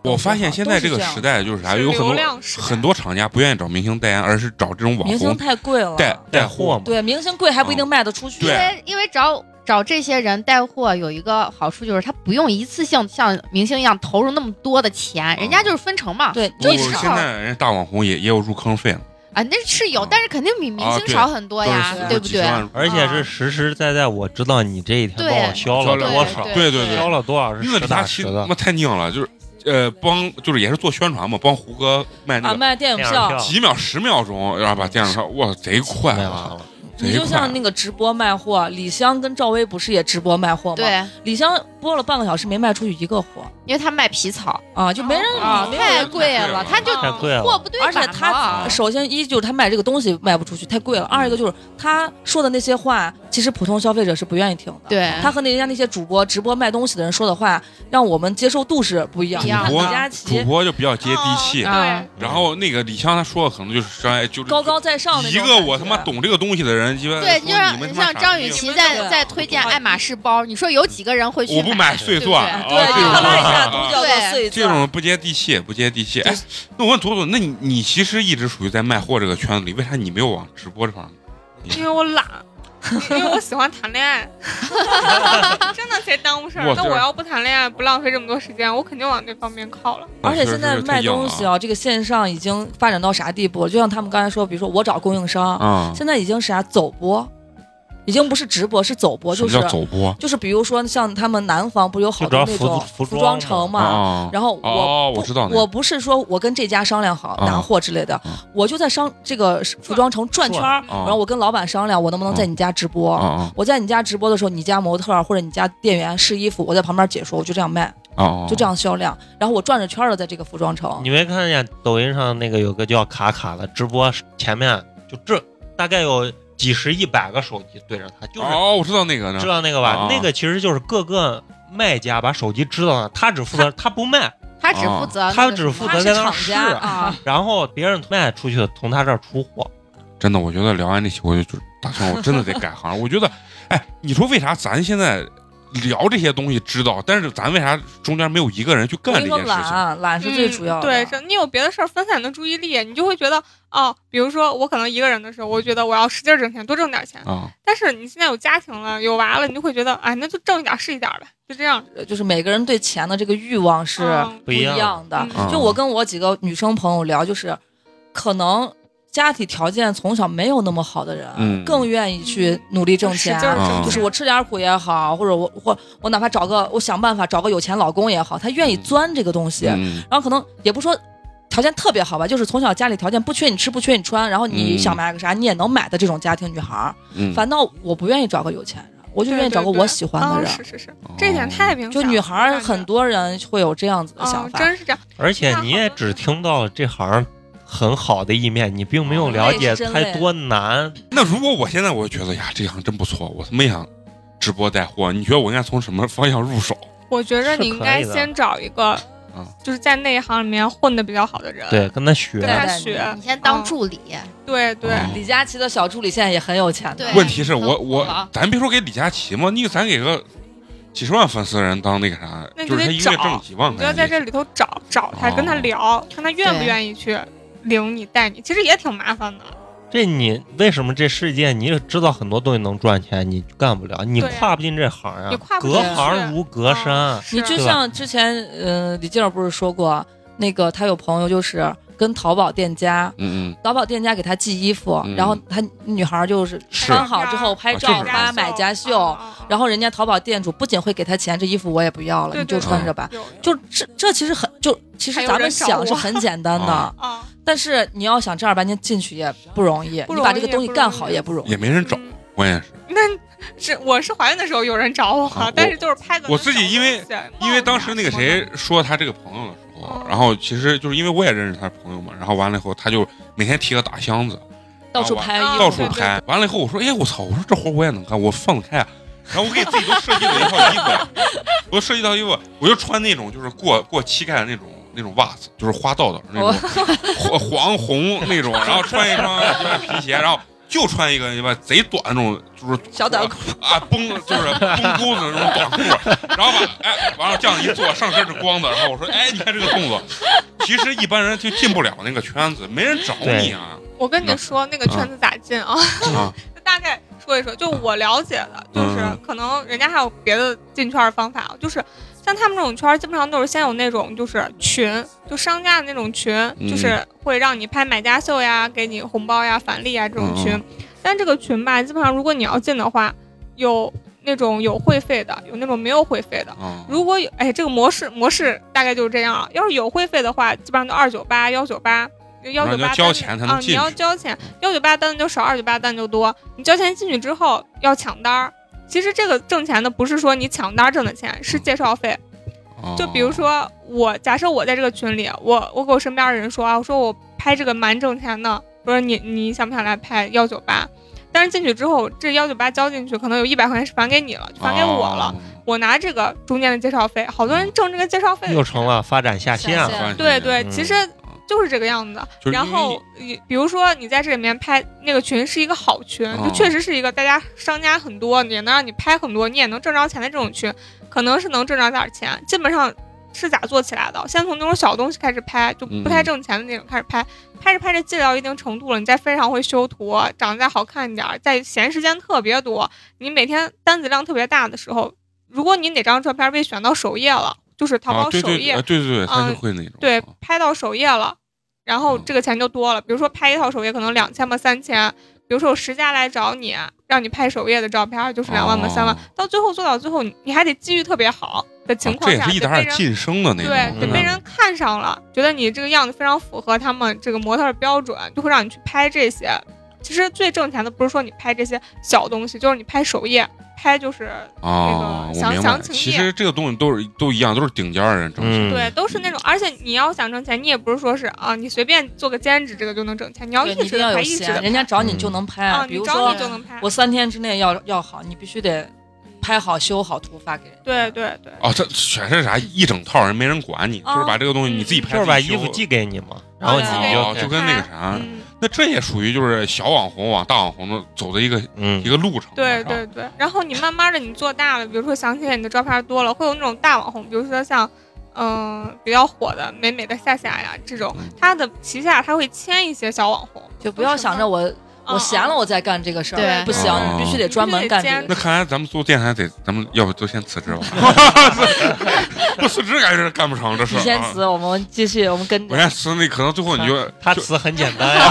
Speaker 1: 我发现现在这个
Speaker 4: 都是
Speaker 1: 时代就是啥，
Speaker 6: 是
Speaker 1: 有很
Speaker 6: 流
Speaker 1: 多
Speaker 6: 量时代
Speaker 1: 很多厂家不愿意找明星代言，而是找这种网
Speaker 4: 明星
Speaker 1: 红
Speaker 4: 太贵了，
Speaker 1: 带
Speaker 5: 带
Speaker 1: 货
Speaker 5: 货嘛，
Speaker 4: 对明星贵还不一定卖得出去。
Speaker 3: 因
Speaker 4: 啊
Speaker 1: 对
Speaker 3: 为因为找找这些人带货有一个好处就是，他不用一次性像明星一样投入那么多的钱，人家就是分成嘛。
Speaker 4: 对，
Speaker 1: 啊我
Speaker 3: 就
Speaker 1: 我
Speaker 3: 是
Speaker 1: 现在人家大网红也也有入坑费了，
Speaker 3: 啊，那是有
Speaker 1: 嗯，
Speaker 3: 但是肯定比明
Speaker 1: 啊
Speaker 3: 星
Speaker 1: 对
Speaker 3: 少很多呀，
Speaker 1: 都是
Speaker 3: 对不
Speaker 1: 几十
Speaker 3: 对？
Speaker 1: 万入
Speaker 5: 而且是实实在在，我知道你这一天
Speaker 3: 对
Speaker 5: 帮我消了多少，
Speaker 1: 对
Speaker 3: 对
Speaker 1: 对对，
Speaker 5: 消了多少
Speaker 1: 因
Speaker 5: 是
Speaker 1: 为
Speaker 5: 实
Speaker 1: 李
Speaker 5: 打
Speaker 1: 佳
Speaker 5: 实
Speaker 1: 琦
Speaker 5: 的
Speaker 1: 他。妈太拧了，就是呃帮就是也是做宣传嘛，帮胡歌卖那
Speaker 4: 啊，
Speaker 1: 个
Speaker 4: 卖电影
Speaker 5: 电影
Speaker 4: 票
Speaker 5: 票，
Speaker 1: 几秒十秒钟，然后把电影上哇贼快
Speaker 5: 卖完
Speaker 1: 啊，
Speaker 5: 了，
Speaker 4: 你
Speaker 1: 贼
Speaker 4: 就
Speaker 1: 快
Speaker 4: 像那个直播卖货，李湘跟赵薇不是也直播卖货吗？，
Speaker 3: 对，
Speaker 4: 李湘播了半个小时没卖出去一个货
Speaker 3: 因为他卖皮草
Speaker 4: 啊，就没人
Speaker 3: 啊，
Speaker 4: 没有
Speaker 3: 太
Speaker 4: 人。
Speaker 3: 贵
Speaker 1: 太贵
Speaker 3: 了，
Speaker 1: 了
Speaker 3: 他就
Speaker 5: 太贵了。
Speaker 3: 货不对啊
Speaker 4: 而且
Speaker 3: 版嘛
Speaker 4: 他首先一就是他卖这个东西卖不出去，太贵了；
Speaker 3: 嗯
Speaker 4: 二一个就是他说的那些话，其实普通消费者是不愿意听的。，
Speaker 3: 对
Speaker 4: 他和人家那些主播直播卖东西的人说的话，让我们接受度是不一样
Speaker 3: 不一
Speaker 4: 的。你
Speaker 3: 样
Speaker 4: 看李
Speaker 1: 的
Speaker 4: 佳
Speaker 1: 主
Speaker 4: 琦
Speaker 1: 播就比较接地气
Speaker 6: 哦。
Speaker 4: 啊
Speaker 6: 对，
Speaker 1: 然后那个李湘她说的可能就是哎就是
Speaker 4: 高高在上的那
Speaker 1: 一
Speaker 4: 种
Speaker 1: 个
Speaker 4: 感
Speaker 1: 我
Speaker 4: 觉
Speaker 1: 他妈懂这个东西的人，鸡巴
Speaker 3: 对，
Speaker 1: 说
Speaker 3: 就像
Speaker 1: 嗯你们他妈
Speaker 3: 像
Speaker 1: 傻
Speaker 3: 张
Speaker 1: 逼
Speaker 3: 雨绮
Speaker 6: 你们
Speaker 3: 在
Speaker 4: 对
Speaker 3: 在推荐爱马仕包，你说有几个人会去
Speaker 1: (laughs) 我
Speaker 3: 买？
Speaker 1: 不买碎钻啊，
Speaker 3: 对不
Speaker 4: (laughs) 对，
Speaker 3: 对
Speaker 1: 这
Speaker 4: 你
Speaker 1: 种
Speaker 4: 看拉一下
Speaker 1: 啊
Speaker 4: 都
Speaker 1: 啊
Speaker 4: 叫做
Speaker 3: 对
Speaker 4: 碎
Speaker 1: 这
Speaker 4: 钻。
Speaker 1: 种不接地气，不接地气。哎，那我问朵朵，那你你其实一直属于在卖货这个圈子里，为啥你没有往直播这方面？
Speaker 6: 因为我
Speaker 4: (laughs)
Speaker 6: 懒，因为我喜欢谈
Speaker 1: (laughs)
Speaker 6: 恋爱，真的贼耽误事
Speaker 1: 我
Speaker 6: 儿。那
Speaker 1: 这
Speaker 6: 我要不谈恋爱，不浪费这么多时间，我肯定往这方面靠
Speaker 1: 哦
Speaker 6: 了。
Speaker 4: 而且现在
Speaker 1: 确实是太
Speaker 4: 卖
Speaker 1: 硬了
Speaker 4: 东西啊，这个线上已经发展到啥地步了？就像他们刚才说，比如说我找供应商，
Speaker 1: 啊，
Speaker 4: 现在已经是啥走播，已经不是直播，是走播，
Speaker 1: 什
Speaker 4: 就
Speaker 1: 么
Speaker 4: 是
Speaker 1: 叫走播
Speaker 4: 就是比如说像他们南方不是有好多
Speaker 5: 就
Speaker 4: 那
Speaker 5: 主要
Speaker 4: 种
Speaker 5: 服服
Speaker 4: 服装
Speaker 5: 装
Speaker 4: 城
Speaker 1: 啊
Speaker 4: 嘛？
Speaker 1: 啊？
Speaker 4: 然后我
Speaker 1: 哦
Speaker 4: 不
Speaker 1: 我知道那个
Speaker 4: 我不是说我跟这家商量好
Speaker 1: 啊
Speaker 4: 拿货之类的
Speaker 1: 啊，
Speaker 4: 我就在商这个服装城转圈儿，
Speaker 1: 啊
Speaker 4: 然后我跟老板商量，我能不能在你家直播？
Speaker 1: 啊
Speaker 4: 我在你家直播的时候，你家模特儿或者你家店员试衣服，我在旁边解说，我就这样卖，
Speaker 1: 啊啊！
Speaker 4: 就这样销量。然后我转着圈儿的在这个服装城，
Speaker 5: 你没看见抖音上那个有个叫卡卡的直播前面就这大概有几十一百个手机对着他，就是
Speaker 1: 哦，我知道那个呢。
Speaker 5: 知道那个吧？
Speaker 1: 啊
Speaker 5: 那个其实就是各个卖家把手机支到那，他只负 (laughs) 责他不卖，
Speaker 3: 他只负
Speaker 1: 啊
Speaker 3: 责那个
Speaker 5: 他只负责
Speaker 4: 他
Speaker 5: 在
Speaker 4: 是
Speaker 5: 那
Speaker 4: 厂
Speaker 5: 试，
Speaker 4: 家啊，
Speaker 5: 然后别人卖出去的从他这儿出货。
Speaker 1: 真的，我觉得聊完这期，我就就打算我真的得改行。我觉得，哎，你说为啥咱现在聊这些东西知道，但是咱为啥中间没有一个人去 (laughs)
Speaker 4: 我
Speaker 1: 干
Speaker 4: 跟
Speaker 1: 这
Speaker 4: 你
Speaker 1: 件
Speaker 4: 说
Speaker 1: 事情？
Speaker 4: 懒，啊懒是最主要的。
Speaker 6: 嗯对，这你有别的事儿分散你的注意力，你就会觉得哦，比如说我可能一个人的时候，我觉得我要使劲挣钱，多挣点钱。
Speaker 1: 啊，
Speaker 6: 但是你现在有家庭了，有娃了，你就会觉得哎，那就挣一点是一点呗，就这样。
Speaker 4: 就是每个人对钱的这个欲望是
Speaker 6: 嗯
Speaker 5: 不
Speaker 4: 不
Speaker 5: 一
Speaker 4: 一
Speaker 5: 样
Speaker 4: 样的。
Speaker 6: 嗯
Speaker 4: 就我跟我几个女生朋友聊，就是可能家庭条件从小没有那么好的人，
Speaker 1: 嗯
Speaker 4: 更愿意去努力挣钱
Speaker 6: 使。劲儿挣
Speaker 1: 啊
Speaker 6: 钱
Speaker 4: 就是我吃点苦也好，或者我或我哪怕找个我想办法找个有钱老公也好，他愿意钻这个东西。
Speaker 1: 嗯
Speaker 4: 然后可能也不说条件特别好吧，就是从小家里条件不缺你吃不缺你穿，然后你
Speaker 1: 嗯
Speaker 4: 想买个啥你也能买的这种家庭女孩儿。
Speaker 1: 嗯，
Speaker 4: 反倒我不愿意找个有钱人，我就
Speaker 6: 对
Speaker 4: 愿意找个
Speaker 6: 对对
Speaker 4: 我喜欢的
Speaker 6: 啊，
Speaker 4: 人。哦
Speaker 6: 是是是，
Speaker 1: 嗯
Speaker 6: 这一点太明显
Speaker 4: 就
Speaker 6: 了。
Speaker 4: 女孩儿很
Speaker 6: 多
Speaker 4: 多人会有这样子的想
Speaker 6: 嗯，
Speaker 4: 法，
Speaker 6: 真是这样。
Speaker 5: 而且你也只听到了这行很好的一面，你并没有了解它多难。
Speaker 1: 那如果我现在我就觉得呀，这行真不错，我他妈也想直播带货，你觉得我应该从什么方向入手？
Speaker 6: 我觉着
Speaker 5: 是
Speaker 6: 你应
Speaker 5: 可
Speaker 6: 该
Speaker 5: 以的
Speaker 6: 先找一个
Speaker 1: 嗯，
Speaker 6: 就是在那一行里面混的比较好的人，
Speaker 5: 对，跟他学
Speaker 6: 跟他
Speaker 4: 对
Speaker 6: 学
Speaker 3: 你，先
Speaker 4: 啊
Speaker 3: 当
Speaker 6: 嗯
Speaker 3: 助理，
Speaker 6: 对对，
Speaker 1: 嗯
Speaker 4: 李佳琦的小助理现在也很有钱的
Speaker 3: 对，
Speaker 1: 问题是我
Speaker 3: 很火
Speaker 1: 我
Speaker 6: 啊
Speaker 3: 了，
Speaker 1: 咱别说给李佳琦嘛，你咱给个几十万粉丝的人当那个啥，
Speaker 6: 那你
Speaker 1: 就
Speaker 6: 就是
Speaker 1: 他
Speaker 6: 得
Speaker 1: 一个
Speaker 6: 找
Speaker 1: 月挣几万
Speaker 6: 你
Speaker 1: 块
Speaker 6: 就要
Speaker 1: 钱。
Speaker 6: 在这里头找找他，
Speaker 1: 哦
Speaker 6: 跟他聊，看他愿不
Speaker 4: 对
Speaker 6: 愿意去领你带你，其实也挺麻烦的。
Speaker 5: 这你为什么这世界你也知道很多东西能赚钱，你干不了，你
Speaker 6: 对
Speaker 5: 跨不进这行啊
Speaker 6: 你跨不进
Speaker 5: 隔
Speaker 6: 去
Speaker 5: 行如隔山
Speaker 6: 嗯。
Speaker 4: 你就是像之前，呃，李静儿不是说过，那个他有朋友就是跟淘宝店家，
Speaker 1: 嗯嗯，
Speaker 4: 淘宝店家给他寄衣服，
Speaker 1: 嗯
Speaker 4: 然后他女孩儿就是
Speaker 1: 是
Speaker 4: 穿好之后拍
Speaker 1: 啊
Speaker 4: 照
Speaker 1: 这种
Speaker 4: 发买家
Speaker 6: 嗯
Speaker 4: 秀，，然后人家淘宝店主不仅会给他钱，这衣服我也不要了，
Speaker 6: 对
Speaker 4: 你就
Speaker 6: 对
Speaker 4: 穿
Speaker 1: 对
Speaker 4: 着吧。
Speaker 6: 有
Speaker 4: 就这这其实很就其
Speaker 6: 还
Speaker 4: 实
Speaker 6: 有
Speaker 4: 咱们
Speaker 6: 人找
Speaker 4: 想是
Speaker 6: 我
Speaker 4: 很简单的
Speaker 1: 啊，
Speaker 6: 啊，
Speaker 4: 但是你要想正儿八经进去也不容易，
Speaker 6: 不
Speaker 4: 你把
Speaker 6: 容
Speaker 4: 这个
Speaker 6: 易
Speaker 4: 东西
Speaker 6: 不
Speaker 4: 干
Speaker 6: 容
Speaker 4: 好
Speaker 6: 易
Speaker 4: 也不容易
Speaker 1: 也。没人找，
Speaker 6: 嗯
Speaker 1: 关键是
Speaker 6: 是我是怀孕的时候有人找我
Speaker 1: 啊，
Speaker 6: 但是就是拍个
Speaker 1: 我自己
Speaker 6: 小
Speaker 1: 因为
Speaker 6: 东西
Speaker 1: 因为当时那个，
Speaker 6: 冒
Speaker 1: 谁
Speaker 6: 险
Speaker 1: 说他这个朋友的时候
Speaker 6: 哦，
Speaker 1: 然后其实就是因为我也认识他朋友嘛，然后完了以后他就每天提个大箱子
Speaker 4: 到
Speaker 1: 啊
Speaker 4: 处
Speaker 1: 我
Speaker 4: 拍衣
Speaker 6: 啊
Speaker 4: 服，
Speaker 1: 到处
Speaker 6: 对对
Speaker 1: 拍，完了以后我说哎我操，我说这活我也能干，我放得开啊。然后我给自己都设计了一套衣服，啊 (laughs) 我都设计一套衣服，啊我就穿那种就是过过膝盖的那种那种袜子，就是花道的那种
Speaker 6: 哦
Speaker 1: 黄黄红那种，然后穿一双就是皮鞋，然后就穿一个你妈贼短那种，就是
Speaker 4: 小短裤
Speaker 1: 啊，绷就是绷钩子那种短裤，然后把哎，完了这样一坐，上身是光的，然后我说哎，你看这个动作，其实一般人就进不了那个圈子，没人找你啊
Speaker 6: 我跟你说那个圈子咋进啊？ (laughs)
Speaker 1: 啊
Speaker 6: 大概说一说，就我了解的，就是
Speaker 1: 嗯
Speaker 6: 可能人家还有别的进圈儿方法，啊就是像他们这种圈儿，基本上都是先有那种就是群，就商家的那种群，
Speaker 1: 嗯
Speaker 6: 就是会让你拍买家秀呀，给你红包呀、返利呀这种群
Speaker 1: 嗯。
Speaker 6: 但这个群吧，基本上如果你要进的话，有那种有会费的，有那种没有会费的。
Speaker 1: 啊，
Speaker 6: 如果有，哎，这个模式模式大概就是这样啊。要是有会费的话，基本上都二九八、幺九八、幺
Speaker 1: 然后
Speaker 6: 九
Speaker 1: 你要
Speaker 6: 八
Speaker 1: 交钱才能
Speaker 6: 啊，
Speaker 1: 进
Speaker 6: 你要
Speaker 1: 去
Speaker 6: 交钱，幺九八单子就少，二九八单子就多。你交钱进去之后要抢单儿，其实这个挣钱的不是说你抢单儿挣的钱，
Speaker 1: 嗯
Speaker 6: 是介绍费。
Speaker 1: 啊
Speaker 6: 就比如，说我，假设我在这个群里，我我给我身边的人说啊，我说我拍这个蛮挣钱的，我说你你想不想来拍幺九八？但是进去之后，这幺九八交进去，可能有一百块钱是返给你了，就返给我了。我拿这个中间的介绍费，好多人挣这个介绍费
Speaker 5: 嗯又成了发展下线
Speaker 4: 下
Speaker 5: 了
Speaker 4: 线。
Speaker 1: 啊，
Speaker 6: 对对，
Speaker 5: 嗯
Speaker 6: 其实就是这个样子。
Speaker 1: 就是
Speaker 6: 然后，你比如说你在这里面拍那个群是一个好群，
Speaker 1: 哦
Speaker 6: 就确实是一个大家商家很多，也能让你拍很多，你也能挣着钱的这种群，可能是能挣着点钱。基本上是咋做起来的？先从那种小东西开始拍，就不
Speaker 1: 嗯
Speaker 6: 太挣钱的那种开始拍，拍着拍着积累到一定程度了，你再非常会修图，长得再好看一点，再闲时间特别多，你每天单子量特别大的时候，如果你哪张照片被选到首页了，就是淘
Speaker 1: 啊
Speaker 6: 宝
Speaker 1: 对
Speaker 6: 首
Speaker 1: 对
Speaker 6: 页
Speaker 1: 啊，对对对，他就
Speaker 6: 嗯
Speaker 1: 会那种，
Speaker 6: 对
Speaker 1: 啊，
Speaker 6: 拍到首页了，然后
Speaker 1: 嗯
Speaker 6: 这个钱就多了。比如说拍一套首页可能两千吧，三千。比如说有十家来找你，让你拍首页的照片，就是两万吧，
Speaker 1: 哦
Speaker 6: 三万。到最后做到最后，你你还得机遇特别好的情
Speaker 1: 啊
Speaker 6: 况
Speaker 1: 这也
Speaker 6: 下，
Speaker 1: 是一
Speaker 6: 就
Speaker 1: 点
Speaker 6: 被
Speaker 1: 点
Speaker 6: 人
Speaker 1: 晋升的那种，
Speaker 6: 对，就
Speaker 1: 嗯
Speaker 6: 被人看上了，觉得你这个样子非常符合他们这个模特儿标准，就会让你去拍这些。其实最挣钱的不是说你拍这些小东西，就是你拍首页，拍就是
Speaker 1: 啊，
Speaker 6: 那个
Speaker 1: 我
Speaker 6: 详
Speaker 1: 明白。
Speaker 6: 详情
Speaker 1: 其
Speaker 6: 页
Speaker 1: 实这个东西都是都一样，都是顶尖儿人挣钱。
Speaker 5: 嗯，
Speaker 6: 对，都是那种，而且你要想挣钱，你也不是说是啊，你随便做个兼职这个就能挣钱，你要
Speaker 4: 对
Speaker 6: 一
Speaker 4: 你
Speaker 6: 直
Speaker 4: 定要有
Speaker 6: 拍一直
Speaker 4: 闲，人家找你
Speaker 1: 嗯
Speaker 4: 就能
Speaker 6: 啊，
Speaker 4: 拍。比
Speaker 6: 你
Speaker 4: 如
Speaker 6: 找
Speaker 4: 说
Speaker 6: 你就能拍
Speaker 4: 我。三天之内要要好，你必须得拍好、修好图发给人。
Speaker 6: 对对对，
Speaker 1: 哦，这全是啥一整套人没人管你，
Speaker 6: 哦
Speaker 1: 就是把这个东西
Speaker 6: 嗯
Speaker 1: 你自己拍，
Speaker 5: 就是把
Speaker 1: 自己
Speaker 5: 衣
Speaker 1: 修
Speaker 5: 服寄给你嘛，然后
Speaker 6: 啊
Speaker 5: 你
Speaker 1: 哦，
Speaker 5: 就
Speaker 1: 就跟那个啥，
Speaker 6: 嗯，
Speaker 1: 那这也属于就是小网红往大网红的走的一个
Speaker 5: 嗯
Speaker 1: 一，个路程，
Speaker 6: 对
Speaker 1: 是吧
Speaker 6: 对对。然后你慢慢的你做大了，比如说想起来你的照片多了，会有那种大网红，比如说像。嗯，比较火的美美的夏夏呀，这种
Speaker 1: 嗯
Speaker 6: 她的旗下她会签一些小网红，
Speaker 4: 就不要想着我
Speaker 6: 啊
Speaker 4: 我闲了我再干这个事
Speaker 3: 对
Speaker 4: 儿，不行，
Speaker 1: 哦
Speaker 4: 你嗯必须得专门干这
Speaker 1: 那
Speaker 4: 个。
Speaker 1: 看来咱们做电台得，咱们要不都先辞职
Speaker 6: (laughs)
Speaker 1: 吧？ (laughs) 不辞职感觉是干不成这事
Speaker 4: 你
Speaker 1: 儿、啊。
Speaker 4: 先辞，我们继续，我们跟
Speaker 1: (laughs) 我
Speaker 4: 着。
Speaker 1: 先辞，那可能最后你就
Speaker 5: 他
Speaker 1: 就
Speaker 5: 词很简
Speaker 1: (laughs)
Speaker 5: 单呀，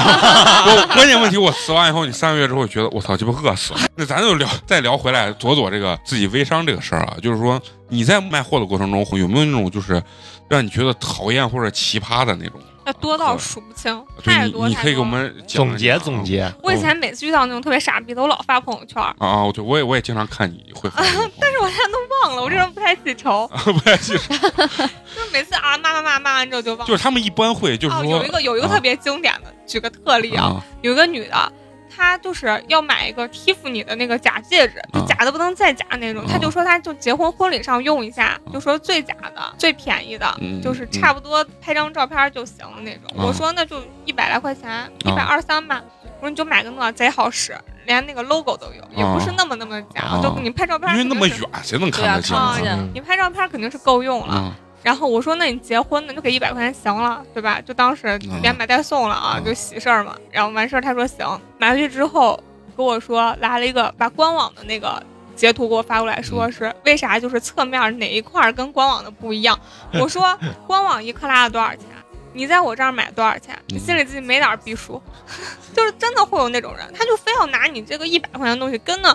Speaker 1: 我关键问题，我辞完以后，你三个月之后觉得我操鸡巴饿死了。那咱就聊再聊回来，佐佐这个自己微商这个事儿啊，就是说你在卖货的过程中，有没有那种就是让你觉得讨厌或者奇葩的那种？
Speaker 6: 嗯要多到数不清，
Speaker 1: 对
Speaker 6: 太
Speaker 1: 你，
Speaker 6: 多
Speaker 1: 你
Speaker 6: 太
Speaker 1: 可以给
Speaker 6: 多
Speaker 1: 我
Speaker 6: 了
Speaker 1: 们嗯讲一啊
Speaker 5: 总结
Speaker 1: 讲
Speaker 5: 总结。
Speaker 6: 我以前每次遇到那种特别傻逼的，我老发朋友圈儿，
Speaker 1: 啊啊！对，我也我也经常看你会
Speaker 6: (laughs)
Speaker 1: 发那种，但是
Speaker 6: 我现在都忘了，我这人不太记仇，
Speaker 1: 我啊不太记住，
Speaker 6: (laughs) 就是每次啊骂骂骂骂完之后就忘了。
Speaker 1: 就是他们一般会就是
Speaker 6: 哦，
Speaker 1: 说
Speaker 6: 有一个有一个
Speaker 1: 啊
Speaker 6: 特别经典的，举个特例啊，
Speaker 1: 啊
Speaker 6: 有一个女的，她就是要买一个 Tiffany 的那个假戒指，就
Speaker 1: 啊
Speaker 6: 假的不能再假那种，
Speaker 1: 啊
Speaker 6: 她就说她就结婚婚礼上用一下，就说最假的、最便宜的，
Speaker 1: 嗯
Speaker 6: 就是差不多拍张照片就行了那种。
Speaker 1: 啊
Speaker 6: 我说那就一百来块钱，一百二三吧。我说你就买个那，贼好使，连那个 logo 都有，也不是那么那么假，
Speaker 1: 啊
Speaker 6: 就你拍照片
Speaker 1: 因为
Speaker 6: 肯
Speaker 1: 那
Speaker 6: 定
Speaker 1: 么
Speaker 6: 是
Speaker 1: 远，谁能看得见
Speaker 4: 对啊
Speaker 1: 啊
Speaker 4: 看不见
Speaker 5: 嗯
Speaker 6: 你拍照片肯定是够用了。
Speaker 1: 嗯
Speaker 6: 然后我说：“那你结婚呢，就给一百块钱行了，对吧？就当是连买带送了啊，
Speaker 1: 嗯
Speaker 6: 就喜事儿嘛。”然后完事儿，他说行，买回去之后跟我说来了一个，把官网的那个截图给我发过来，
Speaker 1: 嗯
Speaker 6: 说是为啥就是侧面哪一块儿跟官网的不
Speaker 1: (laughs)
Speaker 6: 一样？我说官网一克拉的多少钱？你在我这儿买多少钱？
Speaker 1: 嗯
Speaker 6: 你心里自己没点儿逼数， (laughs) 就是真的会有那种人，他就非要拿你这个一百块钱的东西跟那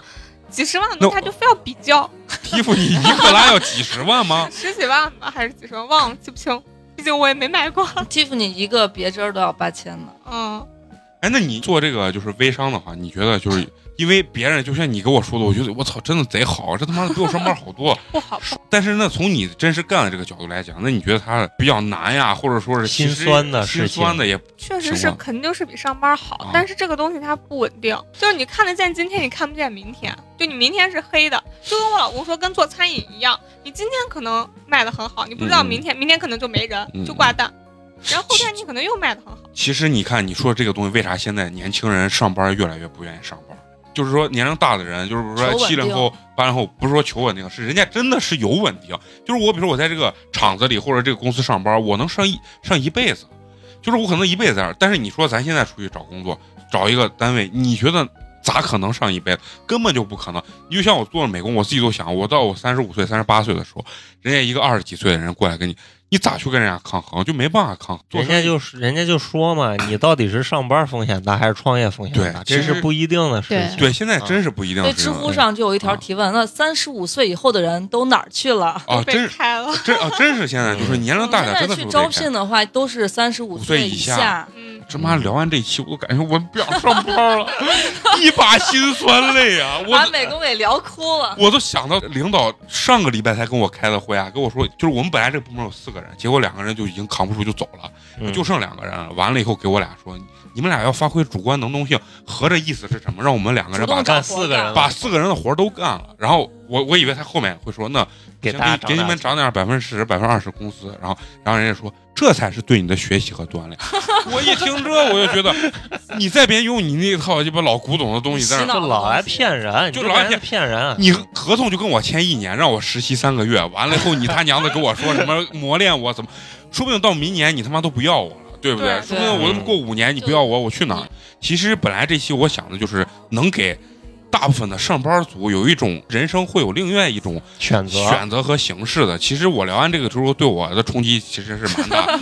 Speaker 6: 几十万的东西，
Speaker 1: 那
Speaker 6: 他就非要比较。？
Speaker 1: (laughs) 提夫，你一克拉要几十万吗
Speaker 6: 十几万吧，还是几十万，忘了记不清，毕竟我也没买过。
Speaker 4: Tiffany 一个别针儿都要八千呢，
Speaker 6: 嗯，
Speaker 1: 哎，那你做这个就是微商的话，你觉得就是因为别人就像你跟我说的，我觉得我操，真的贼好，这他妈的比我上班好多。
Speaker 6: (laughs) 不好不好，
Speaker 1: 但是那从你真实干的这个角度来讲，那你觉得它比较难呀，或者说是其实
Speaker 5: 心酸的事
Speaker 1: 心
Speaker 5: 情
Speaker 1: 酸的也
Speaker 6: 确实
Speaker 1: 行
Speaker 6: 是
Speaker 1: 吧
Speaker 6: 肯定是比上班好，
Speaker 1: 啊
Speaker 6: 但是这个东西它不稳定，就是你看得见今天，你看不见明天，就你明天是黑的，就跟我老公说跟做餐饮一样，你今天可能卖的很好，你不知道
Speaker 1: 嗯
Speaker 6: 明天，明天可能就没人，
Speaker 1: 嗯
Speaker 6: 就挂蛋，然后后天你可能又卖的很好。
Speaker 1: 其实你看，你说这个东西，为啥现在年轻人上班越来越不愿意上班？就是说年龄大的人，就是比如说
Speaker 4: 求稳
Speaker 1: 七
Speaker 4: 定
Speaker 1: 零后、八零后，不是说求稳定，是人家真的是有稳定。就是我，比如说我在这个厂子里或者这个公司上班，我能上一上一辈子，就是我可能一辈子在这儿。但是你说咱现在出去找工作，找一个单位，你觉得咋可能上一辈子？根本就不可能。你就像我做了美工，我自己都想，我到我三十五岁、三十八岁的时候，人家一个二十几岁的人过来跟你，你咋去跟人家抗衡？就没办法抗衡。做
Speaker 5: 人家
Speaker 1: 生意
Speaker 5: 就是人家就说嘛，你到底是上班风险大还是创业风险
Speaker 1: 对
Speaker 5: 大？这
Speaker 1: 其
Speaker 5: 是
Speaker 1: 实
Speaker 5: 不一定的事
Speaker 3: 对
Speaker 5: 情。
Speaker 1: 对，现在真是不一定
Speaker 4: 对，
Speaker 1: 是。
Speaker 4: 嗯
Speaker 1: 啊
Speaker 4: 知乎上就有一条提问，那三十五岁以后的人都哪儿去了？
Speaker 1: 啊，
Speaker 6: 被
Speaker 1: 真
Speaker 4: (laughs)
Speaker 1: 是
Speaker 6: 开
Speaker 1: (laughs)
Speaker 6: 了，
Speaker 1: 真啊，真是现在就是年龄大点，真
Speaker 4: 现在
Speaker 1: 的是
Speaker 4: 去
Speaker 1: 不
Speaker 4: 招
Speaker 1: 被骗
Speaker 4: 聘的话，都是三十五
Speaker 1: 岁以
Speaker 4: 以
Speaker 1: 下
Speaker 4: 下。
Speaker 6: 嗯，
Speaker 1: 这妈聊完这一期，我都感觉我不想上班
Speaker 4: (laughs)
Speaker 1: 了，一把辛酸泪啊！
Speaker 4: 把
Speaker 1: 我
Speaker 4: 美工给聊哭了。
Speaker 1: 我都想到领导上个礼拜才跟我开的会啊，跟我说就是我们本来这个部门有四个人，结果两个人就已经扛不住就走了，
Speaker 5: 嗯
Speaker 1: 就剩两个人了。完了以后给我俩说，你们俩要发挥主观能动性，合着意思是什么？让我们两个人把
Speaker 4: 主动
Speaker 5: 干四个人了，
Speaker 1: 把四个人的活儿都干了。然后我我以为他后面会说，那
Speaker 5: 给
Speaker 1: 先
Speaker 5: 大家
Speaker 1: 给你们涨点百分之十、百分之二十工资，然后然后人家说这才是对你的学习和
Speaker 5: (laughs)
Speaker 1: 锻炼。我一听这我就觉得，你再别用你那套鸡巴老古董的东西在
Speaker 4: 洗
Speaker 1: 那
Speaker 4: 脑
Speaker 1: 儿，
Speaker 5: 就老来骗人，
Speaker 1: 就
Speaker 5: 你
Speaker 1: 老来骗嗯
Speaker 5: 骗人。啊
Speaker 1: 你合同就跟我签一年，让我实习三个月，完了以后你他娘的跟我说什么磨练我怎么，说不定到明年你他妈都不要我了。对不
Speaker 6: 对
Speaker 1: 说不定我
Speaker 5: 对
Speaker 1: 他妈过五年你不要我，我去哪儿？其实本来这期我想的就是能给大部分的上班族有一种人生会有另外一种
Speaker 5: 选择
Speaker 1: 选择和形式的。其实我聊完这个之后，对我的冲击其实是蛮大的。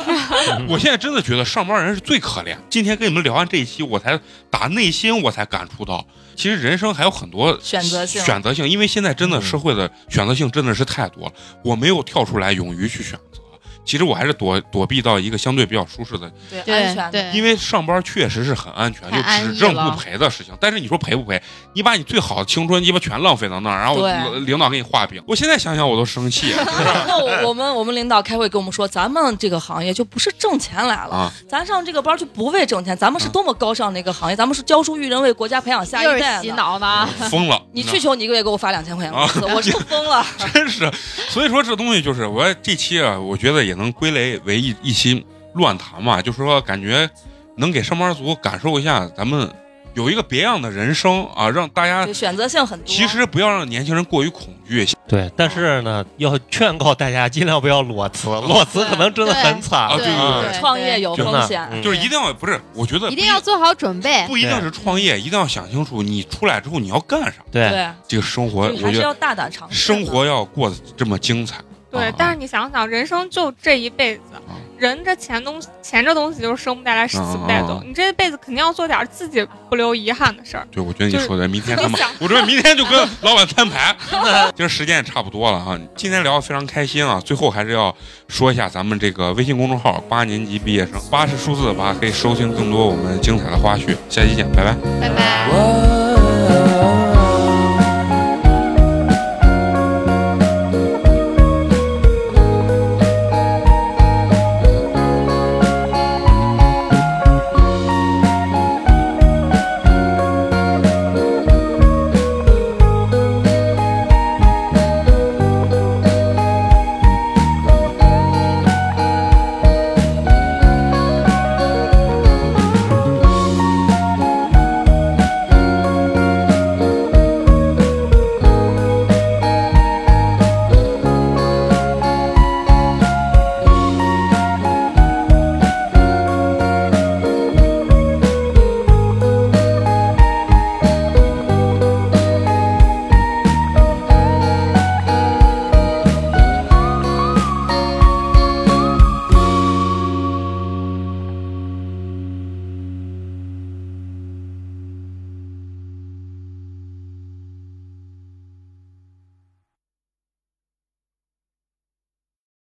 Speaker 5: 嗯
Speaker 1: 我现在真的觉得上班人是最可怜。今天跟你们聊完这一期，我才打内心我才感触到，其实人生还有很多
Speaker 4: 选择性
Speaker 1: 选择性，因为现在真的
Speaker 5: 嗯
Speaker 1: 社会的选择性真的是太多了，我没有跳出来勇于去选择。其实我还是躲躲避到一个相对比较舒适的，
Speaker 4: 对
Speaker 3: 对
Speaker 4: 安全的。
Speaker 3: 对，
Speaker 1: 因为上班确实是很安全，
Speaker 3: 太安逸
Speaker 1: 就只挣
Speaker 3: 了
Speaker 1: 不赔的事情。但是你说赔不赔？你把你最好的青春鸡巴全浪费到那儿，然后
Speaker 4: 对
Speaker 1: 领导给你画饼，我现在想想我都生气。
Speaker 4: 然后我们我们领导开会跟我们说，咱们这个行业就不是挣钱来了，
Speaker 1: 啊
Speaker 4: 咱上这个班就不为挣钱，咱们是多么高尚的一个行业，咱们是教书育人，为国家培养下
Speaker 3: 又
Speaker 4: 一
Speaker 3: 是
Speaker 4: 代
Speaker 3: 洗
Speaker 4: 的。
Speaker 1: (laughs)
Speaker 3: 脑呢。
Speaker 1: 疯了！
Speaker 4: 你
Speaker 1: 知
Speaker 4: 去求你一个月给我发两千块
Speaker 1: 啊
Speaker 4: 钱工资，我是疯
Speaker 1: (laughs)
Speaker 4: 了。
Speaker 1: 道吗真是，所以说这东西就是我这期啊，我觉得也能归类为一一期乱谈嘛，就是说感觉能给上班族感受一下咱们有一个别样的人生啊，让大家
Speaker 4: 对，选择性很多。
Speaker 1: 其实不要让年轻人过于恐惧。
Speaker 5: 对，但是呢，要劝告大家尽量不要裸辞，裸辞可能真的很惨
Speaker 1: 啊对对
Speaker 5: 啊
Speaker 1: 对
Speaker 4: 创业有
Speaker 5: 真
Speaker 4: 风
Speaker 5: 的
Speaker 4: 险，
Speaker 5: 嗯
Speaker 1: 就是一定要不是，我觉得
Speaker 3: 一定要做好准备，
Speaker 1: 不一定是创业，一定要想清楚你出来之后你要干啥。
Speaker 5: 对，
Speaker 4: 对，
Speaker 1: 这个生活，
Speaker 4: 就
Speaker 1: 我
Speaker 4: 还
Speaker 1: 觉
Speaker 4: 是
Speaker 1: 得
Speaker 4: 要大胆尝试。
Speaker 1: 生活要过得这么精彩。
Speaker 6: 对
Speaker 1: 啊，
Speaker 6: 但是你想想，人生就这一辈子
Speaker 1: 啊，
Speaker 6: 人这钱东西，钱这东西就是生不带来，死不带
Speaker 1: 啊啊
Speaker 6: 走
Speaker 1: 啊。
Speaker 6: 你这一辈子肯定要做点自己不留遗憾的事儿。
Speaker 1: 对，我觉得你
Speaker 6: 就是
Speaker 1: 说的，明天咱们
Speaker 6: 想，
Speaker 1: 我准备明天就跟老板摊牌。 (laughs) 今儿时间也差不多了哈，今天聊得非常开心啊。最后还是要说一下咱们这个微信公众号“八年级毕业生”，八是数字的八，可以收听更多我们精彩的花絮。下期见，拜拜。
Speaker 3: 拜拜。
Speaker 2: Whoa.